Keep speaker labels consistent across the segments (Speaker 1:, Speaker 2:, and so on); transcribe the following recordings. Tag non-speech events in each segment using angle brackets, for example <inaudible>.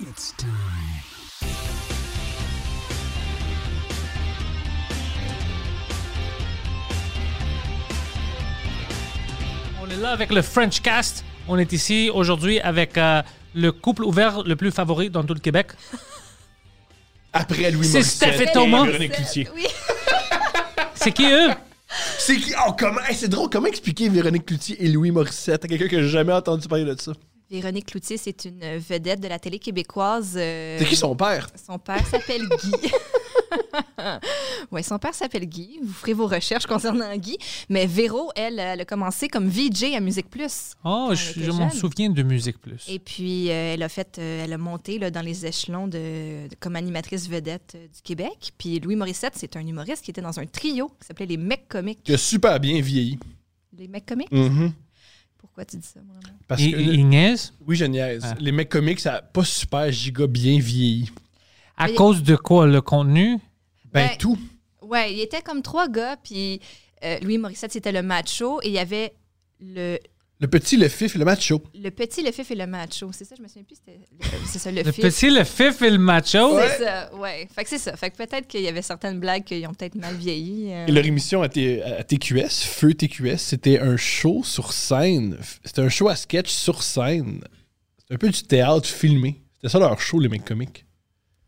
Speaker 1: It's time.
Speaker 2: On est là avec le French Cast. On est ici aujourd'hui avec euh, le couple ouvert le plus favori dans tout le Québec.
Speaker 3: Après Louis
Speaker 2: C'est
Speaker 3: Morissette
Speaker 2: Steph et Thomas.
Speaker 3: Véronique Cloutier.
Speaker 2: C'est qui eux?
Speaker 4: Ah,
Speaker 3: C'est qui- oh, comment... hey, c'est drôle, comment expliquer Véronique Cloutier et Louis Morissette à quelqu'un que j'ai jamais entendu parler de ça?
Speaker 4: Euh. Véronique Cloutier, c'est une vedette de la télé québécoise. euh,
Speaker 3: C'est qui son père?
Speaker 4: Son père s'appelle Guy. <laughs> oui, son père s'appelle Guy. Vous ferez vos recherches concernant Guy. Mais Véro, elle, elle a commencé comme VJ à Musique Plus.
Speaker 2: Oh,
Speaker 4: elle
Speaker 2: je,
Speaker 4: était
Speaker 2: je m'en
Speaker 4: jeune.
Speaker 2: souviens de Musique Plus.
Speaker 4: Et puis, euh, elle a fait, euh, elle a monté là, dans les échelons de, de- comme animatrice vedette euh, du Québec. Puis Louis Morissette, c'est un humoriste qui était dans un trio qui s'appelait les Mecs Comiques.
Speaker 3: Qui a super bien vieilli.
Speaker 4: Les Mecs Comiques?
Speaker 3: Mhm.
Speaker 4: Pourquoi tu dis ça, mon amour?
Speaker 3: Parce
Speaker 2: Il-
Speaker 3: que,
Speaker 2: il- il niaise?
Speaker 3: oui, je niaise.
Speaker 2: Ah.
Speaker 3: Les mecs comiques, ça a pas super giga bien vieilli.
Speaker 2: À
Speaker 4: Mais-
Speaker 2: cause de quoi? Le contenu?
Speaker 3: Ben,
Speaker 4: Ben,
Speaker 3: tout.
Speaker 4: Ouais, il était comme trois gars, puis euh, Louis Morissette, c'était le macho, et il y avait le,
Speaker 3: Le petit, le fif, le macho.
Speaker 4: le petit, le fif et le macho. C'est ça, je me souviens plus, c'était le- euh, c'est ça, le,
Speaker 2: Le
Speaker 4: fif.
Speaker 2: petit, le fif et le macho?
Speaker 4: C'est ça, ouais. Fait que c'est ça. Fait que peut-être qu'il y avait certaines blagues qui ont peut-être mal vieilli. euh.
Speaker 3: Et leur émission à, T- à TQS, Feu TQS, c'était un show sur scène. F- C'était un show à sketch sur scène. C'était un peu du théâtre filmé. C'était ça leur show, les mecs comiques.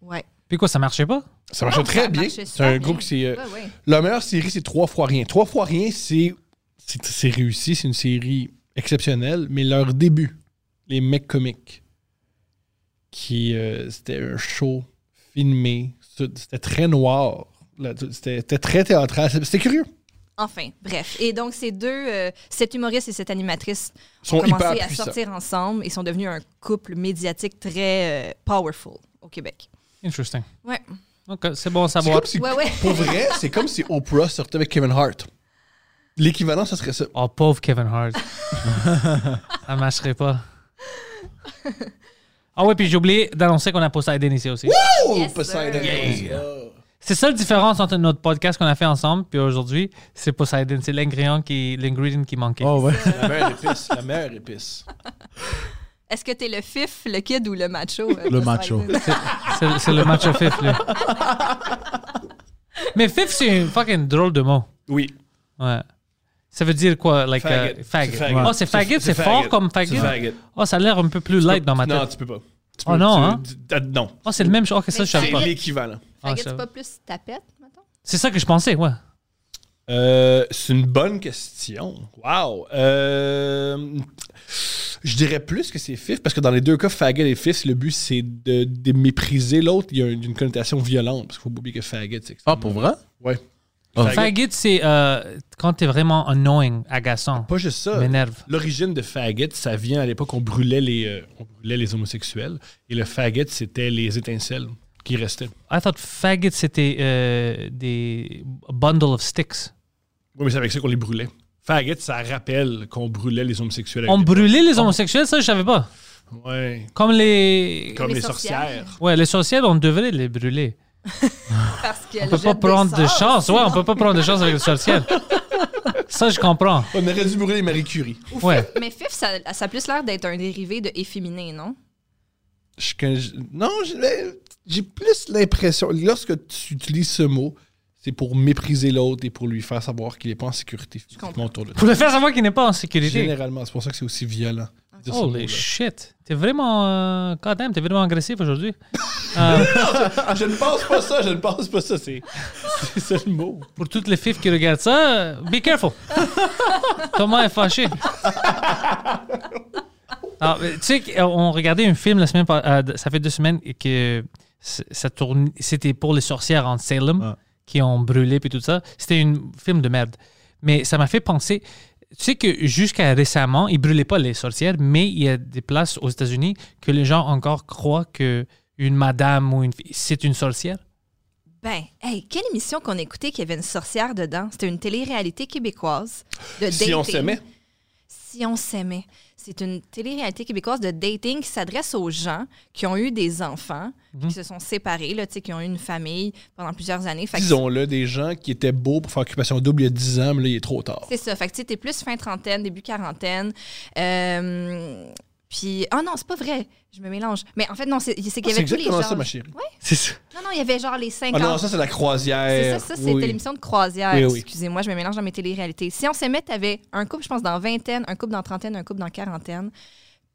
Speaker 4: Ouais.
Speaker 2: Puis quoi, ça marchait pas?
Speaker 3: Ça marchait très
Speaker 4: Ça
Speaker 3: bien.
Speaker 4: marchait
Speaker 3: C'est
Speaker 4: super
Speaker 3: un
Speaker 4: bien.
Speaker 3: groupe qui s'est, euh,
Speaker 4: Ouais, ouais.
Speaker 3: La meilleure série, c'est Trois fois rien. Trois fois rien, c'est c'est- c'est réussi, c'est une série exceptionnelle, mais leur début, les mecs comiques, qui euh, c'était un show filmé, c'était très noir, là, c'était c'était très théâtral, c'était curieux.
Speaker 4: Enfin, bref. Et donc, ces deux, euh, cet humoriste et cette animatrice,
Speaker 3: Ils sont
Speaker 4: ont commencé
Speaker 3: hyper
Speaker 4: à
Speaker 3: puissants.
Speaker 4: sortir ensemble et sont devenus un couple médiatique très euh, powerful au Québec.
Speaker 2: Interesting.
Speaker 4: Ouais.
Speaker 2: OK, c'est bon à
Speaker 3: C'est
Speaker 2: savoir.
Speaker 3: comme si-
Speaker 4: Ouais, ouais.
Speaker 3: Pour vrai, c'est comme si Oprah sortait avec Kevin Hart. L'équivalent, ça serait ça.
Speaker 2: Oh, pauvre Kevin Hart.
Speaker 4: <laughs>
Speaker 2: ça marcherait pas. Ah ouais, puis j'ai oublié d'annoncer qu'on a Poseidon ici aussi.
Speaker 3: Oh,
Speaker 4: Yes,
Speaker 3: Poseidon.
Speaker 2: Yeah.
Speaker 3: Oh.
Speaker 2: C'est ça la différence entre notre podcast qu'on a fait ensemble puis aujourd'hui, c'est Poseidon, c'est l'ingrédient qui, l'ingrédient qui manquait.
Speaker 3: Oh. La meilleure épice, la meilleure épice.
Speaker 4: Est-ce que t'es le fif, le kid ou le macho? euh,
Speaker 1: Le
Speaker 4: Poseidon?
Speaker 1: macho.
Speaker 2: C'est, c'est le match à Fif, là. Mais Fif, c'est un fucking drôle de mot.
Speaker 3: Oui.
Speaker 2: Ouais. Ça veut dire quoi? Like,
Speaker 3: Faggot.
Speaker 2: euh, faggot.
Speaker 3: C'est faggot.
Speaker 2: Oh, c'est faggot, c'est,
Speaker 3: C'est
Speaker 2: fort
Speaker 3: faggot.
Speaker 2: comme
Speaker 3: C'est
Speaker 2: faggot.
Speaker 3: faggot.
Speaker 2: Oh, ça a l'air un peu plus light dans ma
Speaker 3: Non,
Speaker 2: tête.
Speaker 3: tu peux pas. Tu
Speaker 2: Oh
Speaker 3: peux-
Speaker 2: non,
Speaker 3: tu-
Speaker 2: hein?
Speaker 3: tu- ah, non.
Speaker 2: Oh, c'est le même chose. Ok, ça,
Speaker 4: Mais
Speaker 2: je savais
Speaker 3: C'est
Speaker 2: pas.
Speaker 4: faggot.
Speaker 3: l'équivalent.
Speaker 2: Ah,
Speaker 4: Fait que
Speaker 2: ça-
Speaker 4: c'est pas plus tapette, mettons?
Speaker 2: C'est ça que je pensais, ouais.
Speaker 3: Euh, c'est une bonne question. Wow. Euh, je dirais plus que c'est fif, parce que dans les deux cas, faggot et fif, le but, c'est de, de mépriser l'autre. Il y a une, une connotation violente, parce qu'il faut pas oublier que faggot, c'est
Speaker 1: Ah, pour vrai?
Speaker 3: Ouais.
Speaker 1: Ah.
Speaker 3: Faggot,
Speaker 2: Faggot, c'est euh, quand t'es vraiment annoying, agaçant.
Speaker 3: Pas juste ça.
Speaker 2: M'énerve.
Speaker 3: L'origine de faggot, ça vient à l'époque où on brûlait les, euh, on brûlait les homosexuels. Et le faggot, c'était les étincelles qui restaient.
Speaker 2: I thought faggot, c'était euh, des bundle of sticks.
Speaker 3: Oui, mais c'est avec ça qu'on les brûlait. Faggot, ça rappelle qu'on brûlait les homosexuels. à
Speaker 2: On
Speaker 3: l'époque.
Speaker 2: brûlait les homosexuels, ça, je savais pas.
Speaker 3: Ouais.
Speaker 2: Comme les...
Speaker 3: Comme les,
Speaker 4: les
Speaker 3: sorcières.
Speaker 4: sorcières.
Speaker 2: Ouais, les sociales, on devrait les brûler.
Speaker 4: Parce qu'elle
Speaker 2: On peut pas
Speaker 4: jette des
Speaker 2: prendre de
Speaker 4: sorts,
Speaker 2: chance. Ouais,
Speaker 4: sinon-
Speaker 2: on peut pas prendre de chance avec les sorcières. Ça, je comprends.
Speaker 3: On aurait dû brûler les Marie Curie.
Speaker 4: Ou
Speaker 2: Ouais.
Speaker 4: fif, mais fif, ça, ça a plus l'air d'être un dérivé de efféminé, non?
Speaker 3: Je- quand je- non, je- mais j'ai plus l'impression, lorsque tu utilises ce mot, c'est pour mépriser l'autre et pour lui faire savoir qu'il n'est pas en sécurité physiquement
Speaker 4: comprends.
Speaker 3: autour de
Speaker 2: Pour
Speaker 3: toi.
Speaker 2: le faire savoir qu'il n'est pas en sécurité.
Speaker 3: Généralement, c'est pour ça que c'est aussi violent. de dire ce mot-là.
Speaker 2: Holy shit. T'es vraiment... Euh, quand même, t'es vraiment agressif aujourd'hui. Euh,
Speaker 3: Ah, je ne pense pas ça, je ne pense pas ça, c'est c'est ça le mot.
Speaker 2: pour toutes les fifs qui regardent ça, euh, be careful. Thomas est fâché. Ah, mais tu sais qu'on regardait un film la semaine, par- euh, ça fait deux semaines et que c- ça tourne, c'était pour les sorcières en Salem
Speaker 1: Ah.
Speaker 2: qui ont brûlé puis tout ça. C'était un film de merde. Mais ça m'a fait penser, Tu sais que jusqu'à récemment, ils brûlaient pas les sorcières, mais il y a des places aux États-Unis que les gens encore croient que une madame ou une fille, c'est une sorcière.
Speaker 4: Ben, hey, quelle émission qu'on écoutait qui avait une sorcière dedans? C'était une télé-réalité québécoise de
Speaker 3: Si on
Speaker 4: dating.
Speaker 3: s'aimait.
Speaker 4: Si on s'aimait. C'est une télé-réalité québécoise de dating qui s'adresse aux gens qui ont eu des enfants,
Speaker 2: Mhm.
Speaker 4: puis qui se sont séparés, là, tu sais, qui ont eu une famille pendant plusieurs années. Fait que
Speaker 3: Disons-le, des gens qui étaient beaux pour faire occupation double il y a 10 ans, mais là, il est trop tard.
Speaker 4: C'est ça. Fait que tu sais, t'es plus fin trentaine, début quarantaine. Euh, puis, ah non, c'est pas vrai. Je me mélange. Mais en fait, non, c'est c'est qu'il y
Speaker 3: Ah, C'est
Speaker 4: avait tous les
Speaker 3: exactement
Speaker 4: genres.
Speaker 3: ça, ma chérie. C'est ça.
Speaker 4: Non, non, il y avait genre les
Speaker 3: Ah
Speaker 4: 50.
Speaker 3: non, ça, c'est la
Speaker 4: c'est ça,
Speaker 3: croisière.
Speaker 4: ça c'était
Speaker 3: Oui.
Speaker 4: l'émission de croisière.
Speaker 3: Oui, oui.
Speaker 4: Excusez-moi, je me mélange dans mes téléréalités. Si on s'aimait, t'avais un couple, je pense, dans vingtaine, un couple dans trentaine, un couple dans quarantaine.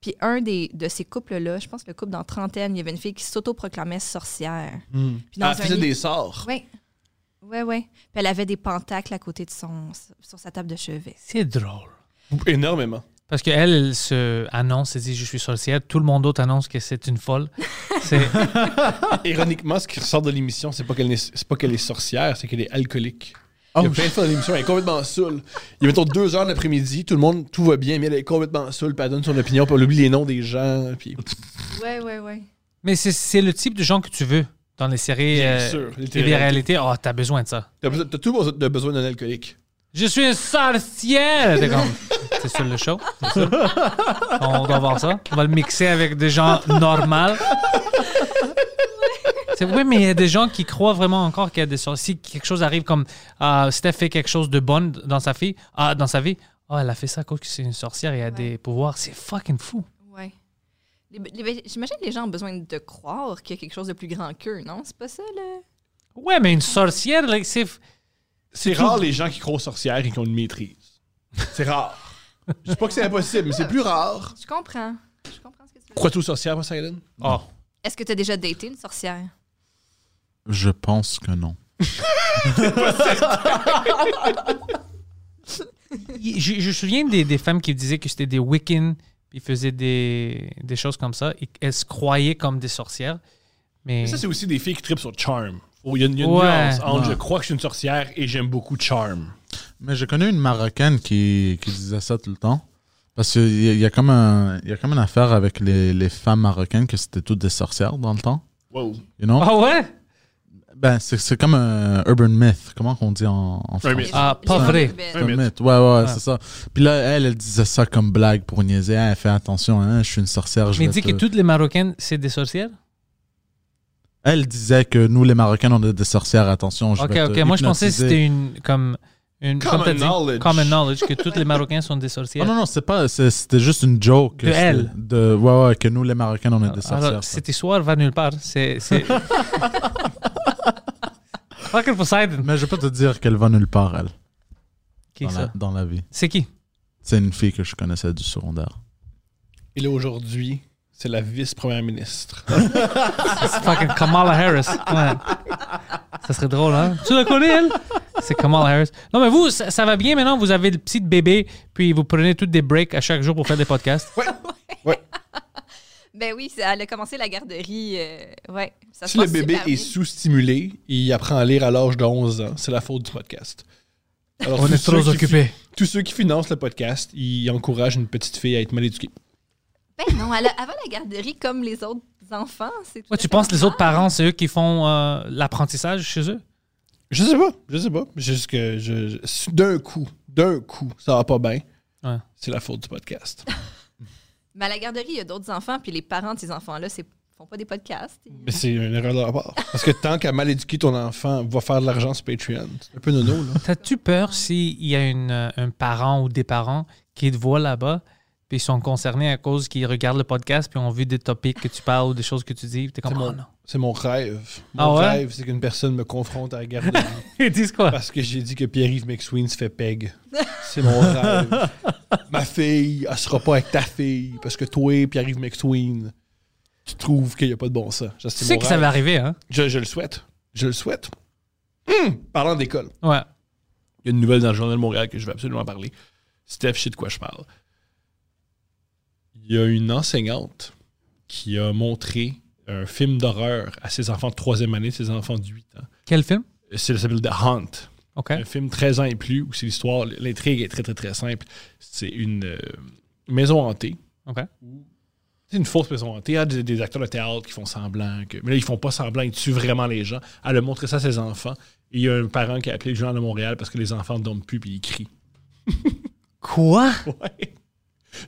Speaker 4: Puis un des, de ces couples-là, je pense que le couple dans trentaine, il y avait une fille qui s'autoproclamait sorcière. Puis dans
Speaker 3: Ah,
Speaker 4: un
Speaker 3: faisait
Speaker 4: lit-
Speaker 3: des sorts.
Speaker 4: Oui. Oui, oui. Puis elle avait des pentacles à côté de son, sur sa table de chevet.
Speaker 2: C'est drôle.
Speaker 3: Énormément.
Speaker 2: Parce qu'elle, elle se annonce, elle dit je suis sorcière. Tout le monde d'autre annonce que c'est une
Speaker 3: <laughs>
Speaker 2: folle. C'est
Speaker 3: Ironiquement, ce qui ressort de l'émission, c'est pas qu'elle n'est- c'est pas qu'elle est sorcière, c'est qu'elle est alcoolique. Il y a plein de fois dans l'émission, elle est complètement saoule. Il y a, mettons, deux heures de l'après-midi, tout le monde, tout va bien, mais elle est complètement saoule, puis elle donne son opinion, puis elle oublie les noms des gens, puis...
Speaker 4: Oui, oui, oui.
Speaker 2: mais c'est- c'est le type de gens que tu veux dans les séries
Speaker 3: Bien
Speaker 2: euh,
Speaker 3: sûr, les
Speaker 2: et les réalités. Oh, t'as besoin de ça.
Speaker 3: T'as besoin- t'as tout besoin- t'as besoin d'un alcoolique.
Speaker 2: Je suis une sorcière! T'es comme, C'est sur le show. c'est sûr. On doit voir ça. On va le mixer avec des gens normaux. C'est- Oui, mais il y a des gens qui croient vraiment encore qu'il y a des sorciers. Si quelque chose arrive comme euh, Steph fait quelque chose de bon dans sa, fille, ah, dans sa vie, oh, elle a fait ça à cause que c'est une sorcière et elle a des pouvoirs. C'est fucking fou.
Speaker 4: Ouais. Les- les- J'imagine que les gens ont besoin de croire qu'il y a quelque chose de plus grand qu'eux, non? C'est pas ça, le...
Speaker 2: Ouais, mais une sorcière, like, c'est.
Speaker 3: C'est rare les gens qui croient aux sorcières et qui ont une maîtrise. C'est rare. Je dis pas que c'est impossible, mais c'est plus rare.
Speaker 4: Je comprends. Je comprends ce que tu veux dire.
Speaker 3: Crois-tu aux sorcières, moi, Silent? Oh.
Speaker 4: Est-ce que tu as déjà daté une sorcière?
Speaker 5: Je pense que non.
Speaker 2: Il- Je, je me souviens des, des femmes qui disaient que c'était des Wiccans, puis ils faisaient des, des choses comme ça, et elles se croyaient comme des sorcières. Mais,
Speaker 3: Mais ça, c'est aussi des filles qui tripent sur Charm. Oh, Il y a une, il y a une
Speaker 2: Ouais.
Speaker 3: nuance entre
Speaker 5: Ouais.
Speaker 3: je crois que je suis une sorcière et j'aime beaucoup Charm.
Speaker 5: Mais j'ai connu une Marocaine qui, qui disait ça tout le temps. Parce qu'il y, a- il y a comme un- il y a comme une affaire avec les, les femmes marocaines que c'était toutes des sorcières dans le temps.
Speaker 3: Wow.
Speaker 5: You know?
Speaker 2: Ah ouais?
Speaker 5: Ben, c'est c'est comme un urban myth. Comment qu'on dit en, en français?
Speaker 3: myth.
Speaker 2: Ah,
Speaker 4: Les
Speaker 2: pas
Speaker 4: gens
Speaker 2: vrai.
Speaker 4: urbaines.
Speaker 5: Un mythe. Ouais, ouais, ouais, c'est ça. Puis là, elle, elle disait ça comme blague pour niaiser. Elle fait attention, hein, je suis une sorcière. Je
Speaker 2: Mais
Speaker 5: vais
Speaker 2: dis
Speaker 5: te-
Speaker 2: que toutes les Marocaines, c'est des sorcières?
Speaker 5: Elle disait que nous, les Marocains, on est des sorcières. Attention, je
Speaker 2: Ok,
Speaker 5: vais te
Speaker 2: ok. Moi, je pensais que
Speaker 5: hypnotiser.
Speaker 2: c'était une. Comme, une
Speaker 3: Common
Speaker 2: comme t'as dit,
Speaker 3: knowledge.
Speaker 2: common knowledge, que toutes les Marocains sont des
Speaker 5: Oh
Speaker 2: sorcières.
Speaker 5: non, non, c'est pas, c'est- c'était juste une joke.
Speaker 2: De elle. Ah,
Speaker 5: De, ouais, ouais, que nous, les Marocains, on est des sorcières.
Speaker 2: Alors, cette histoire va nulle part.
Speaker 5: <laughs>
Speaker 2: C'est. c'est- Fucking Poseidon.
Speaker 5: Mais je peux te dire qu'elle va nulle part, elle,
Speaker 2: Qui
Speaker 5: dans la,
Speaker 2: ça?
Speaker 5: dans la vie.
Speaker 2: C'est qui?
Speaker 5: C'est une fille que je connaissais du secondaire.
Speaker 3: Et là, aujourd'hui, c'est la vice-première ministre.
Speaker 2: C'est fucking Kamala Harris. Ouais. Ça serait drôle, hein? Tu la connais, elle? C'est Kamala Harris. Non, mais vous, ça, ça va bien maintenant. Vous avez le petit bébé, puis vous prenez toutes des breaks à chaque jour pour faire des podcasts.
Speaker 4: Ben oui, ça- elle a commencé la garderie. euh, ouais. Ça se
Speaker 3: si le
Speaker 4: passe
Speaker 3: bébé
Speaker 4: super
Speaker 3: est
Speaker 4: bien.
Speaker 3: sous-stimulé, il apprend à lire à l'âge de 11 ans, c'est la faute du podcast. Alors,
Speaker 2: On
Speaker 3: tous
Speaker 2: est
Speaker 3: ceux
Speaker 2: trop
Speaker 3: qui fi-
Speaker 2: occupés.
Speaker 3: Tous ceux qui financent le podcast, ils encouragent une petite fille à être mal éduquée.
Speaker 4: Ben non, elle a- avant la garderie, comme les autres enfants, c'est tout
Speaker 2: Ouais,
Speaker 4: à
Speaker 2: tu
Speaker 4: fait
Speaker 2: penses que les autres
Speaker 4: normal.
Speaker 2: parents, c'est eux qui font euh, l'apprentissage chez eux?
Speaker 3: Je sais pas, je sais pas. C'est Juste que je, je- d'un coup, d'un coup, ça va pas bien.
Speaker 2: Ouais.
Speaker 3: C'est la faute du podcast.
Speaker 4: Mais à la garderie, il y a d'autres enfants, puis les parents de ces enfants-là, c'est font pas des podcasts.
Speaker 3: Mais c'est une erreur de rapport. Parce que tant qu'à mal éduquer ton enfant, va faire de l'argent sur Patreon. C'est un peu nono, là.
Speaker 2: T'as-tu peur s'il y a une, euh, un parent ou des parents qui te voient là-bas, puis ils sont concernés à cause qu'ils regardent le podcast, puis ont vu des topics que tu parles ou des choses que tu dis? puis T'es comme,
Speaker 3: C'est
Speaker 2: oh
Speaker 3: mon,
Speaker 2: non.
Speaker 3: c'est mon rêve. Mon
Speaker 2: Ah ouais?
Speaker 3: rêve, c'est qu'une personne me confronte à la garderie
Speaker 2: Ils disent quoi?
Speaker 3: parce que j'ai dit que Pierre-Yves McSween se fait peg. C'est mon rêve. Ma fille, elle sera pas avec ta fille parce que toi, Pierre-Yves McSween, tu trouves qu'il n'y a pas de bon sens.
Speaker 2: Tu
Speaker 3: Ça, c'est
Speaker 2: sais
Speaker 3: mon
Speaker 2: que ça
Speaker 3: rêve.
Speaker 2: va arriver, hein?
Speaker 3: Je, je le souhaite. Je le souhaite. Hum! Parlant d'école,
Speaker 2: Ouais.
Speaker 3: il y a une nouvelle dans le Journal de Montréal que je vais absolument parler. Steph, je sais de quoi je parle. Il y a une enseignante qui a montré un film d'horreur à ses enfants de troisième année, ses enfants de 8 ans.
Speaker 2: Quel film?
Speaker 3: C'est- Ça s'appelle The Hunt.
Speaker 2: OK.
Speaker 3: Un film 13 ans et plus, où c'est l'histoire, l'intrigue est très, très, très simple. C'est une euh, maison hantée.
Speaker 2: OK.
Speaker 3: C'est une fausse maison hantée. Il y a des, des acteurs de théâtre qui font semblant. Que, mais là, ils font pas semblant, ils tuent vraiment les gens. Elle a montré ça à ses enfants. Et il y a un parent qui a appelé le journal de Montréal parce que les enfants ne dorment plus puis ils crient.
Speaker 2: Quoi?
Speaker 3: Ouais.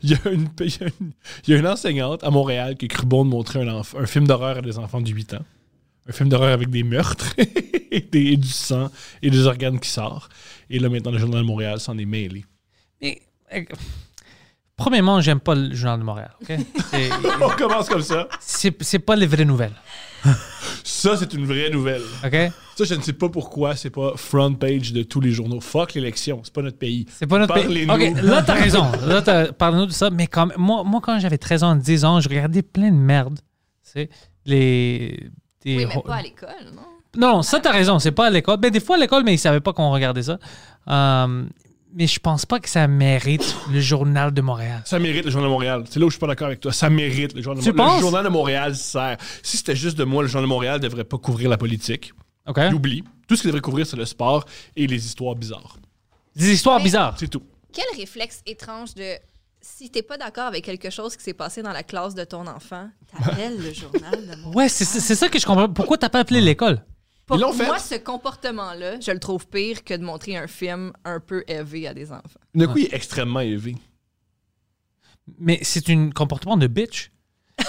Speaker 3: Il y, a une, il, y a une, il y a une enseignante à Montréal qui a cru bon de montrer un, enf- un film d'horreur à des enfants de 8 ans. Un film d'horreur avec des meurtres <laughs> et, des- et du sang et des organes qui sortent. Et là, maintenant, le Journal de Montréal s'en est mêlé.
Speaker 2: Mais, euh, premièrement, j'aime pas le Journal de Montréal. OK? C'est-
Speaker 3: On commence comme ça.
Speaker 2: C'est c'est pas les vraies nouvelles.
Speaker 3: Ça, c'est une vraie nouvelle.
Speaker 2: OK?
Speaker 3: Ça, je ne sais pas pourquoi c'est pas front page de tous les journaux. Fuck l'élection, c'est pas notre pays.
Speaker 2: C'est pas notre pays.
Speaker 3: Parlez-nous.
Speaker 2: OK, là, t'as raison. Là, t'as- parle-nous de ça. Mais quand, même- moi, moi, quand j'avais 13 ans, 10 ans, je regardais plein de merde. Tu sais, les. des-
Speaker 4: Oui, mais pas à l'école, non?
Speaker 2: Non, non, ça, t'as raison. C'est pas à l'école. Ben, des fois, à l'école, mais ils savaient pas qu'on regardait ça. Euh, mais je pense pas que ça mérite le Journal de Montréal.
Speaker 3: Ça mérite le Journal de Montréal. C'est là où je suis pas d'accord avec toi. Ça mérite le Journal de
Speaker 2: Tu
Speaker 3: Montréal.
Speaker 2: penses?
Speaker 3: Le Journal de Montréal sert. Si c'était juste de moi, le Journal de Montréal devrait pas couvrir la politique.
Speaker 2: OK?
Speaker 3: Il oublie. Tout ce qu'il devrait couvrir, c'est le sport et les histoires bizarres.
Speaker 2: Des histoires bizarres.
Speaker 3: C'est tout.
Speaker 4: Quel réflexe étrange de si t'es pas d'accord avec quelque chose qui s'est passé dans la classe de ton enfant, t'appelles le journal de mon
Speaker 2: Ouais, c'est c'est ça que je comprends. Pourquoi t'as pas appelé l'école?
Speaker 3: <laughs>
Speaker 4: Pour
Speaker 3: Ils l'ont fait.
Speaker 4: moi, ce comportement-là, je le trouve pire que de montrer un film un peu élevé à des enfants.
Speaker 3: Le coup, il est extrêmement élevé.
Speaker 2: Mais c'est un comportement de bitch.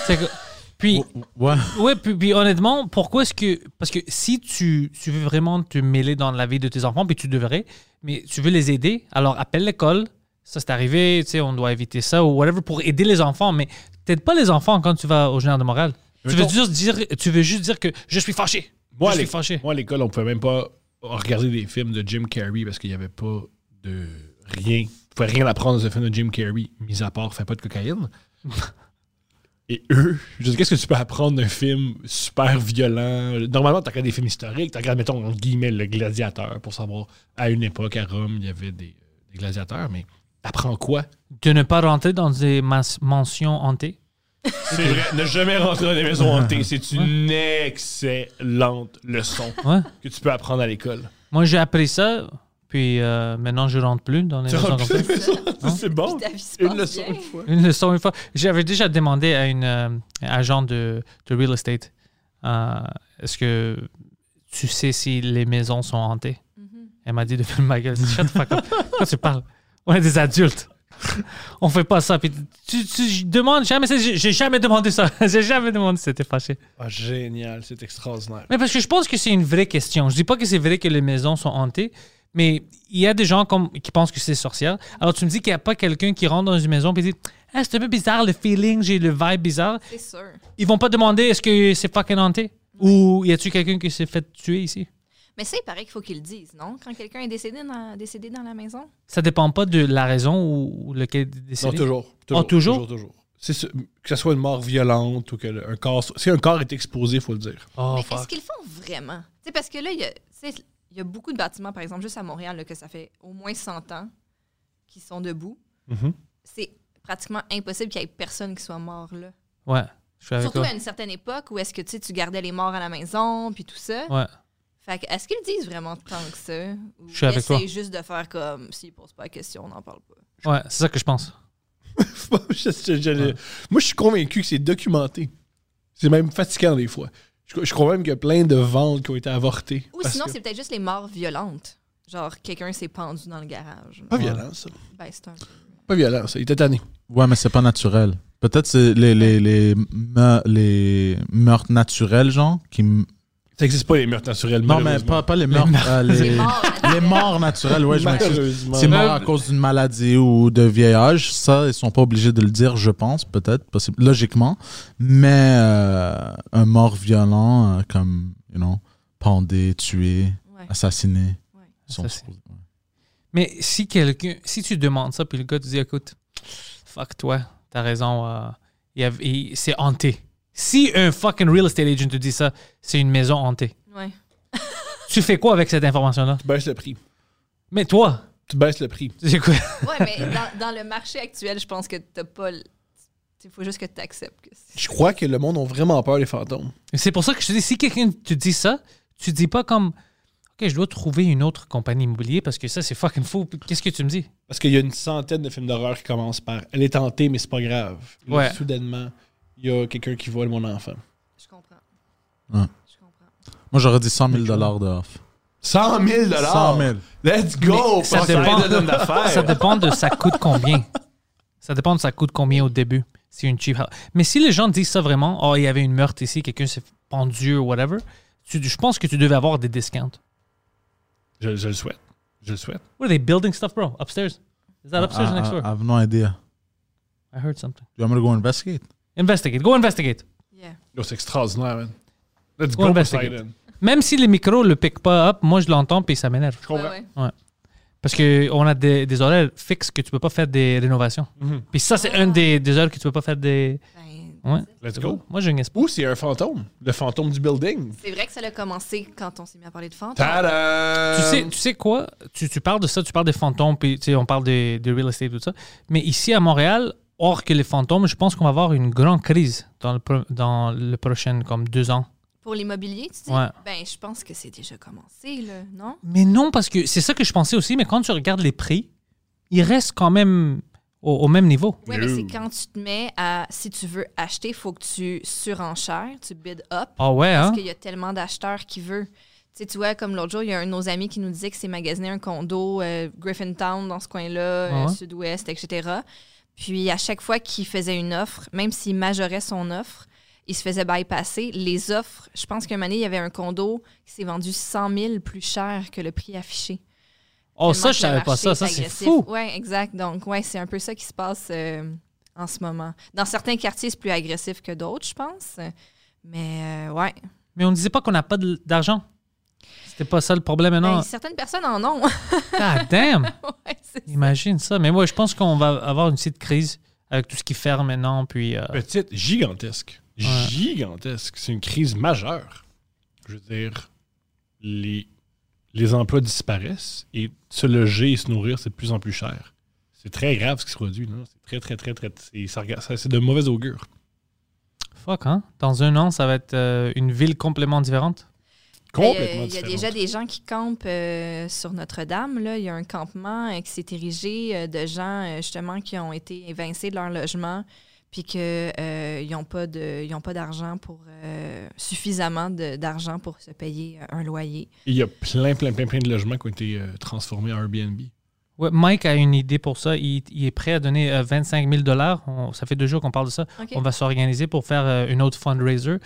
Speaker 2: C'est que-
Speaker 3: <laughs>
Speaker 2: puis,
Speaker 5: Oh, Ouais.
Speaker 2: ouais, puis, puis honnêtement, pourquoi est-ce que. Parce que si tu, tu veux vraiment te mêler dans la vie de tes enfants, puis tu devrais, mais tu veux les aider, alors appelle l'école. Ça, c'est arrivé, tu sais, on doit éviter ça ou whatever pour aider les enfants, mais t'aides pas les enfants quand tu vas au général de morale. Tu veux,
Speaker 3: Mettons-
Speaker 2: juste dire, tu veux juste dire que je suis fâché. je
Speaker 3: Moi, à
Speaker 2: suis
Speaker 3: l'éc-
Speaker 2: fâché.
Speaker 3: moi, à l'école, on pouvait même pas regarder des films de Jim Carrey parce qu'il n'y avait pas de rien. On pouvait rien apprendre dans un film de Jim Carrey, mis à part fait pas de <laughs> cocaïne. Et eux, je dis, qu'est-ce que tu peux apprendre d'un film super violent? Normalement, tu regardes des films historiques, tu regardes, mettons, entre guillemets, le gladiateur pour savoir, à une époque, à Rome, il y avait des, des gladiateurs, mais t'apprends quoi?
Speaker 2: De ne pas rentrer dans des mas- mentions hantées.
Speaker 3: C'est vrai, ne jamais rentrer dans des maisons hantées, c'est une excellente leçon
Speaker 2: Ouais.
Speaker 3: que tu peux apprendre à l'école.
Speaker 2: Moi, j'ai appris ça, puis euh, maintenant, je rentre plus dans les
Speaker 3: Tu
Speaker 2: maisons
Speaker 3: rentres
Speaker 2: comme ça.
Speaker 3: plus dans la maison, C'est bon.
Speaker 4: Puis ta vie se
Speaker 3: Une
Speaker 4: passe
Speaker 3: leçon
Speaker 4: bien.
Speaker 3: une fois.
Speaker 2: Une leçon une fois. J'avais déjà demandé à une euh, agent de, de real estate euh, est-ce que tu sais si les maisons sont hantées Elle m'a dit de faire ma gueule. Shut the fuck up. Pourquoi tu parles On est des adultes. On fait pas ça. Puis tu, tu- je demande jamais. ça. J'ai j'ai jamais demandé ça. <laughs> J'ai jamais demandé. C'était fâché.
Speaker 3: Ah, génial, c'est extraordinaire.
Speaker 2: Mais parce que je pense que c'est une vraie question. Je dis pas que c'est vrai que les maisons sont hantées, mais il y a des gens comme, qui pensent que c'est sorcière. Alors tu me dis qu'il n'y a pas quelqu'un qui rentre dans une maison et dit Ah, c'est un peu bizarre le feeling, j'ai le vibe bizarre.
Speaker 4: C'est sûr.
Speaker 2: Ils vont pas demander est-ce que c'est fucking hanté ou y a-tu quelqu'un qui s'est fait tuer ici
Speaker 4: Mais ça, il paraît qu'il faut qu'ils le disent, non? Quand quelqu'un est décédé dans, décédé dans la maison?
Speaker 2: Ça dépend pas de la raison ou, ou lequel est décédé.
Speaker 3: Non, toujours.
Speaker 2: Ah, toujours?
Speaker 3: Toujours, toujours. C'est ce- que ce soit une mort violente ou que le- un corps. soit- Si un corps est exposé, il faut le dire. <laughs>
Speaker 2: Oh,
Speaker 4: mais est-ce
Speaker 2: fuck.
Speaker 4: qu'ils le font vraiment? Tu sais, parce que là, il y a, tu sais, il y a beaucoup de bâtiments, par exemple, juste à Montréal, là, que ça fait au moins 100 ans qui sont debout.
Speaker 3: Mhm.
Speaker 4: C'est pratiquement impossible qu'il y ait personne qui soit mort là.
Speaker 2: Ouais, je suis avec
Speaker 4: Surtout
Speaker 2: toi.
Speaker 4: à une certaine époque où est-ce que tu sais, tu gardais les morts à la maison puis tout ça.
Speaker 2: Ouais.
Speaker 4: Fait que, est-ce qu'ils le disent vraiment tant que ça? Ou
Speaker 2: Je suis avec
Speaker 4: essaient
Speaker 2: toi.
Speaker 4: juste de faire comme s'ils posent pas la question, on n'en parle pas.
Speaker 2: Ouais, c'est ça que je pense.
Speaker 3: Je- je- je- Moi, je suis convaincu que c'est documenté. C'est même fatigant des fois. Je, je crois même qu'il y a plein de ventes qui ont été avortées.
Speaker 4: Ou
Speaker 3: parce
Speaker 4: sinon,
Speaker 3: que-
Speaker 4: c'est peut-être juste les morts violentes. Genre, quelqu'un s'est pendu dans le garage.
Speaker 5: Ah.
Speaker 3: Pas violent, ça.
Speaker 4: Ben, c'est un peu.
Speaker 3: Pas violent, ça. Il était tanné.
Speaker 5: Ouais, mais c'est pas naturel. Peut-être c'est les, les, les, me- les meurtres naturels, genre, qui. m-
Speaker 3: Ça n'existe pas les meurtres naturels.
Speaker 5: Non, mais
Speaker 3: malheureusement.
Speaker 5: pas, pas les meurtres. euh, les,
Speaker 4: Les morts,
Speaker 5: les
Speaker 2: <laughs>
Speaker 5: morts naturels,
Speaker 2: Bah,
Speaker 5: ouais, je m'excuse.
Speaker 3: Malheureusement.
Speaker 5: C'est mort à cause d'une maladie ou de vieillage. Ça, ils sont pas obligés de le dire, je pense, peut-être, possible- logiquement. Mais euh, un mort violent, euh, comme, you know, pendé, tué,
Speaker 4: Ouais.
Speaker 5: assassiné.
Speaker 4: Ouais.
Speaker 5: ils sont
Speaker 2: Assassiné.
Speaker 5: supposés- ouais.
Speaker 2: Mais si quelqu'un, si tu demandes ça, puis le gars te dit, écoute, fuck toi, t'as raison, euh, il y avait- il- c'est hanté. Si un fucking real estate agent te dit ça, c'est une maison hantée.
Speaker 4: Ouais.
Speaker 2: Tu fais quoi avec cette information-là?
Speaker 3: Tu baisses le prix.
Speaker 2: Mais toi,
Speaker 3: Tu baisses le prix.
Speaker 2: tu dis quoi? <laughs>
Speaker 4: Ouais, mais dans, dans le marché actuel, je pense que t'as pas. le- Il faut juste que tu acceptes que c'est.
Speaker 3: Je crois que le monde a vraiment peur des fantômes.
Speaker 2: C'est pour ça que je te dis, si quelqu'un te dit ça, tu dis pas comme, OK, je dois trouver une autre compagnie immobilière parce que ça, c'est fucking faux. Qu'est-ce que tu me dis?
Speaker 3: Parce qu'il y a une centaine de films d'horreur qui commencent par Elle est tentée, mais c'est pas grave. Là,
Speaker 2: Ouais.
Speaker 3: Soudainement, il y a quelqu'un qui vole mon enfant.
Speaker 4: Je comprends.
Speaker 5: Ouais.
Speaker 4: Je comprends.
Speaker 5: Moi, j'aurais dit 100 000 de off.
Speaker 3: 100 000
Speaker 5: 100 000
Speaker 3: Let's go!
Speaker 2: Mais ça
Speaker 3: Parce que
Speaker 2: dépend.
Speaker 3: rien <laughs> donne d'affaires.
Speaker 2: <laughs> Ça dépend de ça coûte combien. Ça dépend de ça coûte combien au début. C'est une cheap house. Mais si les gens disent ça vraiment, oh, il y avait une meurtre ici, quelqu'un s'est pendu ou whatever, tu- je pense que tu devais avoir des discounts.
Speaker 3: Je, je le souhaite. Je le souhaite.
Speaker 2: What are they building stuff, bro? Upstairs? Is that upstairs or
Speaker 5: I,
Speaker 2: next
Speaker 3: Ah,
Speaker 2: door?
Speaker 5: I have no idea.
Speaker 2: I heard something.
Speaker 5: You want me to go investigate?
Speaker 2: Investigate. Go investigate.
Speaker 4: Yeah.
Speaker 3: Yo, c'est extraordinaire, man. Let's
Speaker 2: On
Speaker 3: go,
Speaker 2: investigate.
Speaker 3: Poseidon.
Speaker 2: Même si les micros le piquent pas up, moi je l'entends puis ça m'énerve.
Speaker 3: Je comprends.
Speaker 4: Ouais, ouais.
Speaker 2: Parce qu'on a des, des horaires fixes que tu peux pas faire des rénovations.
Speaker 3: Mhm.
Speaker 2: Puis ça, c'est un des, des heures que tu peux pas faire des.
Speaker 4: Ben,
Speaker 2: Ouais.
Speaker 3: Let's go.
Speaker 2: Moi, je n'ai pas.
Speaker 3: Ou c'est un fantôme. Le fantôme du building.
Speaker 4: c'est vrai que ça a commencé quand on s'est mis à parler de fantômes.
Speaker 3: Ta-da!
Speaker 2: Tu sais, tu sais quoi? Tu, tu parles de ça, tu parles des fantômes, puis tu sais, on parle de, de real estate, tout ça. Mais ici à Montréal, hors que les fantômes, je pense qu'on va avoir une grande crise dans le, pro- dans le prochain, comme deux ans.
Speaker 4: Pour l'immobilier, tu dis?
Speaker 2: Ouais.
Speaker 4: Ben, je pense que c'est déjà commencé, là, non?
Speaker 2: Mais non, parce que c'est ça que je pensais aussi, mais quand tu regardes les prix, ils restent quand même au, au même niveau.
Speaker 4: Oui, mais c'est quand tu te mets à, si tu veux acheter, il faut que tu surenchères, tu bid up,
Speaker 2: Ah ouais, hein?
Speaker 4: parce qu'il y a tellement d'acheteurs qui veulent. Tu sais, tu vois, comme l'autre jour, il y a un de nos amis qui nous disait que c'est magasiné un condo euh, Griffintown dans ce coin-là, euh,
Speaker 2: Ouais.
Speaker 4: sud-ouest, etc. Puis à chaque fois qu'il faisait une offre, même s'il majorait son offre, il se faisait bypasser. Les offres, je pense qu'un moment donné, il y avait un condo qui s'est vendu 100 000 plus cher que le prix affiché.
Speaker 2: Oh,
Speaker 4: Tellement
Speaker 2: ça,
Speaker 4: que
Speaker 2: je
Speaker 4: le
Speaker 2: savais pas
Speaker 4: marché
Speaker 2: ça.
Speaker 4: est
Speaker 2: Ça, c'est
Speaker 4: agressif.
Speaker 2: fou.
Speaker 4: Oui, exact. Donc, ouais, c'est un peu ça qui se passe euh, en ce moment. Dans certains quartiers, c'est plus agressif que d'autres, je pense. Mais, euh, ouais.
Speaker 2: Mais on disait pas qu'on n'a pas de- d'argent. C'était pas ça le problème, non?
Speaker 4: Ben, certaines personnes en ont. <laughs>
Speaker 2: God damn!
Speaker 4: Ouais, c'est-
Speaker 2: Imagine ça. Mais moi, je pense qu'on va avoir une petite crise avec tout ce qui ferme maintenant. Puis, euh,
Speaker 3: Petite, gigantesque.
Speaker 2: Ouais.
Speaker 3: Gigantesque. C'est une crise majeure. Je veux dire, les, les emplois disparaissent et se loger et se nourrir, c'est de plus en plus cher. C'est très grave ce qui se produit. là. C'est très, très, très, très. C'est ça regarde- ça- c'est de mauvais augure.
Speaker 2: fuck, hein? Dans un an, ça va être euh, une ville complètement différente.
Speaker 3: Complètement
Speaker 4: Il Euh, y a
Speaker 3: différent.
Speaker 4: déjà des gens qui campent euh, sur Notre-Dame. là. Il y a un campement euh, qui s'est érigé euh, de gens euh, justement qui ont été évincés de leur logement puis qu'ils n'ont pas de- ils ont pas d'argent pour euh, suffisamment de- d'argent pour se payer euh, un loyer.
Speaker 3: Et Il y a plein, plein, plein, plein de logements qui ont été euh, transformés en Airbnb.
Speaker 2: Ouais, Mike a une idée pour ça. Il, il est prêt à donner euh, 25 000 Ça fait deux jours qu'on parle de ça.
Speaker 4: OK.
Speaker 2: On va s'organiser pour faire euh, une autre fundraiser. Euh,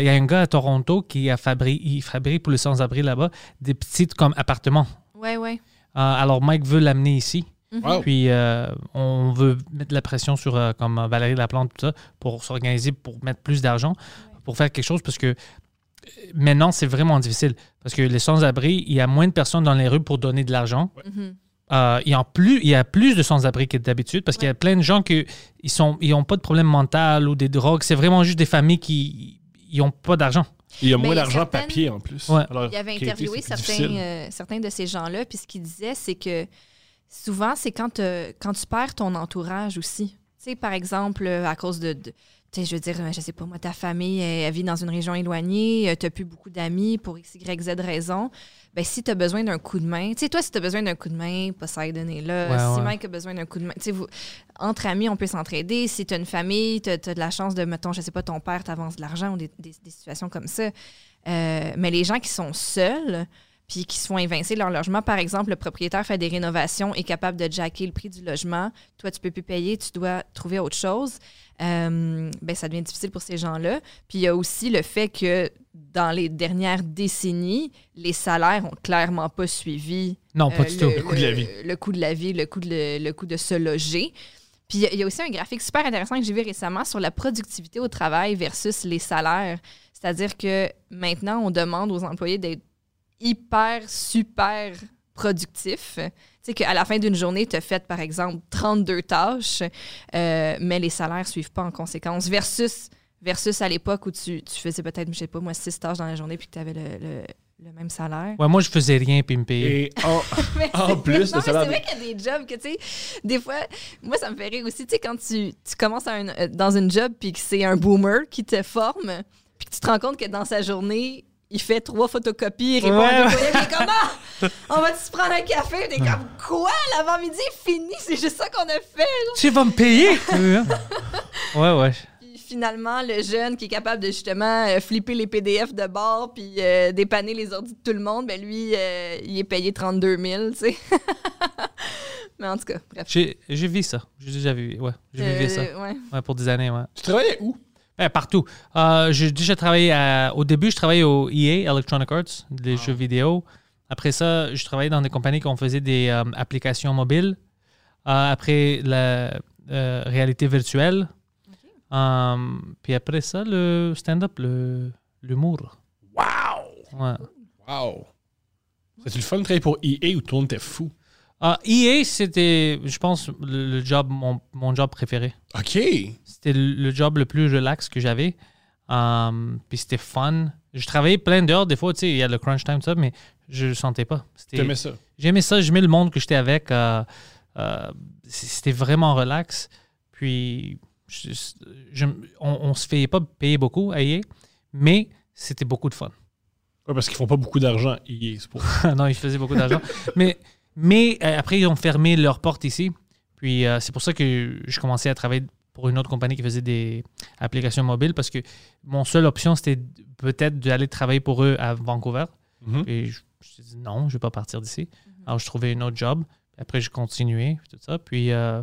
Speaker 2: Il y a un gars à Toronto qui a fabri- il fabrique pour les sans-abri là-bas des petites comme appartements.
Speaker 4: Ouais, ouais.
Speaker 2: Euh, alors Mike veut l'amener ici.
Speaker 3: Wow.
Speaker 2: Puis euh, on veut mettre la pression sur euh, comme euh, Valérie Laplante tout ça pour s'organiser pour mettre plus d'argent pour faire quelque chose parce que euh, maintenant c'est vraiment difficile parce que les sans-abri il y a moins de personnes dans les rues pour donner de l'argent.
Speaker 4: Mhm.
Speaker 2: Euh, il, y en plus, il y a plus de sans-abri que d'habitude parce qu'il y a plein de gens qui ils sont ils ont pas de problème mental ou des drogues c'est vraiment juste des familles qui ils ont pas d'argent.
Speaker 3: Et Il y a
Speaker 4: Mais
Speaker 3: moins
Speaker 4: il y a
Speaker 3: d'argent
Speaker 4: certaines-
Speaker 3: papier en plus.
Speaker 2: Ouais.
Speaker 3: Alors,
Speaker 4: Il avait
Speaker 3: qui a été-
Speaker 4: interviewé
Speaker 3: c'est plus
Speaker 4: certains,
Speaker 3: difficile.
Speaker 4: euh, certains de ces gens-là, puis ce qu'il disait, c'est que souvent, c'est quand, te- quand tu perds ton entourage aussi. Tu sais, par exemple, euh, à cause de... de- tu sais, je veux dire, euh, je sais pas, moi, ta famille, euh, elle, elle vit dans une région éloignée, tu n'as plus beaucoup d'amis pour X, Y, Z raison. Ben, si tu as besoin d'un coup de main, tu sais, toi, si tu as besoin d'un coup de main, Poseidon est là.
Speaker 2: Ouais,
Speaker 4: si
Speaker 2: ouais.
Speaker 4: Mike a besoin d'un coup de main, tu sais, vous- entre amis, on peut s'entraider. Si tu as une famille, tu as, de la chance de, mettons, je sais pas, ton père t'avance de l'argent ou des, des- des situations comme ça. Euh, mais les gens qui sont seuls, puis qui se font évincer de leur logement, par exemple, le propriétaire fait des rénovations, est capable de jacker le prix du logement, toi, tu peux plus payer, tu dois trouver autre chose, Euh, ben, ça devient difficile pour ces gens-là. Puis il y a aussi le fait que dans les dernières décennies, les salaires ont clairement pas suivi
Speaker 2: Non, pas
Speaker 4: euh,
Speaker 2: du tout.
Speaker 3: coût de la vie.
Speaker 4: Le coût de la vie, le coût de, le, coût de se loger. Puis il y a- il y a aussi un graphique super intéressant que j'ai vu récemment sur la productivité au travail versus les salaires. C'est-à-dire que maintenant, on demande aux employés d'être hyper, super productifs. Tu sais qu'à la fin d'une journée, tu as fait, par exemple, 32 tâches, euh, mais les salaires suivent pas en conséquence. Versus, versus à l'époque où tu, tu faisais peut-être, je sais pas moi, 6 tâches dans la journée puis que tu avais le, le- le même salaire.
Speaker 2: Ouais, moi je faisais rien puis ils me payaient.
Speaker 3: Et en, <laughs>
Speaker 4: Mais
Speaker 3: En
Speaker 4: c'est-
Speaker 3: plus, le
Speaker 4: non, mais
Speaker 3: salaire
Speaker 4: C'est vrai qu'il y a des jobs que, tu sais, des fois, moi, ça me fait rire aussi. Tu sais, quand tu, tu commences à un- euh, dans une job puis que c'est un boomer qui te forme, puis que tu te rends compte que dans sa journée, il fait trois photocopies, il répond
Speaker 2: Ouais,
Speaker 4: à des
Speaker 2: ouais.
Speaker 4: courriels, il est comme Ah! On va-tu se prendre un café? T'es comme quoi? L'avant-midi est fini, c'est juste ça qu'on a fait. genre.
Speaker 2: Tu vas me
Speaker 4: <laughs>
Speaker 2: payer? ouais, ouais.
Speaker 4: Puis finalement, le jeune qui est capable de justement euh, flipper les PDF de bord puis euh, dépanner les ordi de tout le monde, ben lui, euh, il est payé 32 000, tu sais. <laughs> Mais en tout cas, bref.
Speaker 2: J'ai j'ai vu ça. J'ai déjà vu. Ouais, j'ai
Speaker 4: Euh,
Speaker 2: vu ça.
Speaker 4: ouais.
Speaker 2: Ouais, pour des années, ouais.
Speaker 3: Tu travaillais où?
Speaker 2: Ouais, partout. Euh, j'ai déjà travaillé à- au début, je travaillais au EA, Electronic Arts, des jeux vidéo. Après ça, je travaillais dans des compagnies qui faisaient des euh, applications mobiles. Euh, après la euh, réalité virtuelle. Euh, puis après ça, le stand-up, le- l'humour. Wow! Ouais.
Speaker 3: Wow! C'est-tu le fun de travailler pour EA ou tout le monde était fou?
Speaker 2: Ah, EA, c'était, je pense, le, le job, mon, mon job préféré.
Speaker 3: OK!
Speaker 2: C'était le, le job le plus relax que j'avais. Um, puis c'était fun. Je travaillais plein d'heures. Des fois, tu sais, il y a le crunch time, tout ça, mais je le sentais pas. C'était-
Speaker 3: T'aimais ça?
Speaker 2: J'aimais ça. J'aimais le monde que j'étais avec. euh, euh, c- c'était vraiment relax. Puis, je- je- on, on se fait pas payer beaucoup à EA, mais c'était beaucoup de fun.
Speaker 3: Ouais, parce qu'ils font pas beaucoup d'argent, EA, c'est pour ça.
Speaker 2: <laughs> non, ils faisaient beaucoup d'argent. mais mais euh, après, ils ont fermé leurs portes ici. Puis euh, c'est pour ça que je commençais à travailler pour une autre compagnie qui faisait des applications mobiles parce que mon seule option, c'était d- peut-être d'aller travailler pour eux à Vancouver.
Speaker 3: Mhm.
Speaker 2: Et je je me suis dit non, je ne vais pas partir d'ici. Alors, je trouvais un autre job. Après, je continuais, puis tout ça. Puis euh,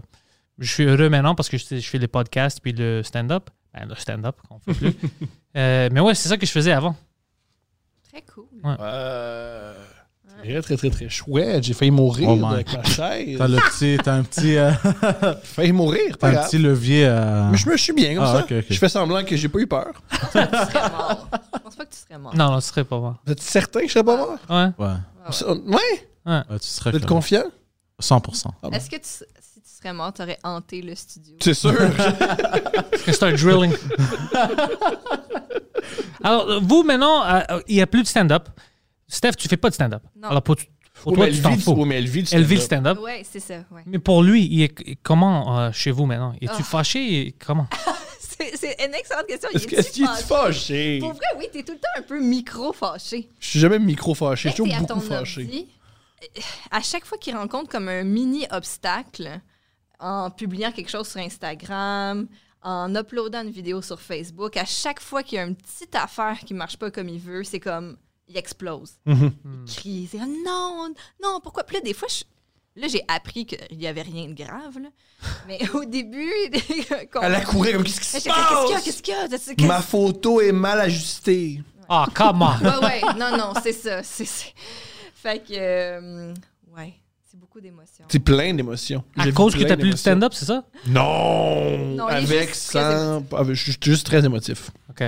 Speaker 2: je suis heureux maintenant parce que je, je fais les podcasts puis le stand-up. Ben, le stand-up qu'on fait plus. Euh, mais ouais, c'est ça que je faisais avant.
Speaker 4: Très cool.
Speaker 3: Euh, Très, très, très, très chouette. J'ai failli mourir
Speaker 5: Oh my.
Speaker 3: avec ma chaise. <laughs>
Speaker 5: T'as le petit- t'as un petit, euh,
Speaker 3: J'ai failli mourir,
Speaker 5: t'as
Speaker 3: pas
Speaker 5: un
Speaker 3: grave.
Speaker 5: petit levier. euh,
Speaker 3: Mais je me suis bien comme
Speaker 5: Ah,
Speaker 3: ça.
Speaker 5: ok, ok.
Speaker 3: Je fais semblant que j'ai pas eu peur.
Speaker 4: Tu serais mort. Je pense pas que tu serais mort.
Speaker 2: Non, non, ce serait pas moi.
Speaker 3: Vous êtes certain que je serais pas mort?
Speaker 2: Ouais.
Speaker 5: Ouais,
Speaker 4: Ah,
Speaker 3: Ouais?
Speaker 5: Ouais, tu serais
Speaker 3: Vous
Speaker 5: correct.
Speaker 3: êtes confiant?
Speaker 5: 100%.
Speaker 4: Est-ce que tu- si tu serais mort, tu aurais hanté le studio?
Speaker 3: C'est <laughs> sûr.
Speaker 2: Que C'est un drilling. <laughs> Alors, euh, vous, maintenant, euh, euh, il n'y a plus de stand-up. Steph, tu fais pas de stand-up.
Speaker 4: Non.
Speaker 2: Alors, pour, pour
Speaker 3: Oh,
Speaker 2: toi,
Speaker 3: mais
Speaker 2: tu
Speaker 3: elle
Speaker 2: t'en
Speaker 3: vit du- oh,
Speaker 2: fous.
Speaker 3: mais elle vit du
Speaker 2: Elle vit le stand-up.
Speaker 3: stand-up.
Speaker 4: Ah Ouais, c'est ça. Ouais.
Speaker 2: Mais pour lui, il est, comment euh, chez vous maintenant? Es-tu
Speaker 4: Ah.
Speaker 2: fâché? Comment?
Speaker 4: C'est c'est une excellente question.
Speaker 3: Est-ce que-
Speaker 4: Il est
Speaker 3: est-ce qu'il est fâché?
Speaker 4: Pour vrai, oui, t'es tout le temps un peu micro-fâché.
Speaker 3: Je suis jamais micro fâché. Je suis
Speaker 4: Dès que
Speaker 3: toujours
Speaker 4: t'es à
Speaker 3: beaucoup
Speaker 4: ton
Speaker 3: fâché.
Speaker 4: ordi, à chaque fois qu'il rencontre comme un mini-obstacle en publiant quelque chose sur Instagram, en uploadant une vidéo sur Facebook, à chaque fois qu'il y a une petite affaire qui marche pas comme il veut, c'est comme, il explose.
Speaker 3: Mhm.
Speaker 4: Il crie, c'est comme, non, non, pourquoi? Puis là, des fois, je- Là, j'ai appris qu'il n'y avait rien de grave. là. Mais au début, <laughs> quand-
Speaker 3: Elle a couru comme qu'est-ce qui
Speaker 4: J'étais
Speaker 3: se
Speaker 4: comme, Qu'est-ce qu'il y a?
Speaker 3: passe?
Speaker 4: Qu'est-ce qu'il y a? Qu'est-ce qu'il y a?
Speaker 3: Ma photo est mal ajustée.
Speaker 2: Ah, comment?
Speaker 4: Ouais, ouais. Non, non, c'est ça. C'est, c'est- Fait que, euh, ouais, c'est beaucoup d'émotions.
Speaker 3: C'est plein d'émotions.
Speaker 2: À
Speaker 3: J'ai vu
Speaker 2: cause que
Speaker 3: plein
Speaker 2: t'as plus de
Speaker 3: d'émotions.
Speaker 2: stand-up, c'est ça?
Speaker 3: Non!
Speaker 4: Non, il est
Speaker 3: avec,
Speaker 4: juste très
Speaker 3: sans. avec- Je suis juste très émotif.
Speaker 2: OK.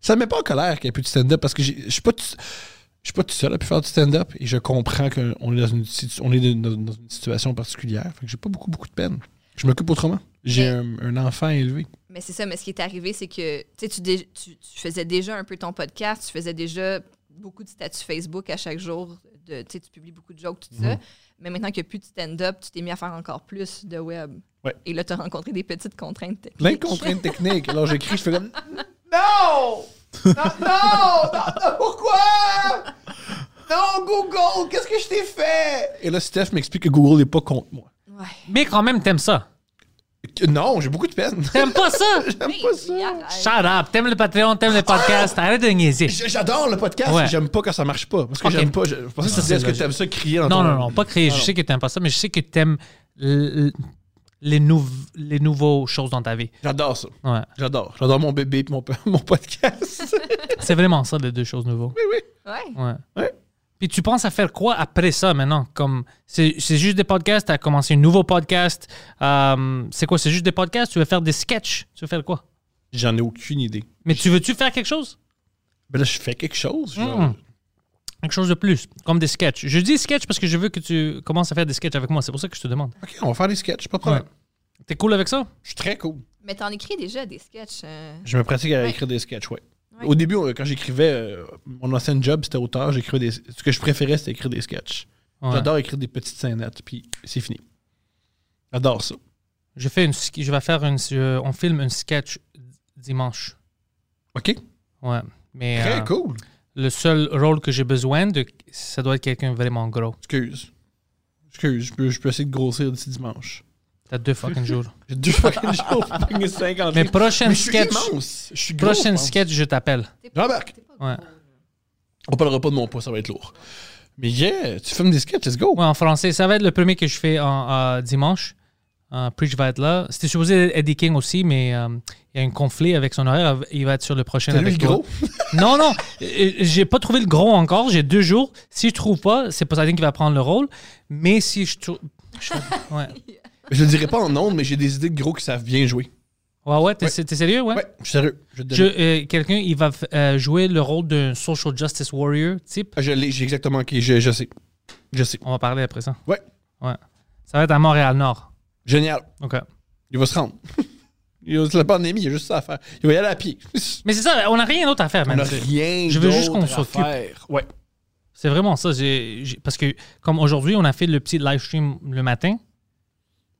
Speaker 3: Ça me met pas en colère qu'il n'y ait plus de stand-up parce que j'ai- je suis pas tout- je suis pas tout seul à pu faire du stand-up et je comprends qu'on est dans une, situ- on est dans, dans une situation particulière. Fait que j'ai pas beaucoup, beaucoup de peine. Je m'occupe autrement. J'ai un, un enfant à élever.
Speaker 4: Mais c'est ça, mais ce qui est arrivé, c'est que tu sais, tu, dé- tu, tu faisais déjà un peu ton podcast, tu faisais déjà beaucoup de statuts Facebook à chaque jour, de, tu sais, tu publies beaucoup de jokes, tout
Speaker 3: Mhm.
Speaker 4: ça. Mais maintenant qu'il n'y a plus de stand-up, tu t'es mis à faire encore plus de web.
Speaker 3: Ouais.
Speaker 4: Et là, tu as rencontré des petites contraintes. techniques.
Speaker 3: Plein de contraintes techniques. Alors j'écris, je fais comme. <laughs> Non! Non! Non! non, non, pourquoi? Non, Google! Qu'est-ce que je t'ai fait? Et là, Steph m'explique que Google n'est pas contre moi.
Speaker 4: Ouais.
Speaker 2: Mais quand même, t'aimes ça.
Speaker 3: Que- Non, j'ai beaucoup de peine.
Speaker 2: T'aimes pas
Speaker 4: <laughs>
Speaker 2: ça?
Speaker 3: J'aime pas ça.
Speaker 4: Oui, ah. arrête.
Speaker 2: Shut up. T'aimes le Patreon, t'aimes le podcast. Arrête de niaiser.
Speaker 3: J- J'adore le podcast,
Speaker 2: Ouais.
Speaker 3: mais j'aime pas quand ça marche pas. Parce que
Speaker 2: Ok.
Speaker 3: j'aime pas. Je, je pensais que tu disais, est-ce que
Speaker 2: logique.
Speaker 3: t'aimes ça crier dans
Speaker 2: Non,
Speaker 3: ton-
Speaker 2: non, non, pas créer. Je sais que t'aimes pas ça, mais je sais que t'aimes l- l- les, nou les nouveaux choses dans ta vie.
Speaker 3: J'adore ça.
Speaker 2: Ouais.
Speaker 3: J'adore. J'adore mon bébé et mon, <laughs> p- mon
Speaker 4: <laughs>
Speaker 3: podcast.
Speaker 2: C'est vraiment ça, les deux choses nouveaux.
Speaker 3: oui, oui.
Speaker 4: Ouais.
Speaker 2: Ouais.
Speaker 3: Ouais.
Speaker 2: Puis tu penses à faire quoi après ça maintenant? Comme c'est c'est juste des podcasts, t'as commencé un nouveau podcast. euh, c'est quoi? C'est juste des podcasts? Tu veux faire des sketchs? Tu veux faire quoi?
Speaker 3: J'en ai aucune idée.
Speaker 2: Mais tu veux-tu faire quelque chose?
Speaker 3: Mais là, je fais quelque chose. genre.
Speaker 2: Mm. Quelque chose de plus, comme des sketchs. Je dis sketch parce que je veux que tu commences à faire des sketchs avec moi. C'est pour ça que je te demande.
Speaker 3: Ok, on va faire des sketchs, pas de problème.
Speaker 2: Ouais. T'es cool avec ça?
Speaker 3: Je suis très cool.
Speaker 4: Mais t'en écris déjà des sketchs.
Speaker 3: <laughs>
Speaker 4: euh,
Speaker 3: Je me pratique à
Speaker 4: Ouais.
Speaker 3: écrire des sketchs, ouais.
Speaker 4: Ouais.
Speaker 3: Au début, euh, quand j'écrivais, euh, mon ancien job, c'était auteur, j'écrivais des. Ce que je préférais, c'était écrire des sketchs.
Speaker 2: Ouais.
Speaker 3: J'adore écrire des petites scénettes, puis c'est fini. J'adore ça.
Speaker 2: Je, fais une, sk- je vais faire une. je- on filme une sketch dimanche.
Speaker 3: OK?
Speaker 2: Ouais. Mais,
Speaker 3: Très
Speaker 2: euh,
Speaker 3: cool.
Speaker 2: le seul rôle que j'ai besoin, de, ça doit être quelqu'un vraiment gros.
Speaker 3: Excuse. Excuse, je peux, je peux essayer de grossir d'ici dimanche.
Speaker 2: T'as deux
Speaker 3: <laughs>
Speaker 2: fucking jours.
Speaker 3: J'ai
Speaker 2: <laughs>
Speaker 3: deux fucking jours pour pogner 50
Speaker 2: Mais
Speaker 3: livres.
Speaker 2: prochaine
Speaker 3: Mais je suis
Speaker 2: sketch,
Speaker 3: immense. Je suis gros,
Speaker 2: prochaine
Speaker 3: je pense.
Speaker 2: sketch, je t'appelle.
Speaker 3: Jean-Marc,
Speaker 2: Ouais.
Speaker 3: on parlera pas de mon poids, ça va être lourd. Mais yeah, tu filmes des sketchs, let's go.
Speaker 2: Ouais, en français. Ça va être le premier que je fais en, euh, dimanche. Euh, Preach va être là. C'était supposé être Eddie King aussi, mais euh, il y a un conflit avec son horaire. Il va être sur le prochain.
Speaker 3: C'est lui
Speaker 2: avec
Speaker 3: le
Speaker 2: toi.
Speaker 3: gros.
Speaker 2: Non, non. Euh, J'ai pas trouvé le gros encore. J'ai deux jours. Si je trouve pas, c'est Poseidon qui va prendre le rôle. Mais si je trouve. je-
Speaker 3: <laughs>
Speaker 2: Ouais.
Speaker 3: Je le dirai pas en ondes, mais j'ai des idées de gros qui savent bien jouer.
Speaker 2: Ouais, ouais. T'es
Speaker 3: Ouais.
Speaker 2: t'es sérieux? Ouais.
Speaker 3: Ouais, je suis sérieux. Je vais te
Speaker 2: Je-
Speaker 3: donner.
Speaker 2: euh, Quelqu'un, il va f- euh, jouer le rôle d'un social justice warrior type.
Speaker 3: Ah, Je l'ai, j'ai exactement. ok, je, je sais. Je sais.
Speaker 2: On va parler après ça.
Speaker 3: Ouais.
Speaker 2: Ouais. Ça va être à Montréal-Nord.
Speaker 3: Génial.
Speaker 2: OK.
Speaker 3: Il va se rendre. <laughs> Il va- C'est la pandémie, il y a juste ça à faire. Il va y aller à pied. <laughs>
Speaker 2: Mais c'est ça, on n'a rien d'autre à faire,
Speaker 3: On
Speaker 2: man.
Speaker 3: a rien.
Speaker 2: je veux juste qu'on
Speaker 3: d'autre à
Speaker 2: s'occupe.
Speaker 3: faire. Ouais.
Speaker 2: C'est vraiment ça. j'ai- j'ai- parce que, comme aujourd'hui, on a fait le petit live stream le matin.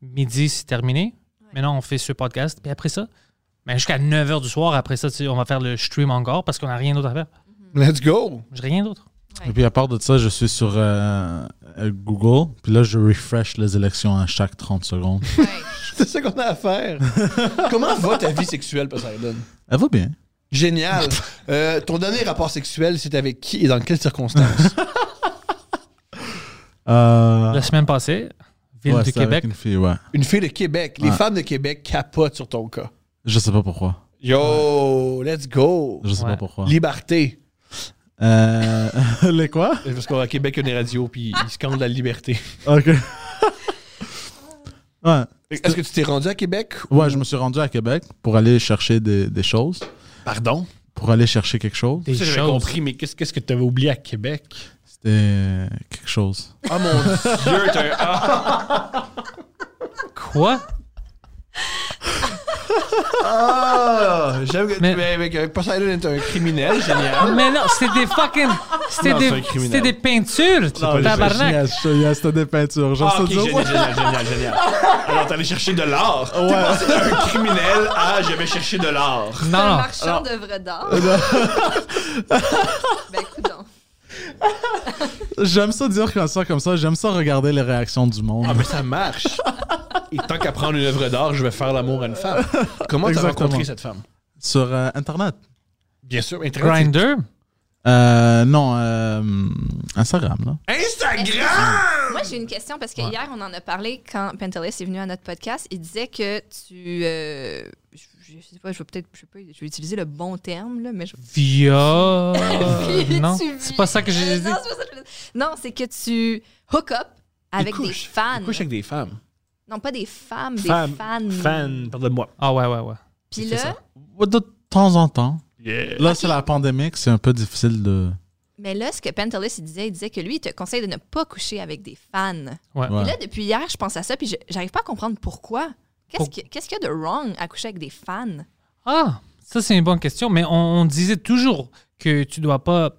Speaker 2: Midi, c'est terminé. Maintenant, on fait ce podcast. Puis après ça, ben, jusqu'à 9 h du soir, après ça, tu sais, on va faire le stream encore parce qu'on n'a rien d'autre à faire.
Speaker 3: Let's go.
Speaker 2: J'ai rien d'autre.
Speaker 5: Et puis à part de ça, je suis sur euh, euh, Google, puis là je refresh les élections à chaque 30 secondes.
Speaker 3: C'est ça qu'on a à faire. <laughs> Comment va ta vie sexuelle, Poseidon?
Speaker 5: Elle va bien.
Speaker 3: Génial. Euh, ton dernier rapport sexuel, c'est avec qui et dans quelles <laughs> circonstances?
Speaker 5: Euh,
Speaker 3: Ah.
Speaker 2: La semaine passée, Ville
Speaker 5: ouais,
Speaker 2: du
Speaker 5: c'était avec
Speaker 2: Québec.
Speaker 5: une fille, ouais.
Speaker 3: Une fille de Québec. Les
Speaker 5: Ouais.
Speaker 3: femmes de Québec capotent sur ton cas.
Speaker 5: Je sais pas pourquoi.
Speaker 3: Yo, let's go.
Speaker 5: Je sais
Speaker 2: Ouais.
Speaker 5: pas pourquoi.
Speaker 3: Liberté.
Speaker 5: Euh, <laughs> les quoi
Speaker 3: Parce qu'à Québec, il y a des radios, puis ils scandent la liberté.
Speaker 5: <laughs> Ok. ouais.
Speaker 3: Est-ce que tu t'es rendu à Québec?
Speaker 5: Ouais, je me suis rendu à Québec pour aller chercher des, des choses,
Speaker 3: Pardon?
Speaker 5: pour aller chercher quelque chose.
Speaker 2: Des
Speaker 3: Ça, j'avais
Speaker 2: choses.
Speaker 3: compris, mais qu'est-ce qu'est-ce que tu avais oublié à Québec?
Speaker 5: C'était quelque chose.
Speaker 3: Ah mon Dieu, t'as un ah.
Speaker 2: Quoi?
Speaker 3: Ah! J'aime que-
Speaker 2: Mais-
Speaker 3: mais avec, avec Poseidon est un criminel, génial.
Speaker 2: Mais non, c'était des fucking. C'était
Speaker 3: Non, c'est un
Speaker 2: des,
Speaker 3: criminel.
Speaker 2: c'était des peintures, tabarnak.
Speaker 5: Yes, yes, c'était des peintures. Genre,
Speaker 3: Ah,
Speaker 5: ça
Speaker 3: ok,
Speaker 5: dit-
Speaker 3: génial, génial, génial, <laughs> génial. Alors, t'allais chercher de l'art. T'es passé d'un criminel à je vais chercher de l'art.
Speaker 2: Non, non.
Speaker 4: marchand d'œuvres d'art.
Speaker 3: Euh,
Speaker 4: <laughs> ben, écoute donc.
Speaker 5: J'aime ça dire comme ça, comme ça. J'aime ça regarder les réactions du monde.
Speaker 3: Ah, mais ça marche. Et tant qu'à prendre une œuvre d'art, je vais faire l'amour à une femme. Comment t'as
Speaker 5: Exactement.
Speaker 3: rencontré cette femme?
Speaker 5: Sur euh, Internet.
Speaker 3: Bien sûr, Internet.
Speaker 2: Grinder.
Speaker 5: Euh, non, euh, Instagram, là.
Speaker 3: c'est- Instagram!
Speaker 4: Moi, j'ai une question parce que hier, on en a parlé quand Pentelis est venu à notre podcast. Il disait que tu. euh, je, je sais pas, je vais peut-être. Je, sais pas, je vais utiliser le bon terme, là, mais je.
Speaker 2: Via.
Speaker 4: Puis
Speaker 2: Euh, non,
Speaker 4: tu
Speaker 2: c'est pas ça que j'ai
Speaker 4: vis-
Speaker 2: dit.
Speaker 4: Non, c'est pas ça que je voulais dire. Non, c'est que tu hook up avec des fans.
Speaker 3: Couche avec des femmes.
Speaker 4: Non, pas des femmes, des fans.
Speaker 3: Fan, pardonne-moi.
Speaker 2: Ah ouais, ouais, ouais.
Speaker 4: Puis
Speaker 2: C'est
Speaker 4: là,
Speaker 2: ça.
Speaker 5: De temps en temps.
Speaker 3: Yeah.
Speaker 5: Là, c'est la pandémie, que c'est un peu difficile de.
Speaker 4: mais là, ce que Pentelis il disait, il disait que lui, il te conseille de ne pas coucher avec des fans.
Speaker 2: Ouais.
Speaker 5: Ouais.
Speaker 4: Et là, depuis hier, je pense à ça, puis je- j'arrive pas à comprendre pourquoi. Qu'est-ce
Speaker 2: Pour-
Speaker 4: que- qu'est-ce qu'il y a de wrong à coucher avec des fans?
Speaker 2: Ah, ça c'est une bonne question, mais on, on disait toujours que tu dois pas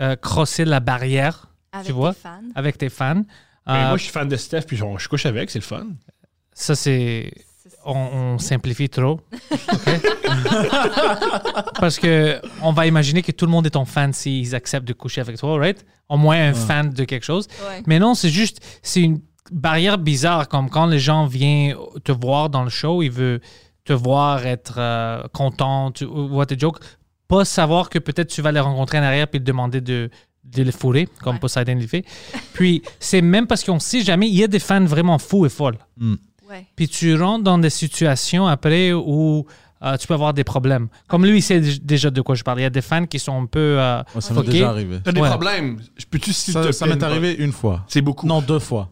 Speaker 2: euh, crosser la barrière,
Speaker 4: Avec
Speaker 2: tu vois,
Speaker 4: des fans?
Speaker 2: avec tes fans. Euh,
Speaker 3: Moi, je suis fan de Steph, puis on- je couche avec, c'est le fun.
Speaker 2: ça c'est, on, on simplifie <laughs> trop, ok? parce que on va imaginer que tout le monde est ton fan s'ils acceptent de coucher avec toi, right? Au moins un fan de quelque chose.
Speaker 4: Ouais.
Speaker 2: Mais non, c'est juste, c'est une barrière bizarre, comme quand les gens viennent te voir dans le show, ils veulent te voir être euh, content, tu vois tes jokes, pas savoir que peut-être tu vas les rencontrer en arrière puis te demander de, de les fourrer, comme
Speaker 4: Ouais.
Speaker 2: Poseidon le fait. Puis c'est même parce qu'on sait jamais, il y a des fans vraiment fous et folles.
Speaker 4: Ouais.
Speaker 2: Puis tu rentres dans des situations après où euh, tu peux avoir des problèmes. Comme lui, il sait dé- déjà de quoi je parle. Il y a des fans qui sont un peu... euh,
Speaker 5: Ouais, ça m'est
Speaker 2: fuckés.
Speaker 5: déjà arrivé.
Speaker 3: T'as des
Speaker 2: Ouais.
Speaker 3: problèmes. Je Peux-tu, s'il te
Speaker 5: Ça, ça
Speaker 3: plaît,
Speaker 5: m'est
Speaker 3: me-
Speaker 5: arrivé une fois.
Speaker 3: C'est beaucoup.
Speaker 5: Non, deux fois.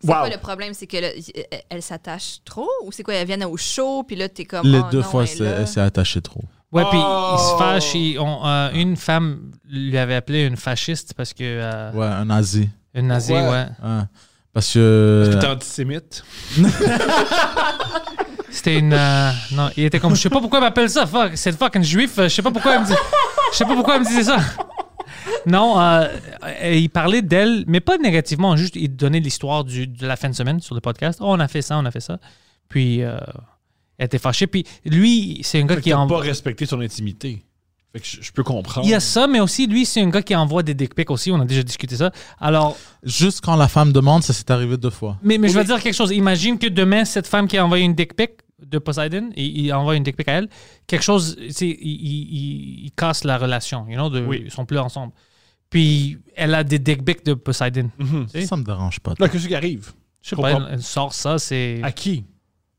Speaker 4: C'est
Speaker 3: Wow.
Speaker 4: quoi le problème? C'est que là, y- e, elle- elle s'attache trop? Ou c'est quoi? Elles viennent au show, puis là, t'es
Speaker 2: Ah
Speaker 4: comme.
Speaker 5: Les
Speaker 4: oh
Speaker 5: deux
Speaker 4: non,
Speaker 5: fois,
Speaker 4: elle
Speaker 5: c'est-
Speaker 4: est là.
Speaker 5: elle s'est attachée trop.
Speaker 2: Ouais, puis
Speaker 3: Oh!
Speaker 2: il se fâche. il- on, euh, une femme lui avait appelé une fasciste parce que. euh,
Speaker 5: Ouais, un nazi.
Speaker 2: Une nazie,
Speaker 3: Ouais.
Speaker 2: ouais.
Speaker 5: Ouais. Parce que.
Speaker 3: T'es antisémite.
Speaker 2: C'était une. euh, non, il était comme. Je sais pas pourquoi il m'appelle ça, fuck. C'est le fucking juif. Je sais pas pourquoi il me dit. Je sais pas pourquoi il me disait ça. Non, euh, euh, il parlait d'elle, mais pas négativement, juste il donnait l'histoire du- de la fin de semaine sur le podcast. Oh, on a fait ça, on a fait ça. Puis, euh, elle était fâchée. Puis, lui, c'est un gars
Speaker 3: Fait que
Speaker 2: qui est
Speaker 3: t'as
Speaker 2: en.
Speaker 3: pas respecté son intimité. Fait que je, je peux comprendre.
Speaker 2: Il y a ça, mais aussi, lui, c'est un gars qui envoie des dick pics aussi. On a déjà discuté ça. Alors,
Speaker 5: Juste quand la femme demande, ça s'est arrivé deux fois.
Speaker 2: mais, mais je vais dire quelque chose. Imagine que demain, cette femme qui a envoyé une dick pic de Poseidon, il, il envoie une dick pic à elle, quelque chose, tu sais, il, il- il- il casse la relation. You know, de-
Speaker 3: Oui.
Speaker 2: Ils sont plus ensemble. Puis, elle a des dick pics de Poseidon.
Speaker 3: Mhm.
Speaker 2: Oui.
Speaker 5: Ça me dérange pas.
Speaker 3: Là, qu'est-ce qui arrive?
Speaker 2: Je sais pas,
Speaker 3: comprends.
Speaker 2: elle, elle sort ça, c'est.
Speaker 3: À qui?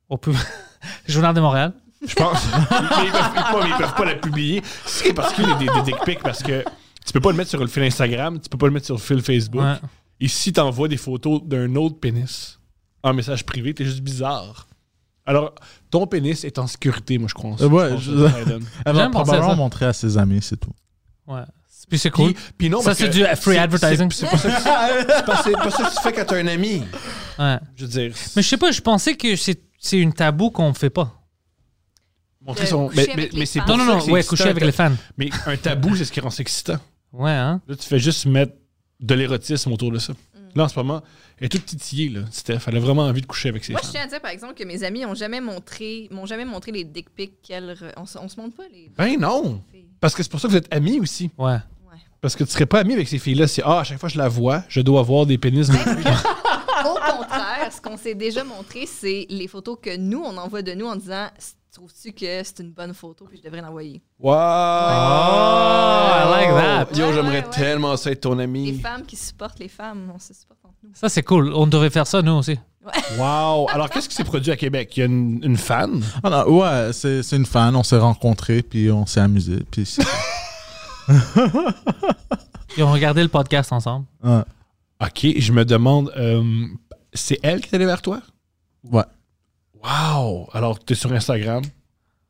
Speaker 2: Au pub- <laughs> Journal de Montréal.
Speaker 3: Je pense. <laughs> mais ils peuvent, pas, mais ils peuvent pas la publier. C'est parce qu'il y a des, des dick pics, parce que tu peux pas le mettre sur le fil Instagram, tu peux pas le mettre sur le fil Facebook.
Speaker 2: Ouais.
Speaker 3: Et si t'envoies des photos d'un autre pénis en message privé, t'es juste bizarre. Alors, ton pénis est en sécurité, moi, je crois. en ça.
Speaker 5: Euh, ouais,
Speaker 3: Je pense
Speaker 5: je-
Speaker 3: que ça aide.
Speaker 5: <laughs> Elle va
Speaker 2: J'aime penser à
Speaker 5: probablement
Speaker 2: ça.
Speaker 5: montrer à ses amis, c'est tout.
Speaker 2: Ouais. Puis c'est <laughs> cool.
Speaker 3: Puis- puis non,
Speaker 2: ça,
Speaker 3: parce
Speaker 2: c'est
Speaker 3: que
Speaker 2: du free
Speaker 3: c'est-
Speaker 2: advertising.
Speaker 3: C'est pas ça que- c'est pas c'est
Speaker 4: <laughs>
Speaker 3: pas ça que tu fais quand t'as un ami.
Speaker 2: Ouais.
Speaker 3: Je veux dire.
Speaker 2: Mais je sais pas, je pensais que c'est c'est une tabou qu'on fait pas.
Speaker 3: montrer
Speaker 4: De
Speaker 3: son.
Speaker 4: coucher
Speaker 3: Mais,
Speaker 4: avec
Speaker 3: mais,
Speaker 4: les
Speaker 3: mais c'est
Speaker 4: femmes.
Speaker 3: pour
Speaker 2: Non, non,
Speaker 3: ça que
Speaker 2: non,
Speaker 3: c'est
Speaker 2: ouais,
Speaker 3: excitant,
Speaker 2: coucher avec
Speaker 3: t'as-
Speaker 2: les fans.
Speaker 3: Mais un tabou, c'est ce qui rend ça excitant.
Speaker 2: Ouais, hein?
Speaker 3: Là, tu fais juste mettre de l'érotisme autour de ça. Là, en ce moment, elle est toute titillée, là, Steph. Elle a vraiment envie de coucher avec ses
Speaker 4: Moi, je
Speaker 3: femmes.
Speaker 4: tiens à dire, par exemple, que mes amis n'ont jamais montré, m'ont jamais montré les dick pics qu'elles... re- On, se- on se montre pas <laughs> les...
Speaker 3: Ben non! Parce que c'est pour ça que vous êtes amis aussi.
Speaker 2: Ouais.
Speaker 3: Parce que tu serais pas ami avec ces filles-là. C'est Ah, à chaque fois que je la vois, je dois avoir des
Speaker 4: <laughs>
Speaker 3: pénis.
Speaker 4: Au contraire, ce qu'on s'est déjà montré, c'est les photos que nous, on envoie de nous en disant « Trouves-tu que c'est une bonne photo puis je devrais l'envoyer?
Speaker 3: wow!
Speaker 2: Ah, I like that.
Speaker 3: Oh! Yo,
Speaker 4: Ah! Ouais,
Speaker 3: j'aimerais
Speaker 4: ouais, ouais.
Speaker 3: tellement ça être ton »
Speaker 4: Les
Speaker 3: ami.
Speaker 4: femmes qui supportent les femmes, on se supporte entre nous.
Speaker 2: Ça, c'est cool. On devrait faire ça, nous aussi.
Speaker 3: Wow! Alors, qu'est-ce qui s'est produit à Québec? Il y a une, une fan.
Speaker 5: Ah non, ouais, c'est c'est une fan, on s'est rencontrés, puis on s'est amusés. Puis c'est- <laughs>
Speaker 2: Et on regardait le podcast ensemble.
Speaker 5: Ouais.
Speaker 3: OK, je me demande, euh, c'est elle qui est allée vers toi?
Speaker 5: Ouais.
Speaker 3: Wow! Alors, tu es sur Instagram.
Speaker 5: Ouais.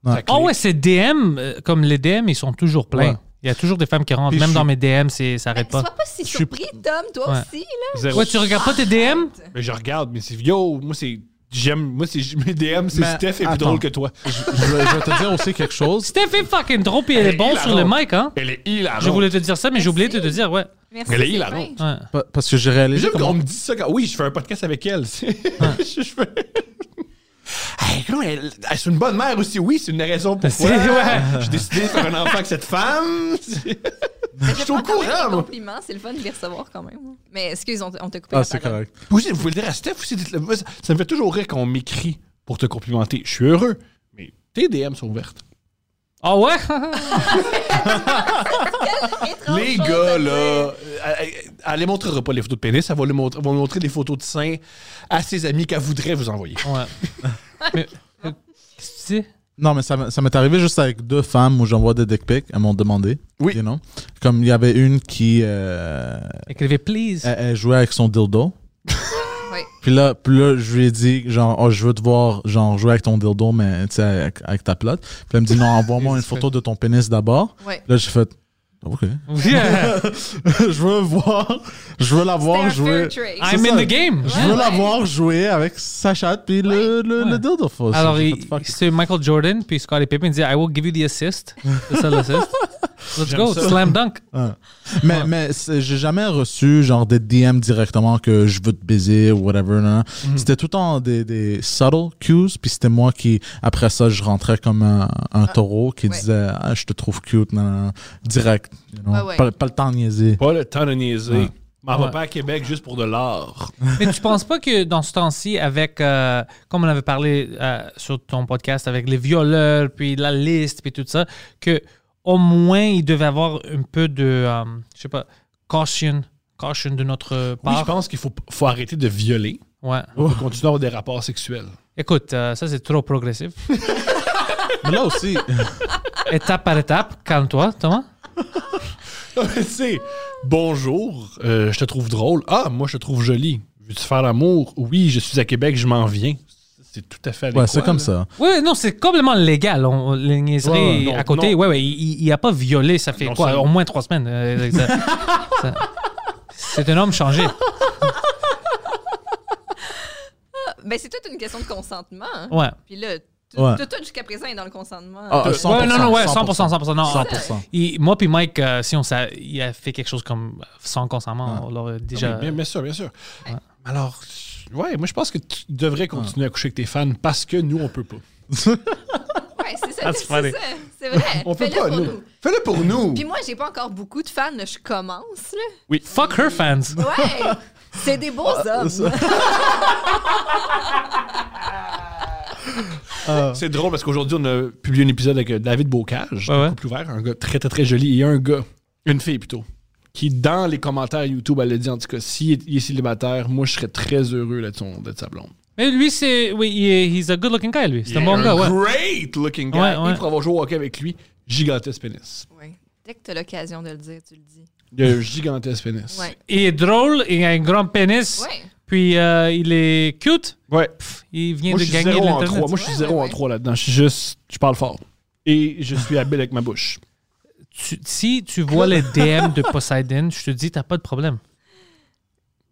Speaker 3: Ça
Speaker 4: Ah
Speaker 3: clique.
Speaker 2: Oh ouais, c'est DM. euh, Comme les DM, ils sont toujours pleins.
Speaker 5: Ouais.
Speaker 2: Il y a toujours des femmes qui rentrent.
Speaker 3: Puis
Speaker 2: Même
Speaker 3: je
Speaker 2: dans
Speaker 3: suis-
Speaker 2: mes DM, c'est- ça arrête
Speaker 4: Sois
Speaker 2: pas.
Speaker 4: pas si
Speaker 3: suis-
Speaker 4: surpris, Tom, toi
Speaker 2: Ouais.
Speaker 4: aussi, là.
Speaker 3: Zéro.
Speaker 2: Ouais, tu regardes pas tes DM?
Speaker 3: Mais je regarde, mais c'est. Yo, moi, c'est. J'aime. Moi, c'est. Mes DM, c'est
Speaker 5: Mais
Speaker 3: Steph est plus
Speaker 5: attends.
Speaker 3: drôle que toi.
Speaker 5: je, je vais, je vais te dire aussi quelque chose.
Speaker 2: Steph est fucking drôle puis elle est
Speaker 3: Elle est
Speaker 2: bon sur le
Speaker 3: hilarante.
Speaker 2: mic, hein?
Speaker 3: Elle est hilarante.
Speaker 2: Je voulais te dire ça, mais j'ai oublié de
Speaker 4: Merci.
Speaker 2: te dire, ouais.
Speaker 4: Merci,
Speaker 3: Elle est
Speaker 4: c'est
Speaker 3: hilarante.
Speaker 4: fin.
Speaker 2: Ouais.
Speaker 5: Pa- Parce que j'ai réalisé.
Speaker 3: J'aime qu'on
Speaker 5: comment-
Speaker 3: me dit ça quand. Oui, je fais un podcast avec elle. <laughs> C'est- je fais. Hey, comment elle. elle, C'est une bonne mère aussi. Oui, c'est une raison pourquoi.
Speaker 2: C'est- ouais.
Speaker 3: J'ai décidé de faire un enfant avec cette femme.
Speaker 4: Mais
Speaker 3: Je suis
Speaker 4: prends
Speaker 3: au
Speaker 4: quand même
Speaker 3: courant,
Speaker 4: tes
Speaker 3: moi.
Speaker 4: compliments, c'est le fun de les recevoir quand même. hein. Mais excuse, on t- on t'a coupé
Speaker 5: Ah,
Speaker 4: la
Speaker 5: c'est
Speaker 4: parole.
Speaker 5: correct.
Speaker 3: Vous, aussi, vous pouvez le dire à Steph aussi. dites-le. Moi, ça- Ça me fait toujours rire quand on m'écrit pour te complimenter. Je suis heureux. Mais tes DM sont ouvertes.
Speaker 2: Ah
Speaker 4: <laughs>
Speaker 2: ouais?
Speaker 4: Étrange
Speaker 3: Les
Speaker 4: chose
Speaker 3: gars, là,
Speaker 4: à dire.
Speaker 3: euh, elle, elle les montrera pas les photos de pénis, elle va, les montrer, elle va montrer des photos de seins à ses amis qu'elle voudrait vous envoyer.
Speaker 2: ouais. Mais, euh, qu'est-ce que tu dis?
Speaker 5: Non, mais ça, m- ça m'est arrivé juste avec deux femmes où j'envoie des dick pics. Elles m'ont demandé.
Speaker 3: Oui.
Speaker 5: you know. Comme il y avait une qui euh,
Speaker 2: Écrivez please.
Speaker 5: elle, elle jouait avec son dildo.
Speaker 4: <laughs> Oui.
Speaker 5: Puis là, puis là, je lui ai dit, genre, oh, je veux te voir, genre, jouer avec ton dildo, mais tu sais, avec, avec ta plotte. Puis elle me dit, non, envoie-moi
Speaker 4: <laughs>
Speaker 5: une photo de ton pénis d'abord.
Speaker 4: Ouais.
Speaker 5: Là, j'ai fait,
Speaker 4: <laughs>
Speaker 5: OK.
Speaker 2: <laughs> Yeah.
Speaker 5: je veux voir, je veux la voir
Speaker 4: C'était un
Speaker 5: jouer.
Speaker 4: fair trade.
Speaker 2: I'm
Speaker 5: <laughs> C'est
Speaker 2: in
Speaker 5: ça.
Speaker 2: the game.
Speaker 5: Je veux la voir jouer avec sa chatte puis le, le,
Speaker 2: Ouais.
Speaker 5: le dildo. Faut-
Speaker 2: Alors,
Speaker 5: j'ai
Speaker 2: il-
Speaker 5: fait, fuck.
Speaker 2: c'est Michael Jordan, puis Scottie Pippen dit I will give you
Speaker 5: <laughs>
Speaker 2: the assist. C'est ça l'assist. Let's
Speaker 3: J'aime
Speaker 2: go,
Speaker 3: ça.
Speaker 2: slam dunk.
Speaker 5: Mais, mais c'est- j'ai jamais reçu genre des DM directement que je veux te baiser ou whatever. nan, nan.
Speaker 2: Mm-hmm.
Speaker 5: C'était tout le temps des, des subtle cues. Puis c'était moi qui, après ça, je rentrais comme un, un taureau qui
Speaker 4: Ah, ouais.
Speaker 5: disait ah, Je te trouve cute, nan, nan, nan. direct. you know.
Speaker 4: Ouais, ouais.
Speaker 5: Pas, pas le temps de niaiser.
Speaker 3: Pas le temps de niaiser.
Speaker 5: Ouais.
Speaker 3: M'en va
Speaker 2: Ouais.
Speaker 3: pas à Québec juste pour de l'art.
Speaker 2: Mais tu penses pas que dans ce temps-ci, avec, euh, comme on avait parlé euh, sur ton podcast, avec les violeurs, puis la liste, puis tout ça, que au moins il devait avoir un peu de, euh, je sais pas, caution, caution de notre
Speaker 3: Oui, je
Speaker 2: part.
Speaker 3: pense qu'il faut, faut arrêter de violer.
Speaker 2: ouais.
Speaker 3: On peut continuer à avoir des rapports sexuels.
Speaker 2: Écoute, euh, ça c'est trop
Speaker 3: <laughs>
Speaker 2: progressif.
Speaker 5: Mais là aussi,
Speaker 2: étape par étape, calme-toi, Thomas.
Speaker 3: Non, mais <laughs> tu sais, bonjour, euh, je te trouve drôle. Ah, moi, je te trouve jolie. Veux-tu faire l'amour? Oui, je suis à Québec, je m'en viens. C'est tout à fait
Speaker 5: <laughs>
Speaker 3: adéquat.
Speaker 5: ouais, c'est comme
Speaker 3: là.
Speaker 5: ça.
Speaker 2: Oui, non, c'est complètement légal. On, on- les niaiseries
Speaker 3: Ouais, ouais, non,
Speaker 2: à côté,
Speaker 3: non.
Speaker 2: ouais, ouais, il n'a pas violé, ça fait
Speaker 3: Non,
Speaker 2: quoi,
Speaker 3: ça-
Speaker 2: au moins trois semaines. euh,
Speaker 3: <laughs>
Speaker 2: ça- ça- c'est un homme changé.
Speaker 4: Ben, c'est toute une question de consentement. hein.
Speaker 2: Ouais.
Speaker 4: Puis là, tout,
Speaker 5: Ouais.
Speaker 4: tout, tout jusqu'à présent est dans le consentement.
Speaker 5: Ah,
Speaker 4: Euh,
Speaker 5: cent- 100%,
Speaker 2: ouais, non, non, ouais,
Speaker 5: 100%,
Speaker 2: 100%, 100%. non,
Speaker 5: 100%.
Speaker 2: il- moi puis Mike, euh, si on s'a- il a fait quelque chose comme sans
Speaker 3: Ah.
Speaker 2: consentement, on l'aurait déjà.
Speaker 4: Euh,
Speaker 3: Oui, bien, bien sûr, bien sûr. Alors, ouais, moi, je pense que tu devrais continuer à coucher avec tes fans parce que nous, on peut pas.
Speaker 4: ouais, c'est ça.
Speaker 2: That's
Speaker 4: C'est
Speaker 2: funny.
Speaker 4: ça. C'est vrai.
Speaker 3: On peut
Speaker 4: Fais-le
Speaker 3: pas,
Speaker 4: pour
Speaker 3: nous. Fais-le pour nous.
Speaker 4: Puis moi, j'ai pas encore beaucoup de fans. là. Je commence,
Speaker 3: <laughs>
Speaker 4: là.
Speaker 2: Oui. Fuck her fans.
Speaker 4: Ouais. C'est des beaux
Speaker 3: Ah,
Speaker 4: hommes.
Speaker 3: C'est drôle parce qu'aujourd'hui, on a publié un épisode avec euh, David Bocage,
Speaker 2: Ah. Ouais,
Speaker 3: un
Speaker 2: ouais.
Speaker 3: couple ouvert, un gars très, très, très joli, et un gars, une fille plutôt, qui, dans les commentaires YouTube, elle a dit en tout cas, s'il est, il est célibataire, moi, je serais très heureux là, de, son- de sa blonde.
Speaker 2: Mais lui, c'est. Oui, il est- he's a good looking guy, lui. C'est un bon
Speaker 3: Un
Speaker 2: gars, Ah, ben ouais.
Speaker 3: Great looking guy.
Speaker 2: Ouais, ouais.
Speaker 3: Il pourra avoir joué au hockey avec lui. Gigantesque pénis.
Speaker 4: Ouais. Dès que t'as l'occasion de le dire, tu le dis.
Speaker 3: Il a un gigantesque pénis.
Speaker 4: Ouais.
Speaker 2: Il est drôle, il a un grand pénis.
Speaker 4: Ouais.
Speaker 2: Puis euh, il est cute.
Speaker 3: Ouais.
Speaker 2: Pff, Il vient
Speaker 3: Moi,
Speaker 2: de
Speaker 3: je suis
Speaker 2: gagner de
Speaker 3: zéro en
Speaker 2: l'internet.
Speaker 3: trois. Moi, je suis
Speaker 4: Ouais,
Speaker 3: zéro
Speaker 4: ouais,
Speaker 3: en
Speaker 4: ouais.
Speaker 3: trois là-dedans. Je suis juste, je parle fort. Et je suis habile avec ma bouche.
Speaker 2: Tu- si tu vois les DM de Poseidon, je te dis, t'as pas de problème.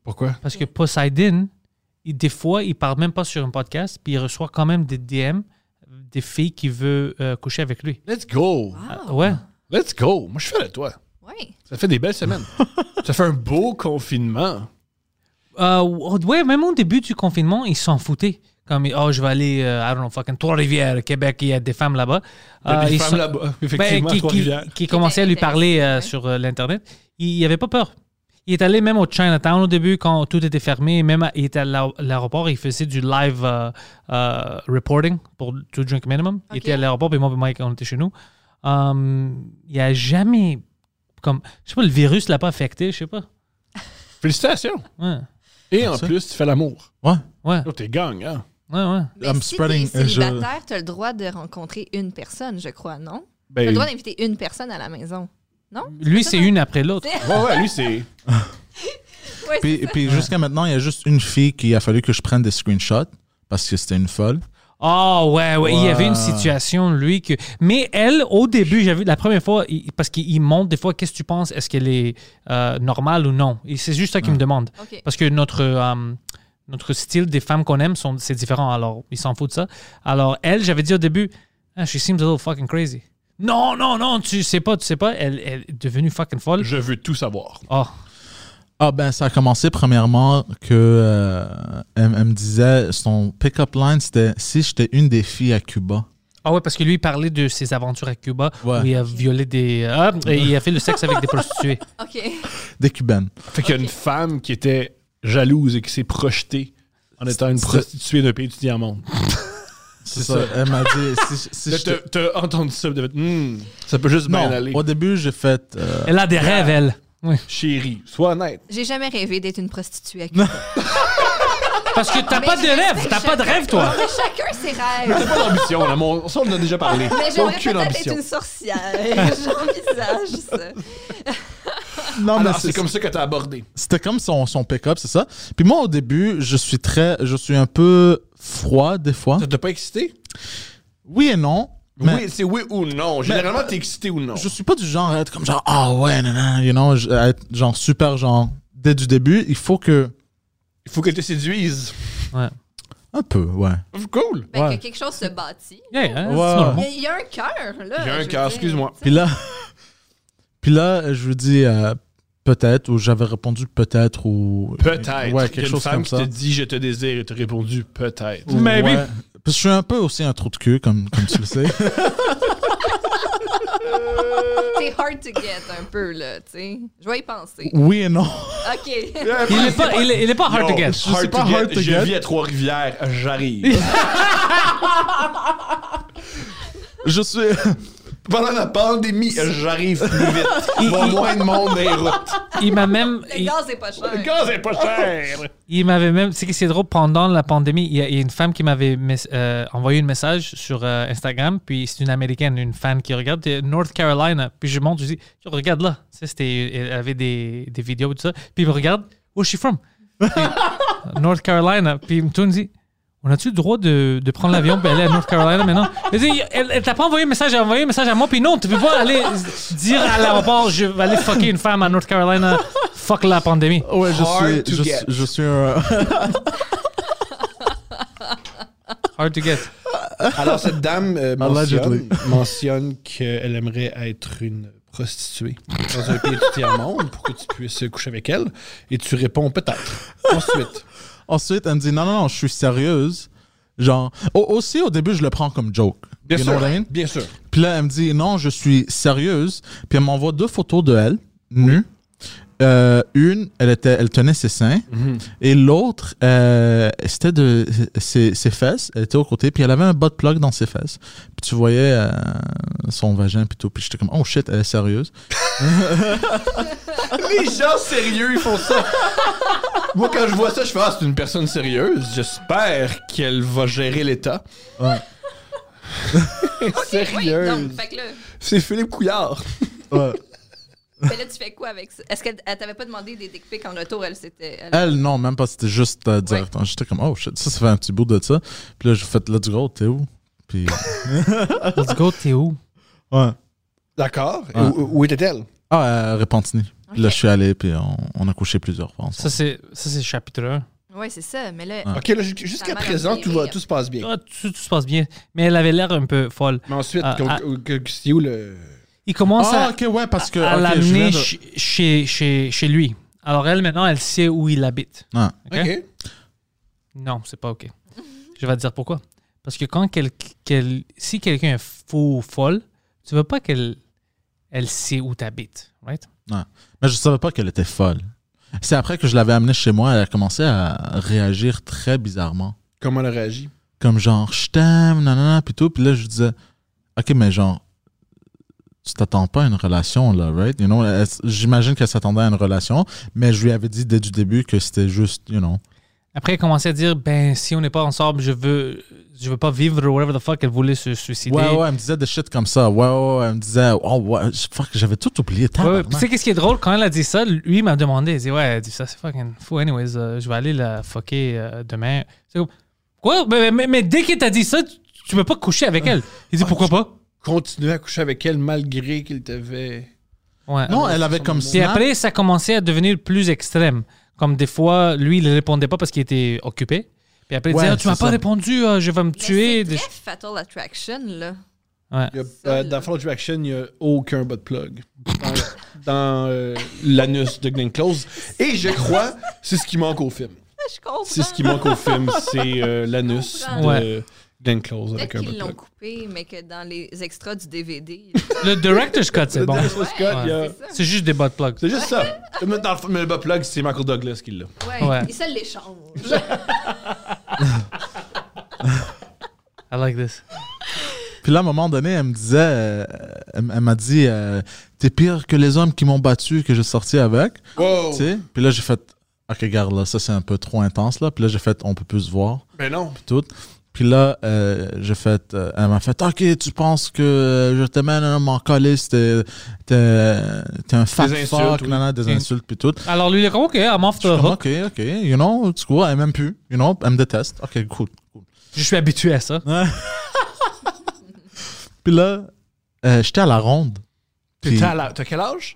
Speaker 3: Pourquoi?
Speaker 2: Parce que Poseidon, il- des fois, il parle même pas sur un podcast, puis il reçoit quand même des DM des filles qui veulent euh, coucher avec lui.
Speaker 3: Let's go.
Speaker 2: Ah, Ouais.
Speaker 3: Let's go. Moi, je suis fier de toi.
Speaker 4: Ouais.
Speaker 3: Ça fait des belles semaines. ça fait un beau confinement.
Speaker 2: Euh, ouais, même au début du confinement, ils s'en foutaient. Comme, oh, je vais aller, euh, I don't know, fucking Trois-Rivières, Québec, il y a des femmes là-bas.
Speaker 3: Il y a
Speaker 2: Euh,
Speaker 3: des
Speaker 2: ils
Speaker 3: femmes
Speaker 2: sont-
Speaker 3: là-bas,
Speaker 2: Ben,
Speaker 3: effectivement,
Speaker 2: qui,
Speaker 3: à
Speaker 2: qui,
Speaker 3: Trois-Rivières.
Speaker 2: qui commençait à lui parler euh, sur euh, l'Internet, il n'avait pas peur. Il est allé même au Chinatown au début quand tout était fermé. Même à- il était à l'aé- l'aéroport, il faisait du live euh, euh, reporting pour To Drink Minimum. Il
Speaker 4: Ok.
Speaker 2: était à l'aéroport, puis moi et Mike, on était chez nous. Hum, il a jamais. Comme, je sais pas, le virus l'a pas affecté, je sais pas.
Speaker 3: Félicitations.
Speaker 2: Ouais,
Speaker 3: Et en
Speaker 5: ça.
Speaker 3: plus, tu fais l'amour.
Speaker 5: Ouais.
Speaker 2: ouais,
Speaker 3: Oh, t'es gang, hein?
Speaker 2: ouais. ouais.
Speaker 4: Mais
Speaker 5: I'm
Speaker 4: si
Speaker 5: spreading-
Speaker 4: t'es
Speaker 5: euh, je-
Speaker 4: célibataire, t'as le droit de rencontrer une personne, je crois, non? T'as
Speaker 3: Ben,
Speaker 4: le droit d'inviter une personne à la maison, non?
Speaker 2: Lui, c'est une après l'autre.
Speaker 3: ouais, ouais, lui, c'est...
Speaker 4: Ouais,
Speaker 5: Puis, puis jusqu'à maintenant, il y a juste une fille qui a fallu que je prenne des screenshots parce que c'était une folle.
Speaker 2: Oh, ouais, ouais. Il y avait une
Speaker 5: Ouais.
Speaker 2: situation, lui, que. Mais elle, au début, j'avais la première fois, il- parce qu'il il montre des fois, qu'est-ce que tu penses, est-ce qu'elle est euh, normale ou non? Et c'est juste ça qu'il me demande.
Speaker 4: OK.
Speaker 2: Parce que notre, euh, notre style des femmes qu'on aime, sont- c'est différent, alors ils s'en foutent de ça. Alors, elle, j'avais dit au début, ah, she seems a little fucking crazy. Non, non, non, tu sais pas, tu sais pas, elle, elle est devenue fucking folle.
Speaker 3: Je veux tout savoir.
Speaker 2: Oh,
Speaker 5: Ah ben ça a commencé premièrement que euh, elle, elle me disait son pick-up line c'était si j'étais une des filles à Cuba.
Speaker 2: Ah ouais, parce que lui, il parlait de ses aventures à Cuba,
Speaker 5: Ouais.
Speaker 2: où il a violé des... ah, et il a fait le sexe
Speaker 5: <laughs>
Speaker 2: avec des prostituées.
Speaker 4: OK.
Speaker 5: Des Cubaines.
Speaker 3: Fait qu'il y a une femme qui était jalouse et qui s'est projetée en étant une
Speaker 5: C'est-
Speaker 3: prostituée d'un pays du diamant.
Speaker 5: C'est ça. Elle m'a dit si, si
Speaker 3: Là,
Speaker 5: j'étais-
Speaker 3: t'as- T'as entendu ça, puis t'as fait, Hmm, ça peut juste bien
Speaker 5: Non,
Speaker 3: aller.
Speaker 5: au début j'ai fait euh,
Speaker 2: Elle a des rêves, elle. Oui.
Speaker 3: Chérie, sois honnête.
Speaker 4: J'ai jamais rêvé d'être une prostituée. à Cuba.
Speaker 2: Parce que t'as
Speaker 4: Mais
Speaker 2: pas de
Speaker 4: je
Speaker 2: rêve,
Speaker 4: respecte
Speaker 2: t'as pas de
Speaker 4: chacun.
Speaker 2: rêve, toi.
Speaker 4: Mais chacun ses
Speaker 3: C'est
Speaker 4: <laughs> rêves.
Speaker 3: pas d'ambition, là, mon- ça, on en a déjà parlé.
Speaker 4: Mais
Speaker 3: Pas
Speaker 4: j'aimerais
Speaker 3: aucune
Speaker 4: peut-être
Speaker 3: ambition. Ah,
Speaker 4: être une sorcière. <laughs> J'envisage ça.
Speaker 5: Ah, non mais
Speaker 3: Alors,
Speaker 5: c'est-
Speaker 3: c'est comme ça que t'as abordé.
Speaker 5: c'était comme son, son pick-up c'est ça. Puis moi au début je suis très je suis un peu froid des fois.
Speaker 3: Ça t'a pas excité?
Speaker 5: Oui et non. mais-
Speaker 3: Oui, c'est oui ou non. Généralement, t'es excité ou non.
Speaker 5: Je suis pas du genre à être comme genre ah ouais nanana, you know je- à être genre super genre dès du début il faut que
Speaker 3: Il faut qu'elle te séduise.
Speaker 2: Ouais.
Speaker 5: un peu ouais.
Speaker 3: Cool.
Speaker 4: Fait
Speaker 5: Ouais.
Speaker 4: que quelque chose se bâtit.
Speaker 2: Yeah, hein, c'est
Speaker 5: Ouais.
Speaker 2: normal.
Speaker 4: Il y a- il y a un cœur, là.
Speaker 3: Il y a
Speaker 4: je
Speaker 3: un
Speaker 4: veux
Speaker 3: cœur,
Speaker 4: dire.
Speaker 3: excuse-moi.
Speaker 5: Puis là, <laughs> puis là, je lui dis euh, peut-être, ou j'avais répondu peut-être, ou. Ouais,
Speaker 3: Peut-être. Il y a
Speaker 5: quelque
Speaker 3: une
Speaker 5: chose
Speaker 3: femme
Speaker 5: comme
Speaker 3: qui
Speaker 5: ça.
Speaker 3: te dit je te désire et te répondu peut-être.
Speaker 5: Ou- ouais. Parce que je suis un peu aussi un trou de cul, comme, comme tu le
Speaker 3: <laughs>
Speaker 5: sais.
Speaker 4: C'est hard to get un peu, là, tu sais. Je vais y penser.
Speaker 5: oui et non.
Speaker 4: <laughs> OK.
Speaker 2: Il est pas, il est, il est pas hard to
Speaker 3: Yo,
Speaker 2: get.
Speaker 3: hard
Speaker 5: sais pas,
Speaker 3: to get.
Speaker 5: hard to
Speaker 3: je
Speaker 5: get.
Speaker 3: vis à Trois-Rivières, j'arrive.
Speaker 5: Je suis.
Speaker 3: <laughs>
Speaker 5: <laughs>
Speaker 3: Pendant la pandémie, j'arrive plus vite. Il y a moins de monde dans les routes.
Speaker 2: Il m'a même,
Speaker 4: Le
Speaker 2: il,
Speaker 4: gaz est pas cher.
Speaker 3: Le gaz est pas cher.
Speaker 2: il m'avait même, c'est que c'est drôle pendant la pandémie, il y a, il y a une femme qui m'avait mes- euh, envoyé un message sur euh, Instagram, puis c'est une américaine, une fan qui regarde de North Carolina, puis je montre, je dis, Yo, regarde là, Tu sais, c'était, elle avait des, des vidéos et tout ça, puis il me regarde, where's she from? Puis, North Carolina, puis il me tourne, il dit, On a-tu le droit de, de prendre l'avion et aller à North Carolina maintenant? Elle, dit, elle, elle t'a pas envoyé un message, elle a envoyé un message à moi, puis non, tu peux pas aller dire à l'aéroport, je vais aller fucker une femme à North Carolina, fuck la pandémie.
Speaker 5: Ouais, je
Speaker 3: Hard to
Speaker 5: suis. Je,
Speaker 3: get.
Speaker 5: suis- je suis euh, <laughs> un.
Speaker 2: Hard to get.
Speaker 3: Alors, cette dame euh, mentionne,
Speaker 5: Allegedly.
Speaker 3: mentionne qu'elle aimerait être une prostituée dans un pays du tiers-monde pour que tu puisses coucher avec elle. Et tu réponds peut-être. Ensuite.
Speaker 5: Ensuite, elle me dit non, non, non, je suis sérieuse. Genre, au- aussi au début, je le prends comme joke.
Speaker 3: Bien
Speaker 5: You know
Speaker 3: sûr.
Speaker 5: what I mean?
Speaker 3: Bien sûr.
Speaker 5: Puis là, elle me dit non, je suis sérieuse. Puis elle m'envoie deux photos de elle, nue. Euh, une, elle, était, elle tenait ses seins. Et l'autre, euh, c'était de ses, ses fesses. Elle était au côté. Puis elle avait un bot plug dans ses fesses. Puis tu voyais euh, son vagin. Puis tout. Puis j'étais comme, oh shit, elle est sérieuse.
Speaker 3: Les gens sérieux, ils font ça. Moi, quand je vois ça, je fais Ah, c'est une personne sérieuse. J'espère qu'elle va gérer l'État. <laughs>
Speaker 5: Ouais.
Speaker 4: Oui,
Speaker 3: Sérieuse.
Speaker 4: donc, fait que là,
Speaker 3: C'est Philippe Couillard.
Speaker 5: Ouais.
Speaker 4: mais là, tu fais quoi avec ça? Est-ce qu'elle elle t'avait pas demandé des dick pics en retour? Elle s'était. elle-
Speaker 3: Euh.
Speaker 5: Elle, non, même pas. C'était juste euh, direct. J'étais comme, oh shit, ça, ça fait un petit bout de ça. Puis là, j'ai fait, let's go, t'es où? Puis,
Speaker 2: Let's go, t'es où?
Speaker 5: ouais.
Speaker 3: D'accord.
Speaker 5: Ouais.
Speaker 3: Où, où était-elle
Speaker 5: Ah, euh, Repentigny. Puis Là,
Speaker 4: Ok.
Speaker 5: je suis allé, puis on, on a couché plusieurs fois. ensemble.
Speaker 2: Ça, c'est ça, c'est chapitre 1.
Speaker 4: Ouais, c'est ça. Mais là,
Speaker 5: Ouais.
Speaker 3: Ok, là, ju- jusqu'à
Speaker 4: m'a
Speaker 3: présent, tout, va,
Speaker 4: inspiré.
Speaker 3: tout se passe bien.
Speaker 2: tout, tout Ah, se passe bien. Mais elle avait l'air un peu folle.
Speaker 3: Mais ensuite,
Speaker 2: Ah,
Speaker 3: qu'on-
Speaker 2: ah.
Speaker 3: que- que- c'est où le.
Speaker 2: Il commence
Speaker 5: Ah,
Speaker 2: à,
Speaker 5: ok, ouais, parce que.
Speaker 2: à
Speaker 5: ok, je viens
Speaker 2: l'amener
Speaker 5: de-
Speaker 2: ch- chez, chez, chez lui. Alors elle, maintenant, elle sait où il habite.
Speaker 5: Ah.
Speaker 2: Ok. Non, c'est pas OK. Je vais te dire pourquoi. Parce que quand quel, quel- si quelqu'un est faux ou folle, tu veux pas qu'elle elle sait où t'habites, right?
Speaker 5: Mais je savais pas qu'elle était folle. C'est après que je l'avais amenée chez moi, elle a commencé à réagir très bizarrement.
Speaker 3: Comment elle a réagi
Speaker 5: Comme genre, je t'aime, nanana, puis tout. Puis là, je disais, ok, mais genre, tu t'attends pas à une relation, là, right? You know, elle- j'imagine qu'elle s'attendait à une relation, mais je lui avais dit dès du début que c'était juste, you know.
Speaker 2: Après, elle commençait à dire, ben, si on n'est pas ensemble, je veux, je veux pas vivre ou whatever the fuck, elle voulait se suicider.
Speaker 5: Ouais, ouais, elle me disait des shit comme ça. Ouais, ouais, ouais, elle me disait, oh, ouais, fuck, j'avais tout oublié.
Speaker 2: Ouais, ouais.
Speaker 5: tabarnak.
Speaker 2: Puis Tu sais, qu'est-ce qui est drôle? Quand elle a dit ça, lui m'a demandé. Il dit, ouais, elle a dit ça, c'est fucking fou. Anyways, euh, je vais aller la fucker euh, demain. C'est comme, quoi? Mais, mais- mais dès qu'il t'a dit ça, tu, tu peux pas coucher avec elle. Il dit, pourquoi pas?
Speaker 3: Continuer à coucher avec elle malgré qu'il t'avait.
Speaker 2: Ouais.
Speaker 5: Non, elle avait comme
Speaker 2: Puis
Speaker 5: ça.
Speaker 2: après, ça commençait à devenir plus extrême. Comme des fois, lui, il répondait pas parce qu'il était occupé. Puis après, il
Speaker 5: Ouais,
Speaker 2: disait, Ah, tu m'as
Speaker 5: c'est
Speaker 2: pas
Speaker 5: ça.
Speaker 2: répondu, ah, je vais me
Speaker 4: mais
Speaker 2: tuer.
Speaker 4: c'est
Speaker 2: Des-
Speaker 4: très Fatal Attraction, là. Ah,
Speaker 2: Ouais.
Speaker 3: Il y a-
Speaker 4: Ça,
Speaker 3: euh,
Speaker 4: là.
Speaker 3: dans Fall Action, il n'y a aucun butt plug. Dans, dans, euh, l'anus de Glenn Close. Et je crois, c'est ce qui manque au film.
Speaker 4: Je comprends.
Speaker 3: C'est ce qui manque au film, c'est euh, l'anus de
Speaker 2: Ouais.
Speaker 3: Glenn Close avec
Speaker 4: Peut-être
Speaker 3: un
Speaker 4: qu'ils
Speaker 3: butt
Speaker 4: l'ont
Speaker 3: plug.
Speaker 4: coupé, mais que dans les extras du
Speaker 3: <laughs>
Speaker 4: DVD.
Speaker 2: Le director's cut, c'est bon.
Speaker 3: Dans Scott, il y a-
Speaker 4: ça.
Speaker 2: C'est juste des butt plugs.
Speaker 3: C'est juste ça. Mais, dans le fond, mais le butt plug, c'est Michael Douglas qui l'a.
Speaker 4: Ouais,
Speaker 2: Ouais.
Speaker 4: ils se l'échangent.
Speaker 2: I like this.
Speaker 5: Puis là, à un moment donné, elle me disait, euh, elle, elle m'a dit, euh, t'es pire que les hommes qui m'ont battu, que j'ai sorti avec.
Speaker 3: Wow!
Speaker 5: Tu sais? Puis là, j'ai fait, ok, regarde, là, ça c'est un peu trop intense, là. Puis là, j'ai fait, on peut plus se voir,
Speaker 3: Ben non.
Speaker 5: puis tout. Puis là, euh, j'ai fait, euh, elle m'a fait, ok, tu penses que je t'aimais, non, non, m'en coller, c'était, t'es, t'es un fat
Speaker 3: Des
Speaker 5: fuck,
Speaker 3: insultes, oui. Oh.
Speaker 5: non, non, des
Speaker 2: Mm.
Speaker 5: insultes, puis tout.
Speaker 2: Alors lui, il est comme, OK, I'm off the
Speaker 5: Je suis comme,
Speaker 2: hook.
Speaker 5: ok, ok, you know, tu vois, elle m'aime plus, you know, elle me déteste. Ok, cool.
Speaker 2: Je suis habitué à ça.
Speaker 5: Puis là, euh, j'étais à la ronde. Puis-
Speaker 3: T'étais à la- T'as quel âge?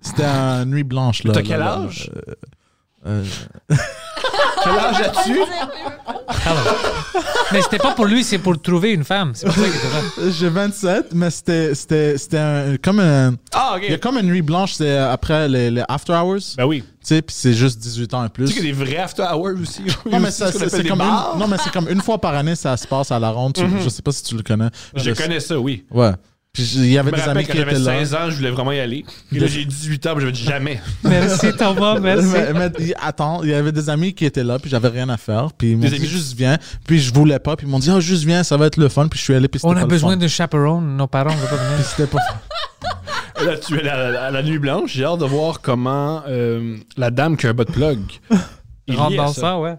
Speaker 5: C'était un nuit blanche. là.
Speaker 3: T'as
Speaker 5: là,
Speaker 3: quel
Speaker 5: là, là,
Speaker 3: âge?
Speaker 5: euh, euh,
Speaker 3: <laughs> Quel âge as-tu?
Speaker 2: Alors. Mais c'était pas pour lui, c'est pour trouver une femme. C'est pour ça qu'il était là.
Speaker 5: J'ai 27, mais c'était c'était- c'était un- comme un.
Speaker 3: Ah,
Speaker 5: Il y a
Speaker 3: ok.
Speaker 5: comme une nuit blanche, c'est euh, après les, les after hours.
Speaker 3: Ben oui.
Speaker 5: Tu sais, puis c'est juste 18 ans et plus.
Speaker 3: Tu sais qu'il y a des vrais after hours aussi.
Speaker 5: Non, mais
Speaker 3: Aussi,
Speaker 5: ça,
Speaker 3: ce qu'on
Speaker 5: c'est
Speaker 3: appelle
Speaker 5: c'est
Speaker 3: des
Speaker 5: comme,
Speaker 3: bars. Mm-hmm.
Speaker 5: une- non, mais c'est comme une fois par année, ça se passe à la
Speaker 3: <laughs>
Speaker 5: ronde. Tu- Je sais pas si tu le connais.
Speaker 3: Je
Speaker 5: Le-
Speaker 3: connais ça, oui.
Speaker 5: Ouais. Puis j- il y avait
Speaker 3: Je me
Speaker 5: des amis
Speaker 3: rappelle quand
Speaker 5: qui étaient
Speaker 3: j'avais
Speaker 5: là.
Speaker 3: 16 ans, je voulais vraiment y aller. Et là, j'ai 18 ans, mais je dit jamais.
Speaker 2: Merci Thomas, merci.
Speaker 5: Mais- mais il- attends, il y avait des amis qui étaient là, puis j'avais rien à faire. Puis ils m'ont
Speaker 3: Des
Speaker 5: dit
Speaker 3: amis.
Speaker 5: juste viens. Puis je voulais pas. Puis ils m'ont dit oh, juste viens, ça va être le fun. Puis je suis allé. Puis c'était
Speaker 2: On
Speaker 5: pas
Speaker 2: a
Speaker 5: le
Speaker 2: besoin
Speaker 5: fun.
Speaker 2: d'un chaperone, nos parents ne veulent pas
Speaker 5: Puis
Speaker 2: venir.
Speaker 5: c'était pas.
Speaker 3: Et Là, tu es à la, à la nuit blanche. J'ai hâte de voir comment euh, la dame qui a un bas de plug. il
Speaker 2: Rentre
Speaker 3: liait à
Speaker 2: dans ça, ouais.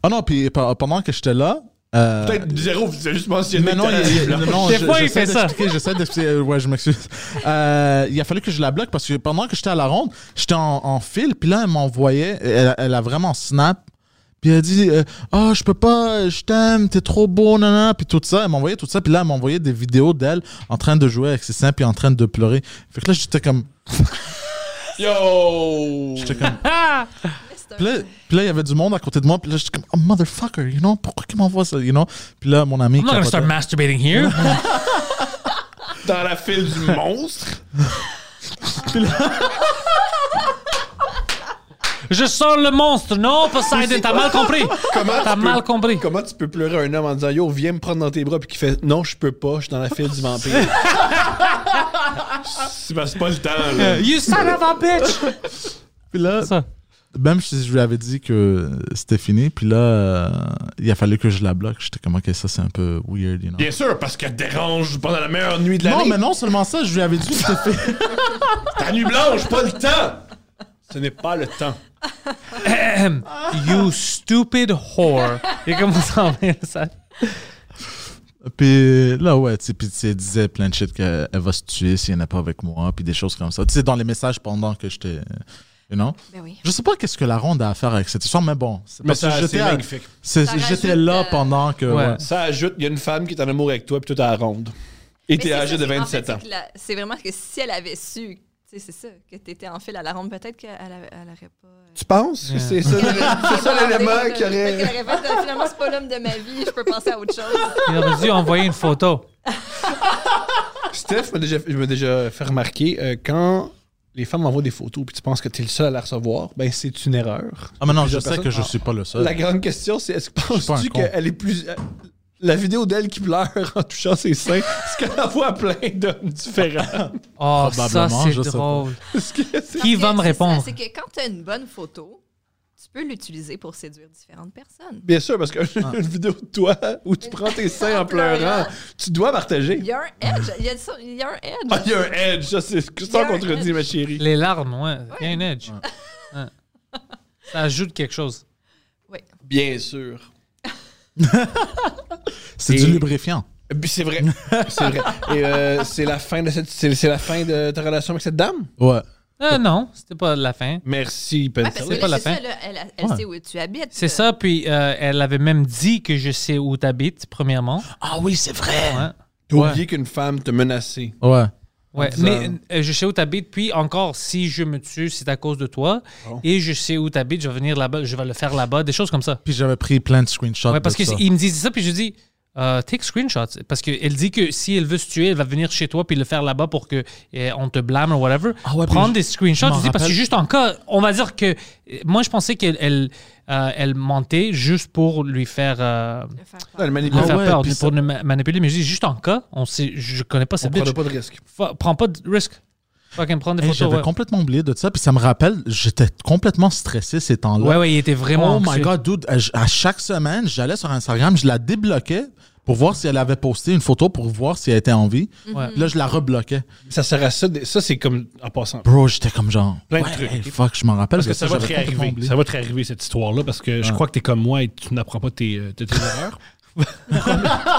Speaker 5: Ah non, puis pe- pendant que j'étais là. euh,
Speaker 3: Peut-être zéro, vous avez juste mentionné.
Speaker 5: mais non,
Speaker 3: que t'as
Speaker 5: il-
Speaker 3: la nuit
Speaker 5: il-
Speaker 3: blanche.
Speaker 5: <laughs> non,
Speaker 2: Des
Speaker 5: je-
Speaker 2: fois, il
Speaker 5: j'essaie
Speaker 2: fait ça.
Speaker 5: d'expliquer, J'essaie d'expliquer. Ouais, je m'excuse. Euh, il a fallu que je la bloque parce que pendant que j'étais à la ronde, j'étais en, en fil, puis là, elle m'envoyait. Elle, elle a vraiment snap. Puis elle a dit euh, Ah, je peux pas, je t'aime, t'es trop beau, nanana. Puis tout ça. Elle m'envoyait tout ça. Puis là, elle m'envoyait des vidéos d'elle en train de jouer avec ses seins, puis en train de pleurer. Fait que là, j'étais comme.
Speaker 3: Yo!
Speaker 5: J'étais comme.
Speaker 2: <laughs> Ah!
Speaker 5: Puis là, puis là, il y avait du monde à côté de moi. Puis là, j'étais comme, oh, motherfucker, you know, pourquoi qu'il m'envoie ça, you know? Puis là, mon ami.
Speaker 2: I'm not gonna
Speaker 5: capotait.
Speaker 2: start masturbating here.
Speaker 3: Dans la file du <laughs> monstre.
Speaker 2: Je sors le monstre. Non, Poseidon, t'as mal compris.
Speaker 3: Comment
Speaker 2: T'as
Speaker 3: tu
Speaker 2: mal
Speaker 3: peux-
Speaker 2: compris.
Speaker 3: Comment tu peux pleurer un homme en disant Yo, viens me prendre dans tes bras, puis qui fait Non, je peux pas, je suis dans la file du vampire. <laughs> c'est parce que c'est pas le temps,
Speaker 5: Euh,
Speaker 3: là.
Speaker 2: You son of a bitch.
Speaker 3: Puis là,
Speaker 2: Ça.
Speaker 5: Même si je lui avais dit que c'était fini, puis là, euh, il a fallu que je la bloque. J'étais comme, ok, ça c'est un peu weird, you know.
Speaker 3: bien sûr, parce qu'elle te dérange pendant la meilleure nuit de l'année.
Speaker 5: Non, mais non seulement ça, je lui avais dit que c'était fait.
Speaker 3: <laughs> Ta nuit blanche, pas le temps. Ce n'est pas le temps.
Speaker 2: You stupid whore. Il commence à enlever le sac.
Speaker 5: Puis là, ouais, tu sais, puis tu sais, elle disait plein de shit qu'elle elle va se tuer si elle n'est pas avec moi, puis des choses comme ça. Tu sais, dans les messages pendant que j'étais. You know?
Speaker 4: Ben oui.
Speaker 5: Je sais pas qu'est-ce que la ronde a à faire avec cette histoire, mais bon. c'est
Speaker 3: Mais
Speaker 5: parce
Speaker 3: ça,
Speaker 5: que
Speaker 3: c'est
Speaker 5: j'étais à-
Speaker 3: magnifique.
Speaker 5: c'est-
Speaker 4: Ça
Speaker 5: J'étais
Speaker 4: rajoute,
Speaker 5: là
Speaker 4: euh,
Speaker 5: pendant que.
Speaker 2: Ouais.
Speaker 5: ouais.
Speaker 3: Ça ajoute, il y a une femme qui est en amour avec toi, puis toi, t'es à la ronde. Et
Speaker 4: Mais
Speaker 3: t'es
Speaker 4: c'est
Speaker 3: âgé
Speaker 4: ça,
Speaker 3: de
Speaker 4: c'est- en
Speaker 3: 27
Speaker 4: fait,
Speaker 3: ans.
Speaker 4: c'est que la- C'est vraiment que si elle avait su, tu sais, c'est ça, que t'étais en fil à la ronde, peut-être qu'elle avait- elle aurait pas. euh,
Speaker 3: Tu penses que <laughs> c'est ça, c'est ça
Speaker 4: Peut-être
Speaker 3: l'élément qui
Speaker 4: qu'elle
Speaker 3: aurait.
Speaker 4: aurait fait, euh, Finalement, c'est pas l'homme de ma vie, je peux penser à autre chose.
Speaker 2: Il aurait dû envoyer une photo.
Speaker 3: <laughs> Steph m'a déjà, je m'ai déjà fait remarquer euh, quand les femmes envoient des photos puis tu penses que tu es le seul à la recevoir, ben c'est une erreur.
Speaker 5: Ah, mais non, je
Speaker 3: Plusieurs
Speaker 5: sais que je
Speaker 3: personnes-
Speaker 5: suis pas le seul.
Speaker 3: La grande question, c'est est-ce que
Speaker 5: suis pas un
Speaker 3: penses-tu
Speaker 5: con.
Speaker 3: qu'elle est plus. euh, La vidéo d'elle qui pleure en touchant ses seins, est-ce qu'elle envoie plein d'hommes différents? <laughs>
Speaker 2: Oh, ça,
Speaker 5: Probablement,
Speaker 2: c'est
Speaker 5: je sais pas.
Speaker 2: drôle.
Speaker 3: Est-ce que c'est-
Speaker 2: Qui va me
Speaker 4: C'est ça,
Speaker 2: répondre?
Speaker 4: C'est que quand tu as une bonne photo, tu peux l'utiliser pour séduire différentes personnes.
Speaker 3: Bien sûr, parce qu'une <laughs> vidéo de toi où tu prends tes seins Ah. en pleurant, tu dois partager.
Speaker 4: Il y a un edge. Il y a, ça- il y a un edge.
Speaker 3: Ah, il y a un edge, ça c'est
Speaker 4: Il y
Speaker 3: sans
Speaker 4: a un
Speaker 3: contredit,
Speaker 4: edge.
Speaker 3: ma chérie.
Speaker 2: Les larmes, ouais. Il y a une edge. Ouais. Ça ajoute quelque chose.
Speaker 4: Oui.
Speaker 3: Bien sûr.
Speaker 5: C'est
Speaker 3: Et-
Speaker 5: du lubrifiant.
Speaker 3: Puis C'est vrai. <laughs> C'est vrai. Et euh, c'est la fin de cette, c'est, c'est la fin de ta relation avec cette dame.
Speaker 5: Ouais.
Speaker 2: Euh, non, c'était pas la fin.
Speaker 3: Merci,
Speaker 4: Ouais,
Speaker 3: Pencil.
Speaker 4: parce que
Speaker 2: C'est
Speaker 4: là,
Speaker 2: pas la
Speaker 4: c'est
Speaker 2: fin.
Speaker 4: ça, là, elle elle
Speaker 5: Ouais.
Speaker 4: sait où tu habites.
Speaker 2: C'est ça, puis euh, elle avait même dit que je sais où t'habites, premièrement.
Speaker 5: Ah oui, c'est vrai.
Speaker 2: Ouais.
Speaker 3: T'as oublié qu'une femme te menaçait.
Speaker 5: Ouais.
Speaker 2: Ouais,
Speaker 3: disant-
Speaker 2: mais euh, je sais où t'habites, puis encore, si je me tue, c'est à cause de toi.
Speaker 5: Oh.
Speaker 2: Et je sais où t'habites, je vais venir là-bas, je vais le faire là-bas, des choses comme ça.
Speaker 5: Puis j'avais pris plein de screenshots.
Speaker 2: Ouais, parce
Speaker 5: de ça.
Speaker 2: qu'il me disait ça, puis je dis, euh, take screenshots. Parce qu'elle dit que si elle veut se tuer, elle va venir chez toi, puis le faire là-bas pour que euh, on te blâme ou whatever.
Speaker 5: Ah ouais, puis
Speaker 2: Prendre
Speaker 5: je-
Speaker 2: des screenshots,
Speaker 5: je m'en
Speaker 2: je dis, parce que
Speaker 5: rappelle.
Speaker 2: juste en cas, on va dire que. euh, Moi, je pensais qu'elle elle, euh, elle mentait juste pour lui faire. euh,
Speaker 4: Le faire
Speaker 3: Non, elle
Speaker 2: lui
Speaker 3: manipule.
Speaker 5: Ah
Speaker 2: faire
Speaker 5: ouais,
Speaker 2: peur,
Speaker 5: puis
Speaker 2: pour
Speaker 5: ça-
Speaker 2: nous ma- manipuler, mais je dis juste en cas, on sait, je connais pas
Speaker 3: On
Speaker 2: cette bitch.
Speaker 3: prend pas de risque.
Speaker 2: Fa- Prends pas de risque. Fucking prendre des
Speaker 5: Hey,
Speaker 2: photos.
Speaker 5: j'avais
Speaker 2: ouais.
Speaker 5: complètement oublié de ça. Puis ça me rappelle, j'étais complètement stressé ces temps-là.
Speaker 2: Ouais, ouais, il était vraiment.
Speaker 5: Oh my
Speaker 2: anxieux.
Speaker 5: god, dude. À j- À chaque semaine, j'allais sur Instagram, je la débloquais pour voir si elle avait posté une photo pour voir si elle était en vie.
Speaker 2: Ouais.
Speaker 5: Puis Là, je la rebloquais.
Speaker 3: Ça sert à ça. de- Ça, c'est comme en passant.
Speaker 5: Bro, j'étais comme genre.
Speaker 3: Plein de
Speaker 5: ouais,
Speaker 3: trucs.
Speaker 5: hey, fuck, je m'en rappelle.
Speaker 3: Parce
Speaker 5: de
Speaker 3: que ça va te Ah.
Speaker 5: j'avais complètement
Speaker 3: réarriver.
Speaker 5: oublié.
Speaker 3: Ça va te réarriver, cette histoire-là, parce que je crois que t'es comme moi et tu n'apprends pas tes, euh, de tes erreurs. <laughs>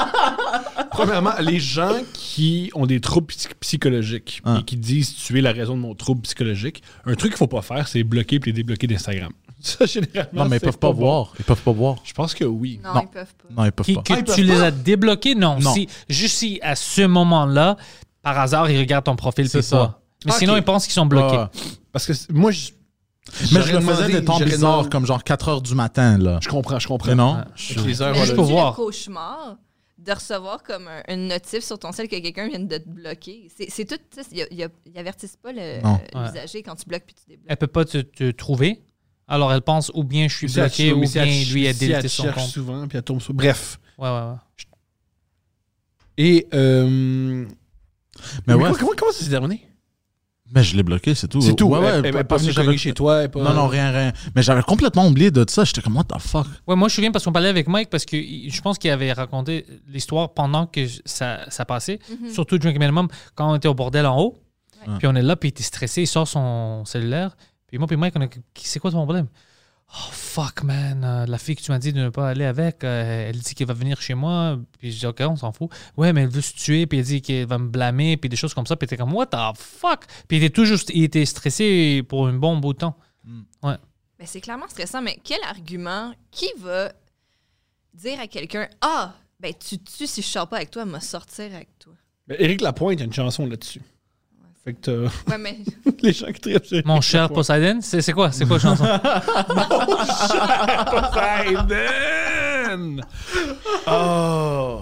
Speaker 3: Premièrement, les gens qui ont des troubles psy- psychologiques
Speaker 5: Ah.
Speaker 3: et qui disent tu es la raison de mon trouble psychologique, un truc qu'il faut pas faire, c'est bloquer puis les débloquer d'Instagram. <laughs> Ça, généralement.
Speaker 5: Non, mais ils
Speaker 3: c'est
Speaker 5: peuvent pas
Speaker 3: bon.
Speaker 5: voir. Ils peuvent pas voir.
Speaker 3: Je pense que oui.
Speaker 4: Non,
Speaker 5: Non.
Speaker 4: ils peuvent pas.
Speaker 5: Non, ils peuvent
Speaker 2: Qui-
Speaker 5: pas.
Speaker 2: que
Speaker 3: Ah, ils
Speaker 2: tu
Speaker 3: peuvent
Speaker 2: les
Speaker 3: pas?
Speaker 2: as débloqués? Non.
Speaker 5: Non.
Speaker 2: Si, juste si à ce moment-là, par hasard, ils regardent ton profil,
Speaker 5: C'est
Speaker 2: c'est
Speaker 5: ça.
Speaker 2: ça. Mais
Speaker 3: Ah, Ok.
Speaker 2: sinon, ils pensent qu'ils sont bloqués.
Speaker 5: Ouais.
Speaker 3: Ah, Parce que c'est- moi, je.
Speaker 5: Mais
Speaker 3: j'aurais
Speaker 5: je le faisais
Speaker 3: demandé-
Speaker 5: des temps
Speaker 3: j'aurais
Speaker 5: bizarres,
Speaker 3: demandé-
Speaker 5: comme genre 4 heures du matin, là.
Speaker 3: Je comprends, je comprends.
Speaker 5: Mais non.
Speaker 3: Avec les heures, voilà.
Speaker 4: Mais
Speaker 2: Juste
Speaker 4: as-tu
Speaker 2: pour voir.
Speaker 4: le cauchemar de recevoir comme un- une notif sur ton cell que quelqu'un vient de te bloquer. C'est c'est tout. ça, c'est- il y a- il y a- Ils avertissent pas le-
Speaker 5: Non.
Speaker 4: euh, l'usager quand tu bloques puis tu débloques.
Speaker 2: Elle peut pas te, te trouver. Alors, elle pense ou bien je suis
Speaker 3: Mais si elle-
Speaker 2: bloqué ou
Speaker 3: mais si
Speaker 2: bien
Speaker 3: elle-
Speaker 2: lui a
Speaker 3: si
Speaker 2: délité
Speaker 3: elle
Speaker 2: son
Speaker 3: cherche
Speaker 2: compte.
Speaker 3: souvent, puis elle tombe sur. Bref.
Speaker 2: Ouais, ouais, ouais.
Speaker 3: Et. euh,
Speaker 5: Mais ouais.
Speaker 3: comment- comment, comment ça s'est terminé?
Speaker 5: Mais je l'ai bloqué, c'est tout.
Speaker 3: C'est tout.
Speaker 5: Ouais, ouais,
Speaker 3: Elle- elle- elle est pas
Speaker 5: parce que
Speaker 3: venue
Speaker 5: j'avais-
Speaker 3: cogner chez toi. elle est pas-
Speaker 5: Non, non, rien, rien. Mais j'avais complètement oublié de ça. J'étais comme, what the fuck?
Speaker 2: Ouais, moi, je me souviens parce qu'on parlait avec Mike parce que il- je pense qu'il avait raconté l'histoire pendant que je- ça, ça passait. Surtout Drink Minimum, quand on était au bordel en haut.
Speaker 5: Ouais.
Speaker 2: Puis on est là, puis il était stressé, il sort son cellulaire. Puis moi, puis Mike, on est. C'est quoi ton problème? Oh fuck man, euh, la fille que tu m'as dit de ne pas aller avec, euh, elle dit qu'elle va venir chez moi, puis je dis ok on s'en fout. Ouais mais elle veut se tuer, puis elle dit qu'elle va me blâmer, puis des choses comme ça, puis t'es comme what the fuck, puis il était tout juste, il était stressé pour un bon bout de temps.
Speaker 4: Ben, c'est clairement stressant, mais quel argument qui va dire à quelqu'un Ah, ben tu te tues si je sors pas avec toi, me sortir avec toi.
Speaker 3: Mais Éric Lapointe, il y a une chanson là-dessus. Fait que t'as- <laughs>
Speaker 4: Ouais, mais <laughs>
Speaker 3: les gens qui trippent. c'est
Speaker 2: Mon
Speaker 3: Éric
Speaker 2: cher
Speaker 3: Lapointe.
Speaker 2: Poseidon, c'est c'est quoi, c'est quoi la chanson?
Speaker 3: <laughs> Poseidon! Oh!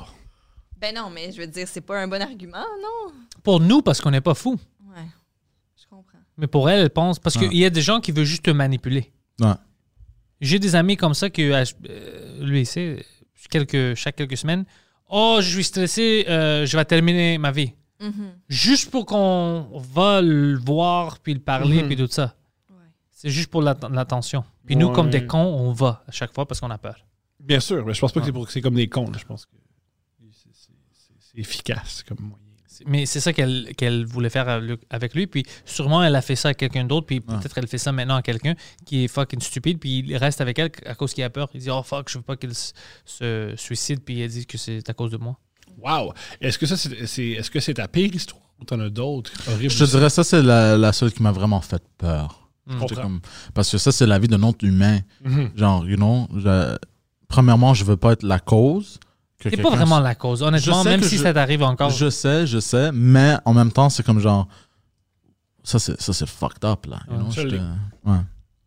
Speaker 4: ben non, mais je veux dire, c'est pas un bon argument, non?
Speaker 2: pour nous parce qu'on n'est pas fous,
Speaker 4: Ouais, je comprends.
Speaker 2: mais pour elle elle pense parce qu'il y a des gens qui veulent juste te manipuler.
Speaker 5: Ouais.
Speaker 2: J'ai des amis comme ça que euh, lui, il sait, quelques, chaque quelques semaines, oh, je suis stressé, euh, je vais terminer ma vie. Juste pour qu'on va le voir, puis le parler,
Speaker 3: Mhm.
Speaker 2: puis tout ça. C'est juste pour l'atten- l'attention. Puis nous,
Speaker 3: Ouais.
Speaker 2: comme des cons, on va à chaque fois parce qu'on a peur.
Speaker 3: Bien sûr, mais je pense pas que c'est pour que c'est comme des comptes. Je pense que c'est- c'est- c'est- c'est efficace comme moyen.
Speaker 2: Mais c'est ça qu'elle qu'elle voulait faire avec- avec lui. Puis sûrement, elle a fait ça à quelqu'un d'autre. Puis
Speaker 5: Ah.
Speaker 2: peut-être elle fait ça maintenant à quelqu'un qui est fucking stupide. Puis il reste avec elle à cause qu'il a peur. Il dit Oh fuck, je veux pas qu'il s- se suicide. Puis elle dit que c'est à cause de moi.
Speaker 3: Wow! Est-ce que ça, c'est c'est- est-ce que c'est ta pire histoire ou t'en as d'autres horribles?
Speaker 5: Je te dirais, ça, c'est la, la seule qui m'a vraiment fait peur.
Speaker 3: comprends. Mhm.
Speaker 5: C'est comme- parce que ça, c'est la vie d'un autre humain. Genre, you know, je- premièrement, je veux pas être la cause. que
Speaker 2: C'est pas
Speaker 5: quelqu'un-
Speaker 2: vraiment la cause. Honnêtement,
Speaker 5: Je sais
Speaker 2: même
Speaker 5: que
Speaker 2: si
Speaker 5: je-
Speaker 2: ça t'arrive encore.
Speaker 5: Je sais, je sais, mais en même temps, c'est comme genre. Ça, c'est ça, c'est fucked up, là. you
Speaker 2: Ouais,
Speaker 5: know,
Speaker 3: je
Speaker 5: j'étais-
Speaker 3: l'ai.
Speaker 5: ouais.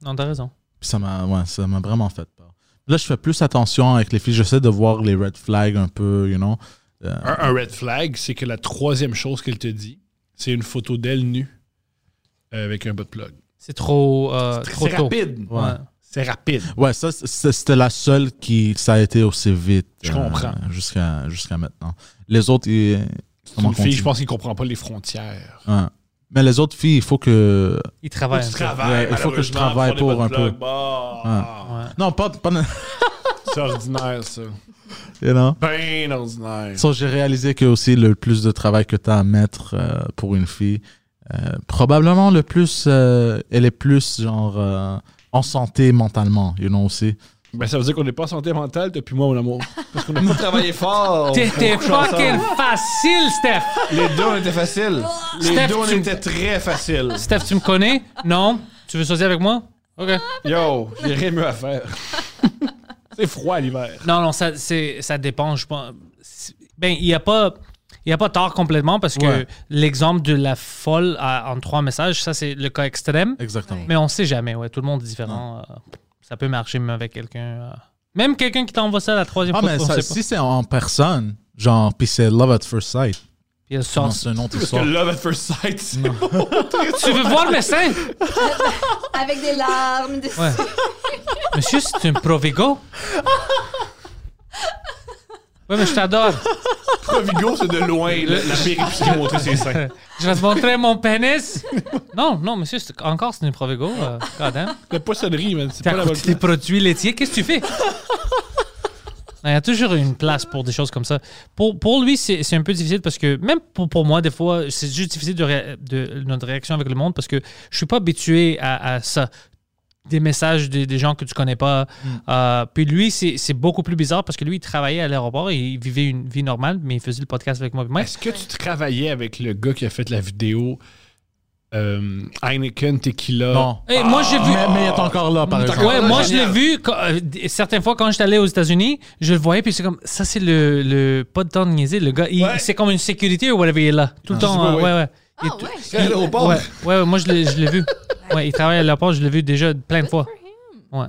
Speaker 2: Non, t'as raison.
Speaker 5: Puis ça m'a ouais, ça m'a vraiment fait peur. Là, je fais plus attention avec les filles. J'essaie de voir les red flags un peu, you know. Euh,
Speaker 3: Un, un red flag, c'est que la troisième chose qu'elle te dit, c'est une photo d'elle nue euh, avec un butt plug.
Speaker 2: C'est trop, euh,
Speaker 3: C'est
Speaker 2: trop tôt.
Speaker 3: rapide.
Speaker 2: Ouais.
Speaker 3: C'est rapide.
Speaker 5: Ouais, ça, c'est- c'était la seule qui, ça a été aussi vite. euh,
Speaker 3: Je comprends.
Speaker 5: Jusqu'à jusqu'à maintenant. Les autres, ils- comment
Speaker 3: Une fille,
Speaker 5: qu'on dit?
Speaker 3: je pense qu'il comprend pas les frontières.
Speaker 5: Ouais. Mais les autres filles, il faut que.
Speaker 2: Il travaille. un peu.
Speaker 5: Ouais, il faut que je travaille pour un peu.
Speaker 3: peu.
Speaker 2: Ouais.
Speaker 5: Non, pas. <laughs> pas
Speaker 3: C'est ordinaire, ça.
Speaker 5: you know?
Speaker 3: Ben ordinaire.
Speaker 5: Ça, j'ai réalisé que aussi le plus de travail que tu as à mettre euh, pour une fille, euh, probablement le plus, euh, elle est plus genre euh, en santé mentalement, you know aussi.
Speaker 3: Ben, ça veut dire qu'on n'est pas en santé mentale depuis moi, mon amour. Parce <laughs> qu'on n'a pas travaillé fort.
Speaker 2: T'es t'es
Speaker 3: On couche ensemble.
Speaker 2: fucking facile, Steph.
Speaker 3: Les deux, on était faciles. Les
Speaker 2: Steph,
Speaker 3: deux, on
Speaker 2: tu-
Speaker 3: était très faciles.
Speaker 2: Steph, tu me connais Non. Tu veux sortir avec moi Ok.
Speaker 3: Yo, j'ai rien mieux à faire. <laughs> C'est froid l'hiver.
Speaker 2: Non, non, ça, c'est- ça dépend. Je pense. c'est- Ben, il n'y a pas. Il n'y a pas tort complètement parce que
Speaker 5: Ouais.
Speaker 2: l'exemple de la folle à- en trois messages, ça c'est le cas extrême.
Speaker 5: Exactement.
Speaker 2: Mais on sait jamais, ouais, tout le monde est différent. euh, ça peut marcher même avec quelqu'un. euh, même quelqu'un qui t'envoie ça la troisième
Speaker 5: Ah,
Speaker 2: fois,
Speaker 5: mais
Speaker 2: on
Speaker 5: ça,
Speaker 2: sait pas.
Speaker 5: si c'est en personne, genre, puis c'est love at first sight,
Speaker 2: Puis elle
Speaker 5: non,
Speaker 2: sort.
Speaker 5: c'est une autre
Speaker 3: Parce
Speaker 5: histoire.
Speaker 3: que love at first sight, c'est bon.
Speaker 2: Tu veux voir le médecin?
Speaker 4: Avec des larmes, des...
Speaker 2: Ouais. Monsieur, c'est un provigo. Ouais, mais je t'adore.
Speaker 3: Provigo, c'est de loin là, <laughs> la pire qui a montré ses seins.
Speaker 2: Je vais te montrer mon pénis. Non, non, monsieur, c'est- encore c'est un provigo. euh, God damn.
Speaker 3: La poissonnerie, man, c'est
Speaker 2: T'as
Speaker 3: pas la bonne
Speaker 2: coûté des
Speaker 3: place.
Speaker 2: produits laitiers, qu'est-ce que tu fais? Il y a toujours une place pour des choses comme ça. Pour, pour lui, c'est c'est un peu difficile parce que, même pour, pour moi, des fois, c'est juste difficile de, réa- de notre réaction avec le monde parce que je suis pas habitué à, à ça. Des messages des, des gens que tu connais pas. Euh, puis lui, c'est c'est beaucoup plus bizarre parce que lui, il travaillait à l'aéroport et il vivait une vie normale, mais il faisait le podcast avec moi. et Mike.
Speaker 3: Est-ce que tu travaillais avec le gars qui a fait la vidéo euh, Heineken Tequila?
Speaker 5: Non.
Speaker 2: Et moi, j'ai vu.
Speaker 5: Mais, mais il est encore là, par exemple.
Speaker 2: Ah. Ouais,
Speaker 3: là,
Speaker 2: moi je l'ai
Speaker 3: génial.
Speaker 2: vu quand- euh, d- certaines fois quand j'étais allé aux États-Unis, je le voyais puis c'est comme ça c'est le, le pas de temps de niaiser le gars, il-
Speaker 3: Ouais.
Speaker 2: c'est comme une sécurité ou whatever il est là tout le temps
Speaker 3: Ouais,
Speaker 2: euh, ouais
Speaker 3: ouais.
Speaker 2: ouais.
Speaker 4: Ah
Speaker 2: Il est
Speaker 4: ouais?
Speaker 2: tout-
Speaker 3: À l'aéroport?
Speaker 2: Ouais, ouais, ouais, moi je l'ai je l'ai
Speaker 4: <laughs>
Speaker 2: vu. Ouais, il travaille à l'aéroport, je l'ai vu déjà plein de fois. Ouais.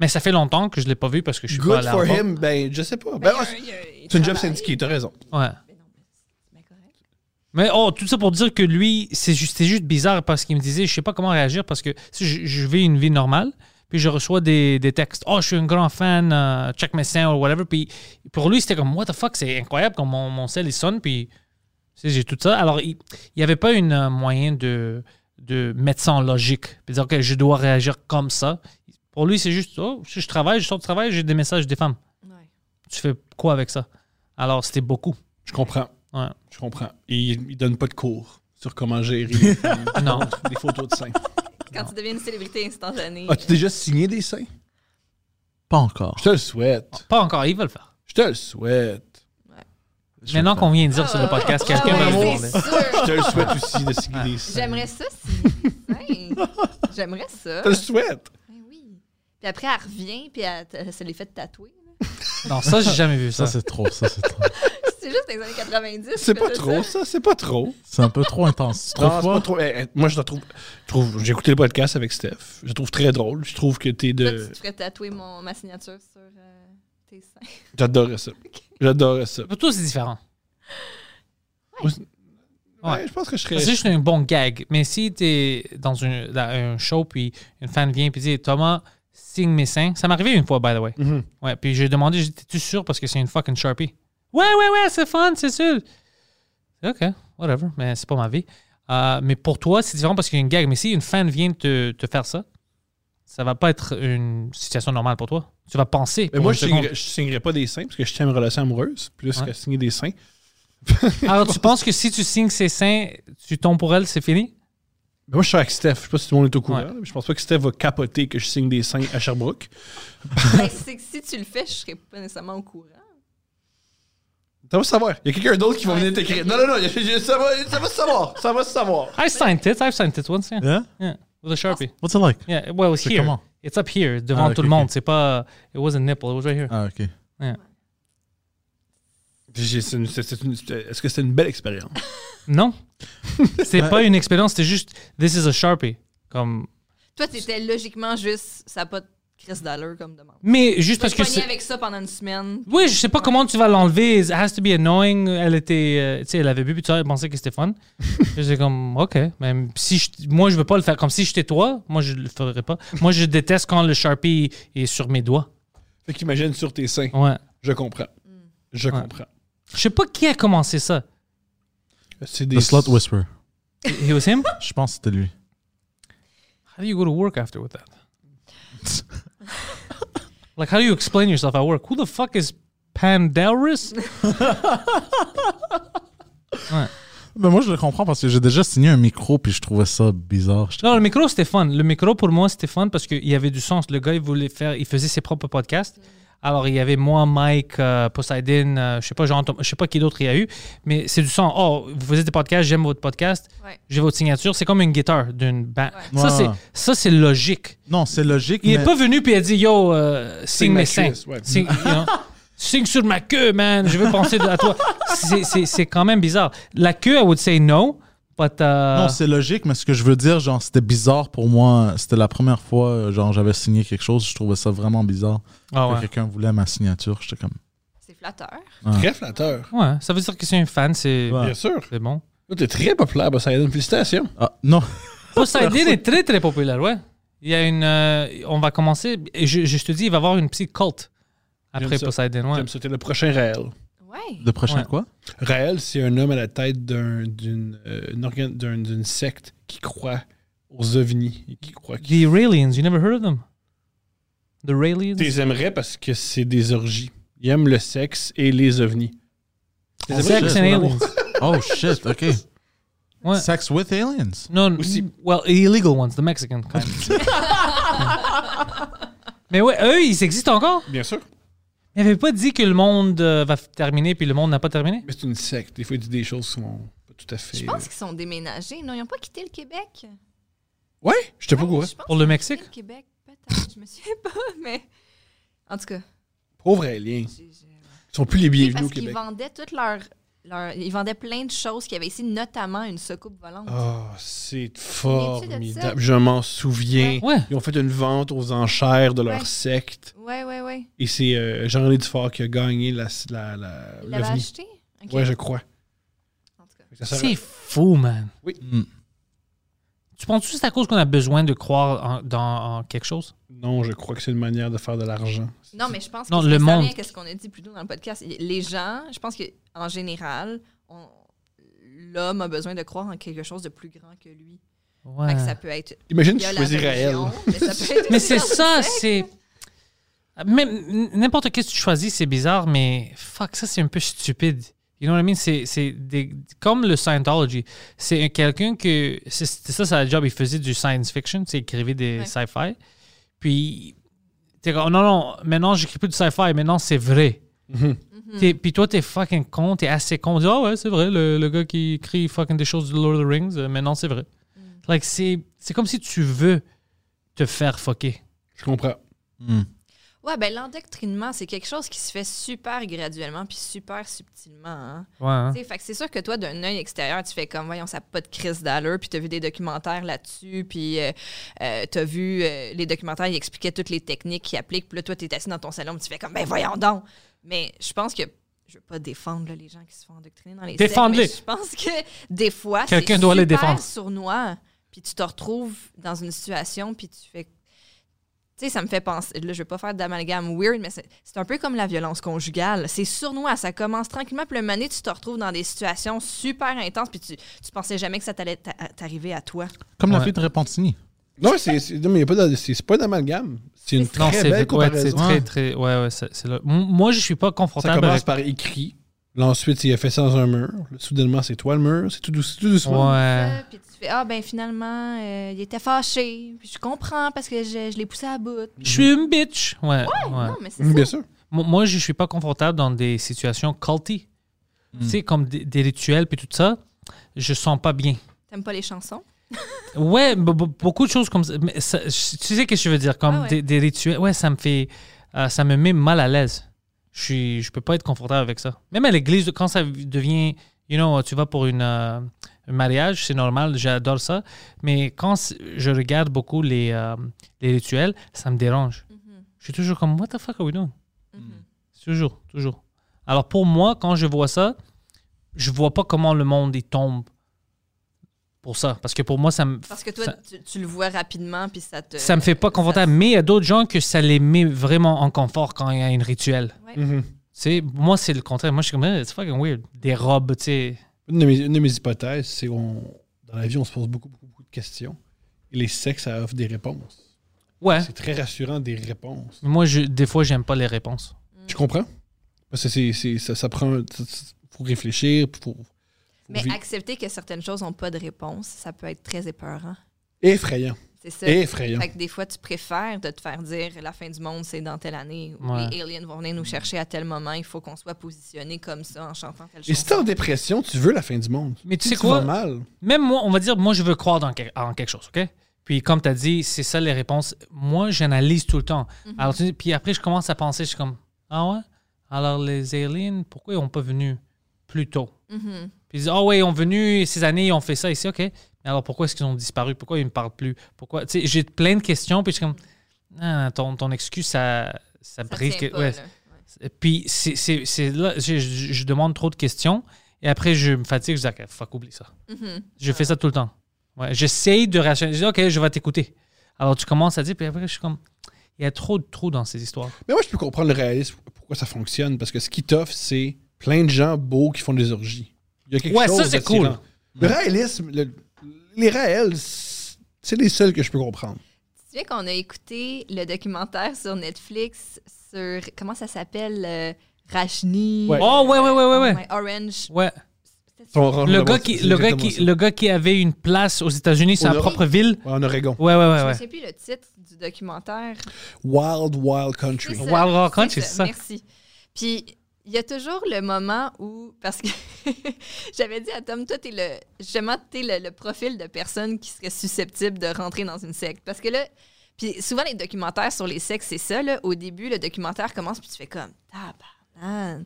Speaker 2: Mais ça fait longtemps que je l'ai pas vu parce que je suis pas à
Speaker 3: Good for
Speaker 2: l'aéroport.
Speaker 3: him, ben je sais pas. Ben,
Speaker 4: Ben,
Speaker 3: ouais,
Speaker 4: il y a- il
Speaker 3: c'est une job
Speaker 4: travaille.
Speaker 3: syndiquée, t'as raison.
Speaker 2: Ouais.
Speaker 4: Ben non, mais c'est bien correct.
Speaker 2: Mais oh, tout ça pour dire que lui, c'est juste, c'est juste bizarre parce qu'il me disait, je sais pas comment réagir parce que si je, je vis une vie normale, puis je reçois des, des textes, oh, je suis un grand fan, euh, check mes seins ou whatever. Puis pour lui, c'était comme, what the fuck, c'est incroyable quand mon, mon sel il sonne, puis tu sais, j'ai tout ça. Alors, il n'y avait pas une euh, moyen de, de mettre ça en logique, puis dire que je dois réagir comme ça. Pour lui, c'est juste, oh, si je travaille, je sors du travail, j'ai des messages des femmes.
Speaker 4: Ouais.
Speaker 2: Tu fais quoi avec ça? Alors, c'était beaucoup.
Speaker 3: Je comprends.
Speaker 2: Ouais.
Speaker 3: Je comprends. Et il, il donne pas de cours sur comment gérer <laughs> les,
Speaker 2: Non.
Speaker 3: des photos de seins.
Speaker 4: Quand tu deviens une célébrité instantanée.
Speaker 3: <laughs> As-tu déjà signé des seins?
Speaker 5: Pas encore.
Speaker 3: Je te le souhaite.
Speaker 2: Pas encore, ils veulent faire.
Speaker 3: Je te le souhaite.
Speaker 2: Maintenant qu'on vient de dire sur le podcast, quelqu'un va
Speaker 4: Ah
Speaker 2: me
Speaker 4: ouais,
Speaker 2: demander.
Speaker 4: c'est sûr.
Speaker 3: Je te le souhaite aussi de signer des seins.
Speaker 4: J'aimerais ça, si. J'aimerais ça.
Speaker 3: Je te le souhaite.
Speaker 4: Ben oui. Puis après, elle revient, puis elle, t- elle se l'est fait tatouer. là. <laughs>
Speaker 2: Non, ça, j'ai jamais vu
Speaker 5: <laughs>
Speaker 2: ça.
Speaker 5: Ça, c'est trop. Ça, c'est trop.
Speaker 4: C'est juste dans les années 90.
Speaker 3: C'est
Speaker 4: tu
Speaker 3: pas
Speaker 4: faisais
Speaker 3: trop,
Speaker 4: ça.
Speaker 3: ça. C'est pas trop.
Speaker 5: C'est un peu trop intense. Tu trouves
Speaker 3: Non, c'est
Speaker 5: pas?
Speaker 3: pas trop. Eh, eh, Moi, je te trouve. je trouve- J'ai écouté le podcast avec Steph. Je le trouve très drôle. Je trouve que t'es
Speaker 4: Toi,
Speaker 3: de.
Speaker 4: tu te ferais tatouer mon, ma signature sur euh,
Speaker 3: <laughs>
Speaker 4: tes seins.
Speaker 3: J'adorais ça. J'adorais ça.
Speaker 2: Pour toi, c'est différent. Ouais.
Speaker 3: Ouais, Ben, je pense que je serais.
Speaker 2: C'est juste un bon gag. Mais si t'es dans un, dans un show, puis une fan vient, puis dit Thomas, signe mes seins. Ça m'est arrivé une fois, by the way.
Speaker 3: Mhm.
Speaker 2: Ouais, puis j'ai demandé, j'ai dit, t'es-tu sûr parce que c'est une fucking Sharpie? Ouais, ouais, ouais, c'est fun, c'est sûr. OK, whatever, mais c'est pas ma vie. Euh, mais pour toi, c'est différent parce qu'il y a une gag. Mais si une fan vient te, te faire ça, ça va pas être une situation normale pour toi. Tu vas penser.
Speaker 3: Mais
Speaker 2: pour
Speaker 3: moi,
Speaker 2: une
Speaker 3: je
Speaker 2: seconde.
Speaker 3: signerais, je signerais pas des seins parce que je tiens une relation amoureuse plus
Speaker 2: Ouais.
Speaker 3: que signer des seins.
Speaker 2: Alors, tu penses que si tu signes ses seins, tu tombes pour elle, c'est fini?
Speaker 3: Mais moi, je suis avec Steph. Je sais pas si tout le monde est au courant.
Speaker 2: Ouais.
Speaker 3: là, mais Je pense pas que Steph va capoter que je signe des seins à Sherbrooke.
Speaker 4: Ben, c'est que si tu le fais, je serais pas nécessairement au courant.
Speaker 3: Ça va se savoir. Il y a quelqu'un d'autre qui va
Speaker 4: Ouais,
Speaker 3: venir
Speaker 4: c'est
Speaker 3: t'écrire.
Speaker 4: vrai.
Speaker 3: Non, non, non. il y a- Ça va, ça va se savoir. Ça va se savoir.
Speaker 2: I signed tits, I've signed tits once, yeah.
Speaker 5: Yeah?
Speaker 2: Yeah, with a Sharpie.
Speaker 5: Hein? What's it like?
Speaker 2: Yeah, well, it was
Speaker 5: C'est
Speaker 2: here.
Speaker 5: comment?
Speaker 2: It's up here, devant
Speaker 5: Ah, ok,
Speaker 2: tout le
Speaker 5: ok.
Speaker 2: monde. C'est pas... It was a nipple, it was right here.
Speaker 5: Ah, OK.
Speaker 3: Puis j'ai- c'est une- c'est- c'est une- c'est- Est-ce que c'est une belle expérience?
Speaker 5: <laughs>
Speaker 2: Non. C'est pas une expérience, c'était juste this is a Sharpie. Comme...
Speaker 4: Toi, t'étais logiquement juste, ça n'a pas de Chris Dollar comme demande.
Speaker 2: Mais juste
Speaker 4: Parce
Speaker 2: parce que c'est.
Speaker 4: avec ça pendant une semaine.
Speaker 2: Oui, je sais pas comment tu vas l'enlever. It has to be annoying. Elle était. euh, tu sais, elle avait bu, puis tu vois, elle pensait que
Speaker 5: <laughs>
Speaker 2: c'était fun. J'étais comme, OK. Mais si je- moi, je veux pas le faire. Comme si j'étais toi, moi, je le ferais pas. Moi, je déteste quand le Sharpie est sur mes doigts.
Speaker 3: Fait qu'imagine sur tes seins.
Speaker 2: Ouais.
Speaker 3: Je comprends. Je
Speaker 2: Ouais.
Speaker 3: comprends.
Speaker 2: Je sais pas qui a commencé ça.
Speaker 3: C'est
Speaker 5: The Slot Whisperer.
Speaker 2: It <laughs> was him?
Speaker 5: Je pense que c'était lui.
Speaker 2: How do you go to work after with that? <laughs> Like, how do you explain yourself at work? Who the fuck is Pandaris?
Speaker 5: Mais Ben, moi, je le comprends parce que j'ai déjà signé un micro puis je trouvais ça bizarre. J'étais-
Speaker 2: Non, le micro, c'était fun. Le micro, pour moi, c'était fun parce qu'il y avait du sens. Le gars, il voulait faire, il faisait ses propres podcasts. Alors, il y avait moi, Mike, euh, Poseidon, euh, je sais pas, Jean, Thom- je sais pas qui d'autre il y a eu, mais c'est du sens. Oh, vous faites des podcasts, j'aime votre podcast,
Speaker 4: Ouais.
Speaker 2: j'ai votre signature. C'est comme une guitare d'une band.
Speaker 5: Ouais.
Speaker 2: Ça,
Speaker 5: Ouais,
Speaker 2: c'est,
Speaker 5: ouais.
Speaker 2: ça, c'est logique.
Speaker 5: Non, c'est logique.
Speaker 2: Il
Speaker 5: mais-
Speaker 2: est pas venu puis il a dit, yo, euh, signe
Speaker 3: ma
Speaker 2: mes seins.
Speaker 3: cuisse, ouais.
Speaker 2: Signe- you
Speaker 3: <laughs>
Speaker 2: know. Signe sur ma queue, man. Je veux penser à toi. C'est, c'est- c'est quand même bizarre. La queue, I would say no, but... euh,
Speaker 5: Non, c'est logique, mais ce que je veux dire, genre, c'était bizarre pour moi. C'était la première fois, euh, genre, j'avais signé quelque chose. Je trouvais ça vraiment bizarre.
Speaker 2: ah
Speaker 5: que
Speaker 2: ouais.
Speaker 5: quelqu'un voulait ma signature. J'étais comme.
Speaker 4: C'est flatteur.
Speaker 3: Très flatteur.
Speaker 2: Ouais, ça veut dire que c'est un fan, c'est
Speaker 5: Ouais.
Speaker 3: Bien sûr.
Speaker 2: c'est bon.
Speaker 3: Toi, T'es très populaire, Poseidon. Félicitations.
Speaker 5: Ah, non.
Speaker 2: Poseidon est très très populaire, ouais. Il y a une, euh, on va commencer. et Je, je te dis, il va y avoir une petite culte après
Speaker 3: J'aime ça.
Speaker 2: Poseidon, ouais.
Speaker 3: J'aime ça. T'es le prochain Raël.
Speaker 4: Ouais.
Speaker 5: Le prochain
Speaker 2: Ouais.
Speaker 5: quoi
Speaker 3: Raël, c'est un homme à la tête d'un- d'une euh, une organ- d'un- d'une secte qui croit aux ovnis et qui croit qu'ils
Speaker 2: The Raelians, you never heard of them? The Raelians?
Speaker 3: les aimerait parce que c'est des orgies. Ils aiment le sexe et les ovnis.
Speaker 5: Oh,
Speaker 3: C'est
Speaker 2: Sex
Speaker 5: shit.
Speaker 2: and aliens.
Speaker 5: Oh shit, ok.
Speaker 2: Ouais.
Speaker 5: Sex with aliens.
Speaker 2: Non, n-
Speaker 3: Aussi-
Speaker 2: well, illegal ones, the Mexican
Speaker 3: <laughs>
Speaker 2: kind. Mais ouais, eux, ils existent encore.
Speaker 3: Bien sûr.
Speaker 2: Ils n'avaient pas dit que le monde euh, va f- terminer puis le monde n'a pas terminé.
Speaker 3: Mais c'est une secte. Des fois, ils disent des choses qui sont pas tout à fait. euh,
Speaker 4: Je pense qu'ils sont déménagés. Non, ils n'ont pas quitté le Québec.
Speaker 3: Ouais, je sais pas
Speaker 4: Ouais,
Speaker 3: quoi.
Speaker 4: je pense
Speaker 2: Pour le
Speaker 4: qu'ils ont
Speaker 2: Mexique?
Speaker 4: quitté Le Québec, peut-être. Je me souviens <laughs> pas, mais. En tout cas.
Speaker 3: Pauvres aliens.
Speaker 4: j'ai- j'ai-
Speaker 3: Ils sont plus les
Speaker 4: Oui,
Speaker 3: bienvenus
Speaker 4: parce
Speaker 3: au
Speaker 4: qu'ils
Speaker 3: Québec.
Speaker 4: vendaient toutes leurs. leurs- Ils vendaient plein de choses qu'il y avait ici, notamment une soucoupe volante.
Speaker 3: Ah, c'est
Speaker 4: ça?
Speaker 3: formidable. Je m'en souviens.
Speaker 2: Ouais.
Speaker 3: Ils ont fait une vente aux enchères de leur
Speaker 4: Ouais.
Speaker 3: secte.
Speaker 4: Ouais, ouais, ouais.
Speaker 3: Et c'est euh, Jean-René Dufort qui a gagné la, la, la-
Speaker 4: Il l'avait
Speaker 3: l'OVNI.
Speaker 4: acheté? Ok.
Speaker 3: Ah, Ouais, je crois.
Speaker 4: En tout cas.
Speaker 3: Ça sert à-
Speaker 2: C'est fou, man.
Speaker 5: Hmm.
Speaker 2: Tu penses juste à cause qu'on a besoin de croire en- dans en quelque chose?
Speaker 3: Non, je crois que c'est une manière de faire de l'argent.
Speaker 4: Non, mais je pense que
Speaker 2: Non,
Speaker 4: ça
Speaker 2: le
Speaker 4: le
Speaker 2: monde-
Speaker 4: à ce qu'on a dit plus tôt dans le podcast. Les gens, je pense qu'en général, on- l'homme a besoin de croire en quelque chose de plus grand que lui. Fait
Speaker 2: Ouais.
Speaker 4: que ça peut être.
Speaker 3: Imagine,
Speaker 4: il
Speaker 3: tu
Speaker 4: y a la
Speaker 3: choisirais elle.
Speaker 4: religion, Mais,
Speaker 2: <laughs>
Speaker 4: ça peut être
Speaker 2: Mais
Speaker 4: aussi
Speaker 2: c'est
Speaker 4: dans le
Speaker 2: ça,
Speaker 4: sexe.
Speaker 2: c'est. Même n- n'importe qu'est-ce que tu choisis, c'est bizarre, mais fuck, ça c'est un peu stupide. You know what I mean? C'est c'est des- comme le Scientology. C'est un- quelqu'un que. c'est- C'était ça, sa job. Il faisait du science fiction, c'est écrivait des
Speaker 4: Ouais.
Speaker 2: sci-fi. Puis. T'es comme, non, non, maintenant j'écris plus de sci-fi, maintenant c'est vrai.
Speaker 4: Mm-hmm.
Speaker 2: T'es- Puis toi, t'es fucking con, t'es assez con. Tu dis, ah ouais, c'est vrai, le, le gars qui écrit fucking des choses du Lord of the Rings, euh, maintenant c'est vrai.
Speaker 4: Mm.
Speaker 2: Like, c'est c'est comme si tu veux te faire fucker.
Speaker 3: Je comprends.
Speaker 5: Hmm.
Speaker 4: Ouais, ben l'endoctrinement, c'est quelque chose qui se fait super graduellement puis super subtilement. hein.
Speaker 2: Ouais, hein.
Speaker 4: Tu sais, fait que c'est sûr que toi, d'un œil extérieur, tu fais comme, voyons, ça n'a pas de crise d'allure, puis tu as vu des documentaires là-dessus, puis tu as vu euh, les documentaires, ils expliquaient toutes les techniques qu'ils appliquent, puis là, toi, tu es assis dans ton salon, puis tu fais comme, ben voyons donc. Mais je pense que, je veux pas défendre là, les gens qui se font endoctriner dans les sectes,
Speaker 2: Défende-les.
Speaker 4: mais Je pense que des fois, c'est
Speaker 2: Quelqu'un doit les
Speaker 4: super
Speaker 2: défendre.
Speaker 4: sournois, puis tu te retrouves dans une situation, puis tu fais. tu Tu sais, ça me fait penser. Là, je veux pas faire d'amalgame weird, mais c'est c'est un peu comme la violence conjugale. C'est sournois, ça commence tranquillement, puis le mané, tu te retrouves dans des situations super intenses, puis tu, tu pensais jamais que ça t'allait t'a- t'arriver à toi.
Speaker 5: Comme la
Speaker 2: Ouais.
Speaker 5: fille de Repentini.
Speaker 3: Non, c'est, c'est- non, mais y a pas de- c'est, c'est pas d'amalgame. C'est une
Speaker 2: Non,
Speaker 3: très
Speaker 2: c'est
Speaker 3: belle
Speaker 2: ouais, c'est
Speaker 3: comparaison.
Speaker 2: très, très. Ouais, ouais, c'est c'est là. M- Moi, je suis pas
Speaker 3: Ça
Speaker 2: confortable
Speaker 3: commence
Speaker 2: avec.
Speaker 3: par écrit. Là, ensuite, il a fait ça dans un mur. Là, soudainement, c'est toi le mur. C'est tout, douce- tout doucement.
Speaker 2: Ouais.
Speaker 4: Ça, Puis tu fais Ah, ben finalement, euh, il était fâché. Puis je comprends parce que je, je l'ai poussé à bout.
Speaker 2: Je suis une bitch. Ouais. ouais.
Speaker 4: Non, mais c'est
Speaker 3: Mm,
Speaker 4: ça.
Speaker 3: Bien sûr.
Speaker 2: Moi- Moi, je suis pas confortable dans des situations culty.
Speaker 3: Hmm.
Speaker 2: Tu sais, comme des, des rituels puis tout ça. Je sens pas bien.
Speaker 4: T'aimes pas les chansons?
Speaker 2: Ouais, be- be- beaucoup de choses comme ça. Mais ça- je- tu sais ce que je veux dire, comme
Speaker 4: Ah ouais.
Speaker 2: des, des rituels. Ouais, ça me fait, euh, ça me met mal à l'aise. Je suis, je peux pas être confortable avec ça. Même à l'église, quand ça devient, you know, tu vas pour une euh, un mariage, c'est normal, j'adore ça. Mais quand c- je regarde beaucoup les euh, les rituels, ça me dérange.
Speaker 4: Mhm.
Speaker 2: Je suis toujours comme What the fuck are we doing?
Speaker 3: Mhm.
Speaker 2: Toujours, toujours. Alors pour moi, quand je vois ça, je vois pas comment le monde y tombe pour ça, parce que pour moi, ça me
Speaker 4: Parce que toi,
Speaker 2: ça-
Speaker 4: tu, tu le vois rapidement, puis ça te.
Speaker 2: ça me fait pas confortable. Mais il y a d'autres gens que ça les met vraiment en confort quand il y a un rituel.
Speaker 4: Ouais.
Speaker 3: Mhm.
Speaker 2: Tu sais, moi, c'est le contraire. Moi, je suis comme, Eh, it's fucking weird. Des robes, tu sais.
Speaker 3: Une de mes, une de mes hypothèses, c'est qu'on dans la vie, on se pose beaucoup, beaucoup, beaucoup de questions. Et les sexes, ça offre des réponses.
Speaker 2: Ouais.
Speaker 3: C'est très rassurant, des réponses.
Speaker 2: Moi, je, des fois, j'aime pas les réponses.
Speaker 3: Je comprends. Parce que c'est, c'est- ça, ça prend. un- ça- ça- faut réfléchir. Faut, faut
Speaker 4: Mais
Speaker 3: vivre.
Speaker 4: accepter que certaines choses n'ont pas de réponse, ça peut être très épeurant.
Speaker 3: Effrayant.
Speaker 4: C'est ça.
Speaker 3: Effrayant.
Speaker 4: Fait que des fois, tu préfères de te faire dire la fin du monde, c'est dans telle année. ou
Speaker 2: Ouais.
Speaker 4: Les aliens vont venir nous chercher à tel moment. Il faut qu'on soit positionné comme ça en chantant telle
Speaker 3: Et
Speaker 4: chose.
Speaker 3: si t'es en dépression, tu veux la fin du monde.
Speaker 2: Mais tu
Speaker 3: Si
Speaker 2: sais quoi?
Speaker 3: vas mal.
Speaker 2: Même moi, on va dire, moi, je veux croire dans, quel- en quelque chose, OK? Puis, comme tu as dit, c'est ça les réponses. Moi, j'analyse tout le temps.
Speaker 4: Mhm.
Speaker 2: Alors, tu dis- puis après, je commence à penser, je suis comme, ah ouais? Alors, les aliens, pourquoi ils n'ont pas venu plus tôt?
Speaker 4: Mhm.
Speaker 2: Puis ils disent, ah ouais, ils ont venu ces années, ils ont fait ça ici, OK. Mais alors, pourquoi est-ce qu'ils ont disparu? Pourquoi ils ne me parlent plus? Pourquoi? Tu sais, j'ai plein de questions, puis je suis comme, ah, ton, ton excuse, ça, ça,
Speaker 4: Ça
Speaker 2: brise.
Speaker 4: tient
Speaker 2: que-
Speaker 4: pas,
Speaker 2: ouais.
Speaker 4: là. Ouais.
Speaker 2: Et Puis c'est c'est- c'est là, je, je- je demande trop de questions et après je me fatigue, je dis, OK, fuck, oublie ça. Je fais ça tout le temps. Ouais, J'essaye de rationaliser, OK, je vais t'écouter. Alors tu commences à dire, puis après je suis comme, il y a trop de trous dans ces histoires.
Speaker 3: Mais moi, je peux comprendre le réalisme, pourquoi ça fonctionne. Parce que ce qui t'offre, c'est plein de gens beaux qui font des orgies. Il y a quelque
Speaker 2: Ouais, ça,
Speaker 3: chose.
Speaker 2: c'est
Speaker 3: d'attirant.
Speaker 2: cool.
Speaker 3: Le réalisme, le- les réels, c'est les seuls que je peux comprendre.
Speaker 4: Tu sais qu'on a écouté le documentaire sur Netflix sur. Comment ça s'appelle euh, Rachni.
Speaker 3: Ouais.
Speaker 2: Oh, ouais, ouais, ouais, ouais,
Speaker 4: Oh
Speaker 2: ouais.
Speaker 4: my, Orange.
Speaker 2: Ouais.
Speaker 3: Son orange
Speaker 2: Le,
Speaker 3: là-bas,
Speaker 2: gars
Speaker 3: c'est-
Speaker 2: qui,
Speaker 3: Oh, c'est
Speaker 2: le, gars
Speaker 3: exactement
Speaker 2: qui,
Speaker 3: ça.
Speaker 2: le gars qui avait une place aux États-Unis,
Speaker 3: Au
Speaker 2: sa
Speaker 3: Nord-
Speaker 2: propre ville.
Speaker 3: Ouais, en Oregon.
Speaker 2: Ouais, ouais, ouais.
Speaker 4: Je ne
Speaker 2: ouais.
Speaker 4: sais plus le titre du documentaire.
Speaker 3: Wild, wild country.
Speaker 4: C'est
Speaker 2: Wild
Speaker 4: ça,
Speaker 2: Rock Country, c'est ça.
Speaker 4: Merci. Puis, il y a toujours le moment où, parce que <laughs> j'avais dit à Tom, toi, t'es le, justement, t'es le, le profil de personne qui serait susceptible de rentrer dans une secte. Parce que là, puis souvent, les documentaires sur les sexes, c'est ça, là. Au début, le documentaire commence, puis tu fais comme, tabarnan, ils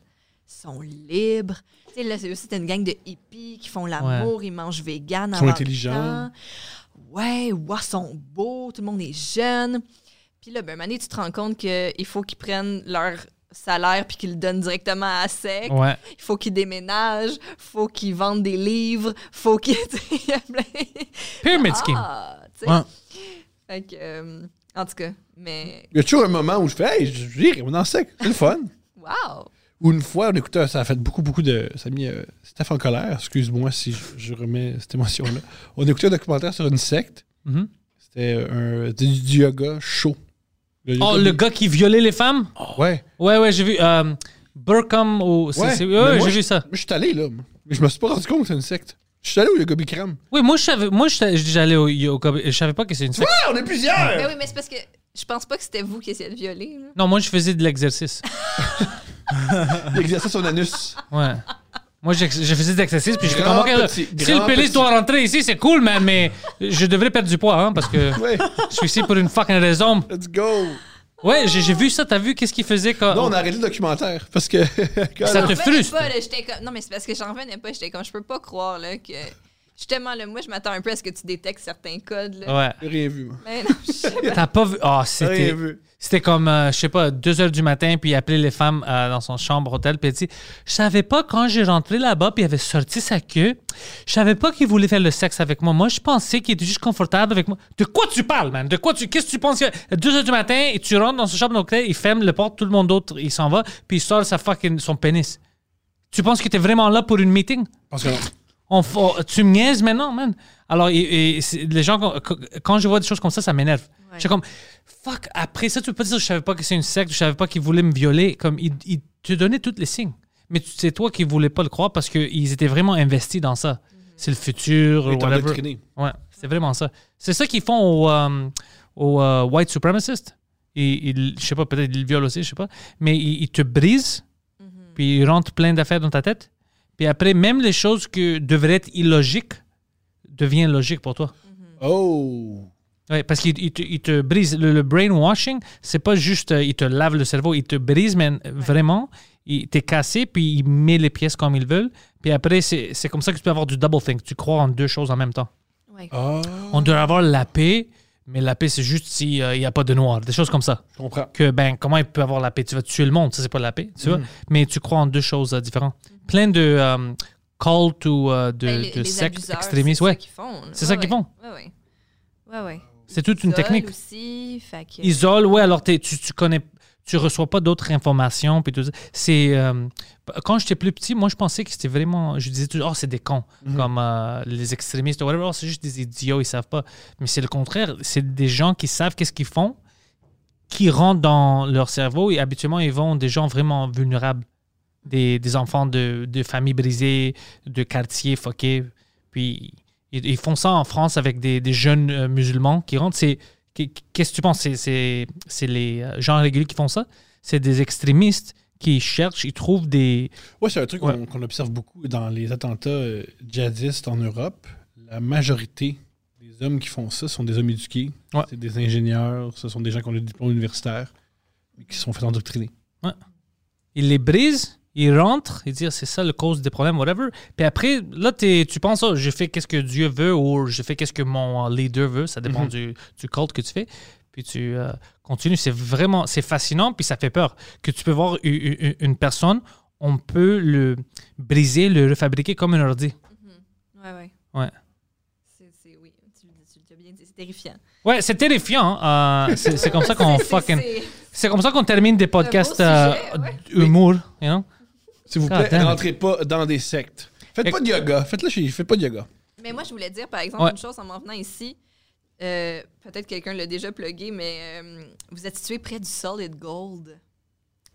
Speaker 4: sont libres. Tu sais, là, c'est c'est une gang de hippies qui font l'amour, ils mangent
Speaker 3: Ils
Speaker 4: vegan.
Speaker 3: sont
Speaker 4: avant le
Speaker 3: intelligents.
Speaker 4: temps. Ouais, ouah, sont beaux, tout le monde est jeune. Puis là, ben, Mané, tu te rends compte qu'il faut qu'ils prennent leur salaire puis qu'ils le donnent directement à sec.
Speaker 2: Ouais.
Speaker 4: Il faut qu'ils déménagent, faut qu'ils vendent des livres, faut qu'ils. <laughs> tu sais, il y a plein-
Speaker 2: Pyramid Scheme.
Speaker 4: Ah, tu sais.
Speaker 5: Ouais.
Speaker 4: Fait que, euh, en tout cas, mais
Speaker 3: Il y a toujours un moment où je fais, hey, je vire, on en sec, c'est le fun.
Speaker 4: wow!
Speaker 3: Ou une fois, on écoutait, un- ça a fait beaucoup, beaucoup de. Ça a mis euh, Steph en colère, excuse-moi si je, je remets cette émotion-là. On écoutait un documentaire sur une secte.
Speaker 2: Mhm.
Speaker 3: C'était un, du, du yoga chaud. Le yoga
Speaker 2: Oh,
Speaker 3: du-
Speaker 2: le gars qui violait les femmes?
Speaker 3: Ouais.
Speaker 2: Ouais, ouais, j'ai vu. Euh, Burkham au. c'est-
Speaker 3: Ouais,
Speaker 2: c'est-
Speaker 3: mais
Speaker 2: ouais,
Speaker 3: moi,
Speaker 2: j'ai
Speaker 3: je-
Speaker 2: vu ça.
Speaker 3: Je suis allé, là. moi. Mais je me suis pas rendu compte que c'est une secte. Je suis allé au yoga Bikram.
Speaker 2: Oui, moi, je savais, moi, je savais- j'allais au yoga. Je savais pas que c'est une secte.
Speaker 3: Ah, on est plusieurs!
Speaker 4: Ben oui, mais c'est parce que je pense pas que c'était vous qui essayez de violer. là.
Speaker 2: Non, moi, je faisais de l'exercice.
Speaker 3: L'exercice en anus.
Speaker 2: Ouais. Moi, j'ex- je faisais de l'exercice, puis je
Speaker 3: Grand
Speaker 2: comme, OK, là,
Speaker 3: petit,
Speaker 2: si
Speaker 3: grand
Speaker 2: le pénis
Speaker 3: petit.
Speaker 2: doit rentrer ici, c'est cool, man, mais je devrais perdre du poids, hein, parce que
Speaker 3: Ouais,
Speaker 2: je suis ici pour une fucking raison.
Speaker 3: let's go!
Speaker 2: Ouais, j'ai j'ai vu ça, t'as vu qu'est-ce qu'il faisait quand.
Speaker 3: Non, on a arrêté le documentaire parce que. <laughs>
Speaker 2: Ça te
Speaker 4: J'en revenais
Speaker 2: frustre.
Speaker 4: pas, là, j'étais comme- Non, mais c'est parce que j'en revenais pas. J'étais comme, je peux pas croire là, que Justement, là, moi, je m'attends un peu à ce que tu détectes certains codes. Là.
Speaker 2: Ouais.
Speaker 3: J'ai rien vu, moi.
Speaker 4: Mais non,
Speaker 2: <laughs>
Speaker 4: je sais pas.
Speaker 2: T'as pas vu. Ah,
Speaker 3: J'ai rien
Speaker 2: c'était.
Speaker 3: vu.
Speaker 2: C'était comme, euh, je sais pas, 2 heures du matin, puis il appelait les femmes euh, dans son chambre hôtel, puis il dit Je savais pas quand j'ai rentré là-bas, puis il avait sorti sa queue. Je savais pas qu'il voulait faire le sexe avec moi. Moi, je pensais qu'il était juste confortable avec moi. De quoi tu parles, man De quoi tu. Qu'est-ce que tu penses que- 2 heures du matin, et tu rentres dans son chambre d'hôtel, il ferme le porte, tout le monde d'autre, il s'en va, puis il sort sa fucking, son pénis. Tu penses que t'es vraiment là pour une meeting
Speaker 3: Parce que non.
Speaker 2: on, f- on- tu me niaises maintenant, man. Alors, et- et c'est- les gens, quand- quand je vois des choses comme ça, ça m'énerve. Je suis comme, fuck, après ça, tu peux pas dire, je savais pas que c'est une secte, je savais pas qu'ils voulaient me violer. Comme, ils, ils te donnaient tous les signes. Mais tu- c'est toi qui voulais pas le croire parce qu'ils étaient vraiment investis dans ça. C'est le futur, ou
Speaker 3: Ils t'ont
Speaker 2: whatever.
Speaker 3: endoctriné.
Speaker 2: Ouais, c'est vraiment ça. C'est ça qu'ils font aux, euh, aux, euh, white supremacists. Ils, ils- je sais pas, peut-être ils le violent aussi, je sais pas. Mais ils, ils te brisent, puis ils rentrent plein d'affaires dans ta tête. Puis après, même les choses qui devraient être illogiques deviennent logiques pour toi.
Speaker 3: Oh!
Speaker 2: Ouais, parce qu'ils ils te, ils te brisent. Le, le brainwashing, c'est pas juste euh, ils te lavent le cerveau, ils te brisent, mais vraiment, ils- t'es cassé, puis ils mettent les pièces comme ils veulent. Puis après, c'est c'est comme ça que tu peux avoir du double think. Tu crois en deux choses en même temps.
Speaker 4: Ouais.
Speaker 3: Ah,
Speaker 2: On doit avoir la paix, mais la paix, c'est juste s'il n'y a pas de noir, des choses comme ça.
Speaker 3: je comprends.
Speaker 2: Que, ben, comment il peut avoir la paix? Tu vas tuer le monde, ça, c'est pas la paix, tu vois?
Speaker 4: Mm.
Speaker 2: Mais tu crois en deux choses euh, différentes. Plein de euh, call to, euh, de,
Speaker 4: Ben, les-
Speaker 2: de
Speaker 4: les
Speaker 2: sectes
Speaker 4: abuseurs,
Speaker 2: extrémistes,
Speaker 4: C'est ça
Speaker 2: ouais.
Speaker 4: qu'ils font. là.
Speaker 2: C'est ça
Speaker 4: Ouais,
Speaker 2: qu'ils
Speaker 4: ouais.
Speaker 2: font.
Speaker 4: Ouais, ouais. Ouais, ouais.
Speaker 2: C'est toute une
Speaker 4: Isole
Speaker 2: technique.
Speaker 4: aussi, fait que-
Speaker 2: Isole, ouais, alors t'es- tu, tu connais, tu reçois pas d'autres informations. Puis tout ça. C'est, euh, quand j'étais plus petit, moi, je pensais que c'était vraiment. Je disais toujours, oh, c'est des cons, comme euh, les extrémistes, whatever, oh, c'est juste des idiots, ils savent pas. Mais c'est le contraire, c'est des gens qui savent qu'est-ce qu'ils font, qui rentrent dans leur cerveau et habituellement, ils vont des gens vraiment vulnérables. Des, des enfants de, de familles brisées, de quartiers foqués. Puis ils, ils font ça en France avec des, des jeunes euh, musulmans qui rentrent. C'est, qu- qu'est-ce que tu penses? C'est, c'est, c'est les euh, gens réguliers qui font ça? C'est des extrémistes qui cherchent, ils trouvent des.
Speaker 3: Ouais, c'est un truc
Speaker 2: Ouais.
Speaker 3: qu'on qu'on observe beaucoup dans les attentats euh, djihadistes en Europe. La majorité des hommes qui font ça sont des hommes éduqués.
Speaker 2: Ouais.
Speaker 3: C'est des ingénieurs, ce sont des gens qui ont le diplôme universitaire, mais qui se sont fait endoctriner.
Speaker 2: Ils les brisent, ils rentrent, ils disent c'est ça le cause des problèmes, whatever. Puis après, là, t'es- tu penses, oh, je fais qu'est-ce que Dieu veut ou je fais qu'est-ce que mon euh, leader veut, ça dépend
Speaker 3: Mhm.
Speaker 2: du, du culte que tu fais. Puis tu euh, continues. C'est vraiment c'est fascinant, puis ça fait peur. Que tu peux voir u- u- u- une personne, on peut le briser, le refabriquer comme un ordi.
Speaker 4: Ouais, ouais.
Speaker 2: Ouais.
Speaker 4: C'est, c'est, oui, tu, le dis- tu l'as bien dit, c'est terrifiant.
Speaker 2: Ouais, c'est terrifiant. hein. Euh, c'est c'est comme
Speaker 4: <laughs>
Speaker 2: ça qu'on
Speaker 4: C'est- c'est-
Speaker 2: fucking.
Speaker 4: c'est-
Speaker 2: C'est comme ça qu'on termine des podcasts
Speaker 4: sujet,
Speaker 2: euh,
Speaker 4: ouais.
Speaker 2: d- humour, you know?
Speaker 3: S'il vous
Speaker 2: God
Speaker 3: plaît,
Speaker 2: Ah, damn it.
Speaker 3: rentrez pas dans des sectes. Faites
Speaker 2: Éc-
Speaker 3: pas de yoga. Faites-le chez Faites pas de yoga.
Speaker 4: Mais moi, je voulais dire, par exemple,
Speaker 2: Ouais.
Speaker 4: une chose en m'en venant ici. Euh, peut-être quelqu'un l'a déjà plugué, mais euh, vous êtes situé près du Solid Gold.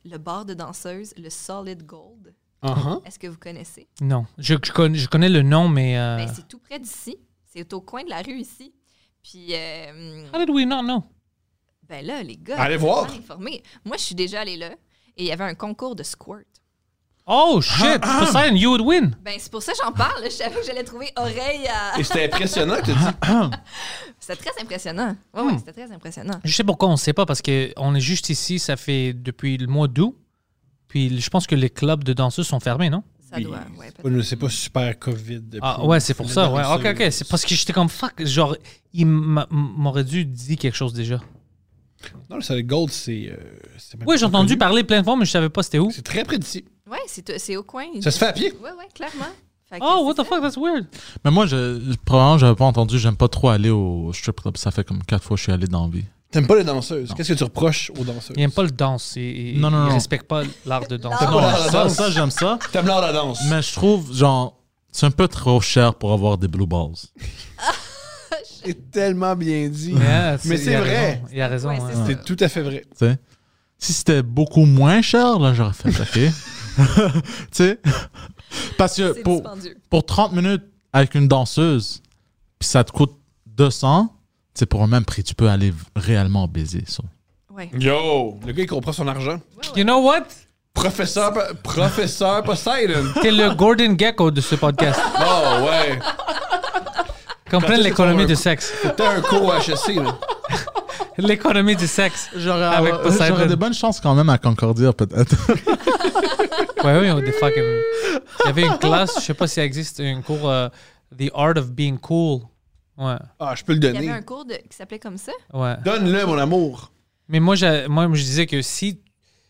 Speaker 4: Le bar de danseuse, le Solid Gold.
Speaker 2: Uh-huh.
Speaker 4: Est-ce que vous connaissez?
Speaker 2: Non, je, je connais, je connais le nom, mais... euh,
Speaker 4: Ben, c'est tout près d'ici. C'est au coin de la rue ici. Puis, euh,
Speaker 2: How did we not know?
Speaker 4: ben là, les gars.
Speaker 3: Allez
Speaker 4: vous êtes
Speaker 3: voir.
Speaker 4: bien informés. Moi, je suis déjà allée là et il y avait un concours de squirt.
Speaker 2: Oh, shit!
Speaker 3: Ah,
Speaker 2: Poseidon, you would win!
Speaker 4: Ben, c'est pour ça que j'en parle. là. Je savais que j'allais trouver oreille à.
Speaker 3: Et c'était impressionnant, tu dis.
Speaker 2: Ah.
Speaker 4: C'était très impressionnant. Oui,
Speaker 3: Hmm.
Speaker 4: oui, c'était très impressionnant.
Speaker 2: Je sais pourquoi on ne sait pas, parce qu'on est juste ici, ça fait depuis le mois d'août, puis je pense que les clubs de danseuses sont fermés, non?
Speaker 4: Ça doit. Ouais,
Speaker 3: C'est pas-
Speaker 4: peut-être.
Speaker 3: C'est pas super COVID. depuis-
Speaker 2: Ah ouais, c'est pour ça, ouais. Ok, ok, c'est parce que j'étais comme, fuck, genre, il m'a- m'aurait dû dire quelque chose déjà.
Speaker 3: Non, le Solid Gold, c'est. euh, c'est même
Speaker 2: Oui, j'ai
Speaker 3: pas
Speaker 2: entendu
Speaker 3: connu.
Speaker 2: parler plein de fois, mais je savais pas c'était où.
Speaker 3: C'est très près d'ici.
Speaker 4: Ouais, c'est c'est au coin.
Speaker 3: Ça se fait à pied.
Speaker 4: Ouais, ouais, clairement. Fait que
Speaker 2: Oh, what
Speaker 4: c'est
Speaker 2: the fuck, that's weird!
Speaker 5: Mais moi, je, probablement, j'avais pas entendu. J'aime pas trop aller au strip club. Ça fait comme quatre fois que je suis allé dans la vie.
Speaker 3: T'aimes pas les danseuses.
Speaker 5: Non.
Speaker 3: Qu'est-ce que tu reproches aux danseuses
Speaker 2: Il n'aime pas le danse, il,
Speaker 5: Non, non,
Speaker 2: il
Speaker 5: non.
Speaker 2: respecte pas l'art de danse.
Speaker 5: Non,
Speaker 3: la
Speaker 5: ça,
Speaker 3: danse.
Speaker 5: ça, j'aime ça.
Speaker 3: T'aimes l'art de la danse.
Speaker 5: Mais je trouve, genre, c'est un peu trop cher pour avoir des blue balls.
Speaker 3: C'est tellement bien dit.
Speaker 2: Yeah,
Speaker 3: Mais c'est
Speaker 2: Hein, il a
Speaker 3: vrai.
Speaker 2: raison, Il a raison. hein.
Speaker 4: Ouais, c'est
Speaker 2: ouais.
Speaker 3: C'est tout à fait vrai.
Speaker 5: Tu sais. Si c'était beaucoup moins cher, là, j'aurais fait OK. <laughs> tu sais? Parce
Speaker 4: ça.
Speaker 5: que
Speaker 4: C'est
Speaker 5: pour,
Speaker 4: dispendieux.
Speaker 5: pour 30 minutes avec une danseuse, puis ça te coûte 200, c'est pour le même prix, tu peux aller v- réellement baiser. ça.
Speaker 4: Ouais.
Speaker 3: Yo! Le gars, il comprend son argent.
Speaker 2: You know what?
Speaker 3: Professeur, professeur Poseidon. <laughs>
Speaker 2: T'es le Gordon Gecko de
Speaker 5: <laughs>
Speaker 2: ce podcast.
Speaker 3: Oh, ouais. Quand
Speaker 2: Comprends
Speaker 3: est-ce
Speaker 2: l'économie
Speaker 3: qu'on
Speaker 2: du
Speaker 3: va-
Speaker 2: sexe.
Speaker 3: T'as un cours HSC, là.
Speaker 2: L'économie du sexe. Avec
Speaker 5: Euh,
Speaker 2: Poseidon.
Speaker 5: J'aurais de bonnes chances quand même à Concordia, peut-être.
Speaker 2: Ouais, oui, on des fucking. Il y avait une classe, je sais pas si elle existe, une cours euh, The Art of Being Cool. Ouais,
Speaker 3: Ah, je peux le
Speaker 4: Il y avait
Speaker 3: donner.
Speaker 4: un cours de- qui s'appelait comme ça.
Speaker 2: ouais.
Speaker 3: Donne-le, mon amour.
Speaker 2: Mais moi, j'a- moi, je disais que si.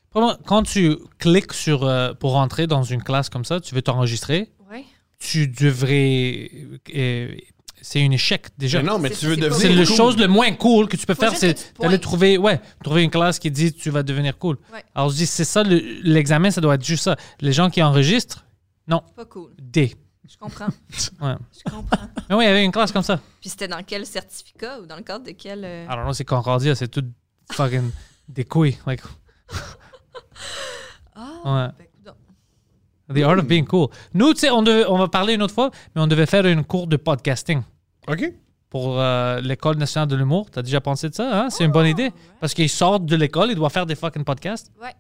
Speaker 2: Premièrement, Quand tu cliques sur, euh, pour entrer dans une classe comme ça, tu veux t'enregistrer,
Speaker 4: Ouais.
Speaker 2: tu devrais. euh, c'est un échec déjà.
Speaker 3: Mais non, mais
Speaker 4: C'est-
Speaker 3: tu veux
Speaker 4: c'est pas
Speaker 3: devenir.
Speaker 2: C'est la
Speaker 3: cool.
Speaker 2: chose le moins cool que tu peux
Speaker 4: Faut
Speaker 2: faire,
Speaker 4: juste que
Speaker 2: c'est
Speaker 4: tu
Speaker 2: d'aller
Speaker 4: pointes.
Speaker 2: trouver, ouais, trouver une classe qui dit tu vas devenir cool.
Speaker 4: Ouais.
Speaker 2: Alors je dis, c'est ça, le- l'examen, ça doit être juste ça. Les gens qui enregistrent,
Speaker 4: Pas cool.
Speaker 2: D.
Speaker 4: Je
Speaker 3: <laughs>
Speaker 4: comprends.
Speaker 2: Ouais.
Speaker 4: Je comprends.
Speaker 2: Mais oui, il y avait une classe comme ça.
Speaker 4: Puis c'était dans quel certificat ou dans le cadre de quel. euh,
Speaker 3: Ah.
Speaker 2: Alors non, c'est Concordia, c'est tout fucking des couilles. Like,
Speaker 4: Ah,
Speaker 2: <laughs>
Speaker 4: ben, coudonc.
Speaker 2: the art of being cool. Nous, tu sais, on, devait- on va parler une autre fois, mais on devait faire une cour de podcasting
Speaker 3: OK.
Speaker 2: pour euh, l'École nationale de l'humour. T'as déjà pensé de ça? Hein? C'est une bonne idée. Parce qu'ils sortent de l'école, ils doivent faire des fucking podcasts.
Speaker 4: Ouais.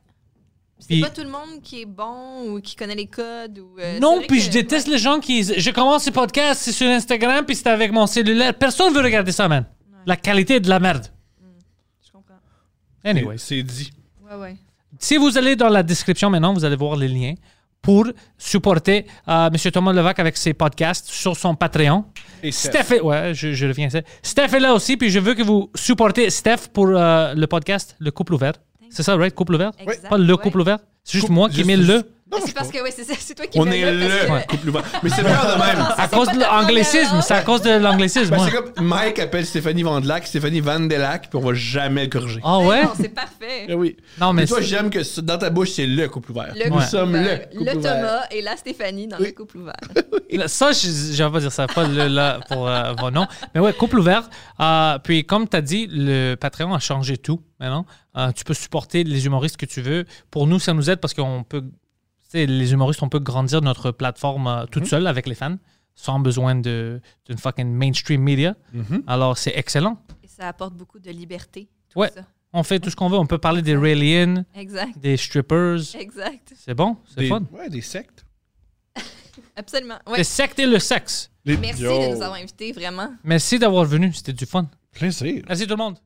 Speaker 4: C'est
Speaker 2: Puis-
Speaker 4: pas tout le monde qui est bon ou qui connaît les codes ou. euh, c'est
Speaker 2: Non,
Speaker 4: vrai
Speaker 2: puis
Speaker 4: que-
Speaker 2: je déteste les gens qui. Je commence ce podcast, c'est sur Instagram, puis c'est avec mon cellulaire. Personne veut regarder ça, man. La qualité est de la merde.
Speaker 4: Je comprends.
Speaker 2: Anyway.
Speaker 3: C'est dit.
Speaker 4: Ouais, ouais.
Speaker 2: Si vous allez dans la description maintenant, vous allez voir les liens pour supporter euh, M. Thomas Levac avec ses podcasts sur son Patreon.
Speaker 3: Et Steph.
Speaker 2: Steph est, ouais, je, je reviens à ça. Steph est là aussi, puis je veux que vous supportez Steph pour euh, le podcast Le Couple Ouvert. C'est ça, right? Couple Ouvert?
Speaker 4: Exact,
Speaker 2: Pas le
Speaker 4: ouais.
Speaker 2: Couple Ouvert. C'est juste
Speaker 3: Couple-
Speaker 2: moi qui
Speaker 3: juste-
Speaker 2: mets le.
Speaker 3: Non, je
Speaker 4: Ah, C'est parce
Speaker 3: sais pas.
Speaker 4: que, ouais, c'est ça, c'est toi qui
Speaker 3: On
Speaker 4: mets
Speaker 3: est
Speaker 4: parce que-
Speaker 3: le couple ouvert. Mais c'est le meilleur de même.
Speaker 2: À cause de l'anglicisme, c'est à cause de l'anglicisme.
Speaker 3: Ben,
Speaker 2: ouais.
Speaker 3: c'est comme Mike appelle Stéphanie Vandelac, Stéphanie Vandelac, puis on va jamais le corriger.
Speaker 2: Ah
Speaker 4: Ah
Speaker 2: ouais?
Speaker 4: Non, c'est parfait.
Speaker 3: Eh oui.
Speaker 2: Non, mais
Speaker 3: toi,
Speaker 2: c'est-
Speaker 3: j'aime que ce- dans ta bouche, c'est le couple ouvert.
Speaker 4: Le
Speaker 3: Nous
Speaker 4: couple
Speaker 3: sommes
Speaker 4: ouvert.
Speaker 3: le couple
Speaker 4: Le
Speaker 3: ouvert.
Speaker 4: Thomas et la Stéphanie dans le couple ouvert.
Speaker 2: Là, Ça, je- j'avais pas dire ça, pas le là pour euh, vos noms. Mais ouais, couple ouvert. Euh, puis comme tu as dit, le Patreon a changé tout maintenant. Euh, tu peux supporter les humoristes que tu veux. Pour nous, ça nous aide parce qu'on peut, tu sais, les humoristes, on peut grandir notre plateforme euh,
Speaker 3: Mhm.
Speaker 2: toute seule avec les fans, sans besoin de- d'une fucking mainstream media.
Speaker 3: Mhm.
Speaker 2: Alors c'est excellent.
Speaker 4: Et ça apporte beaucoup de liberté. tout
Speaker 2: Ouais,
Speaker 4: ça.
Speaker 2: on fait tout ce qu'on veut. On peut parler des aliens,
Speaker 4: Exact.
Speaker 2: des strippers.
Speaker 4: Exact.
Speaker 2: C'est bon, c'est
Speaker 3: Des,
Speaker 2: fun.
Speaker 3: ouais, des sectes.
Speaker 4: Absolument.
Speaker 2: Le
Speaker 4: Ouais.
Speaker 2: secte et le sexe.
Speaker 3: Les-
Speaker 4: Merci
Speaker 3: Yo.
Speaker 4: de nous avoir invités, vraiment.
Speaker 2: Merci d'avoir venu. C'était du fun.
Speaker 3: Plaisir.
Speaker 2: Merci tout le monde.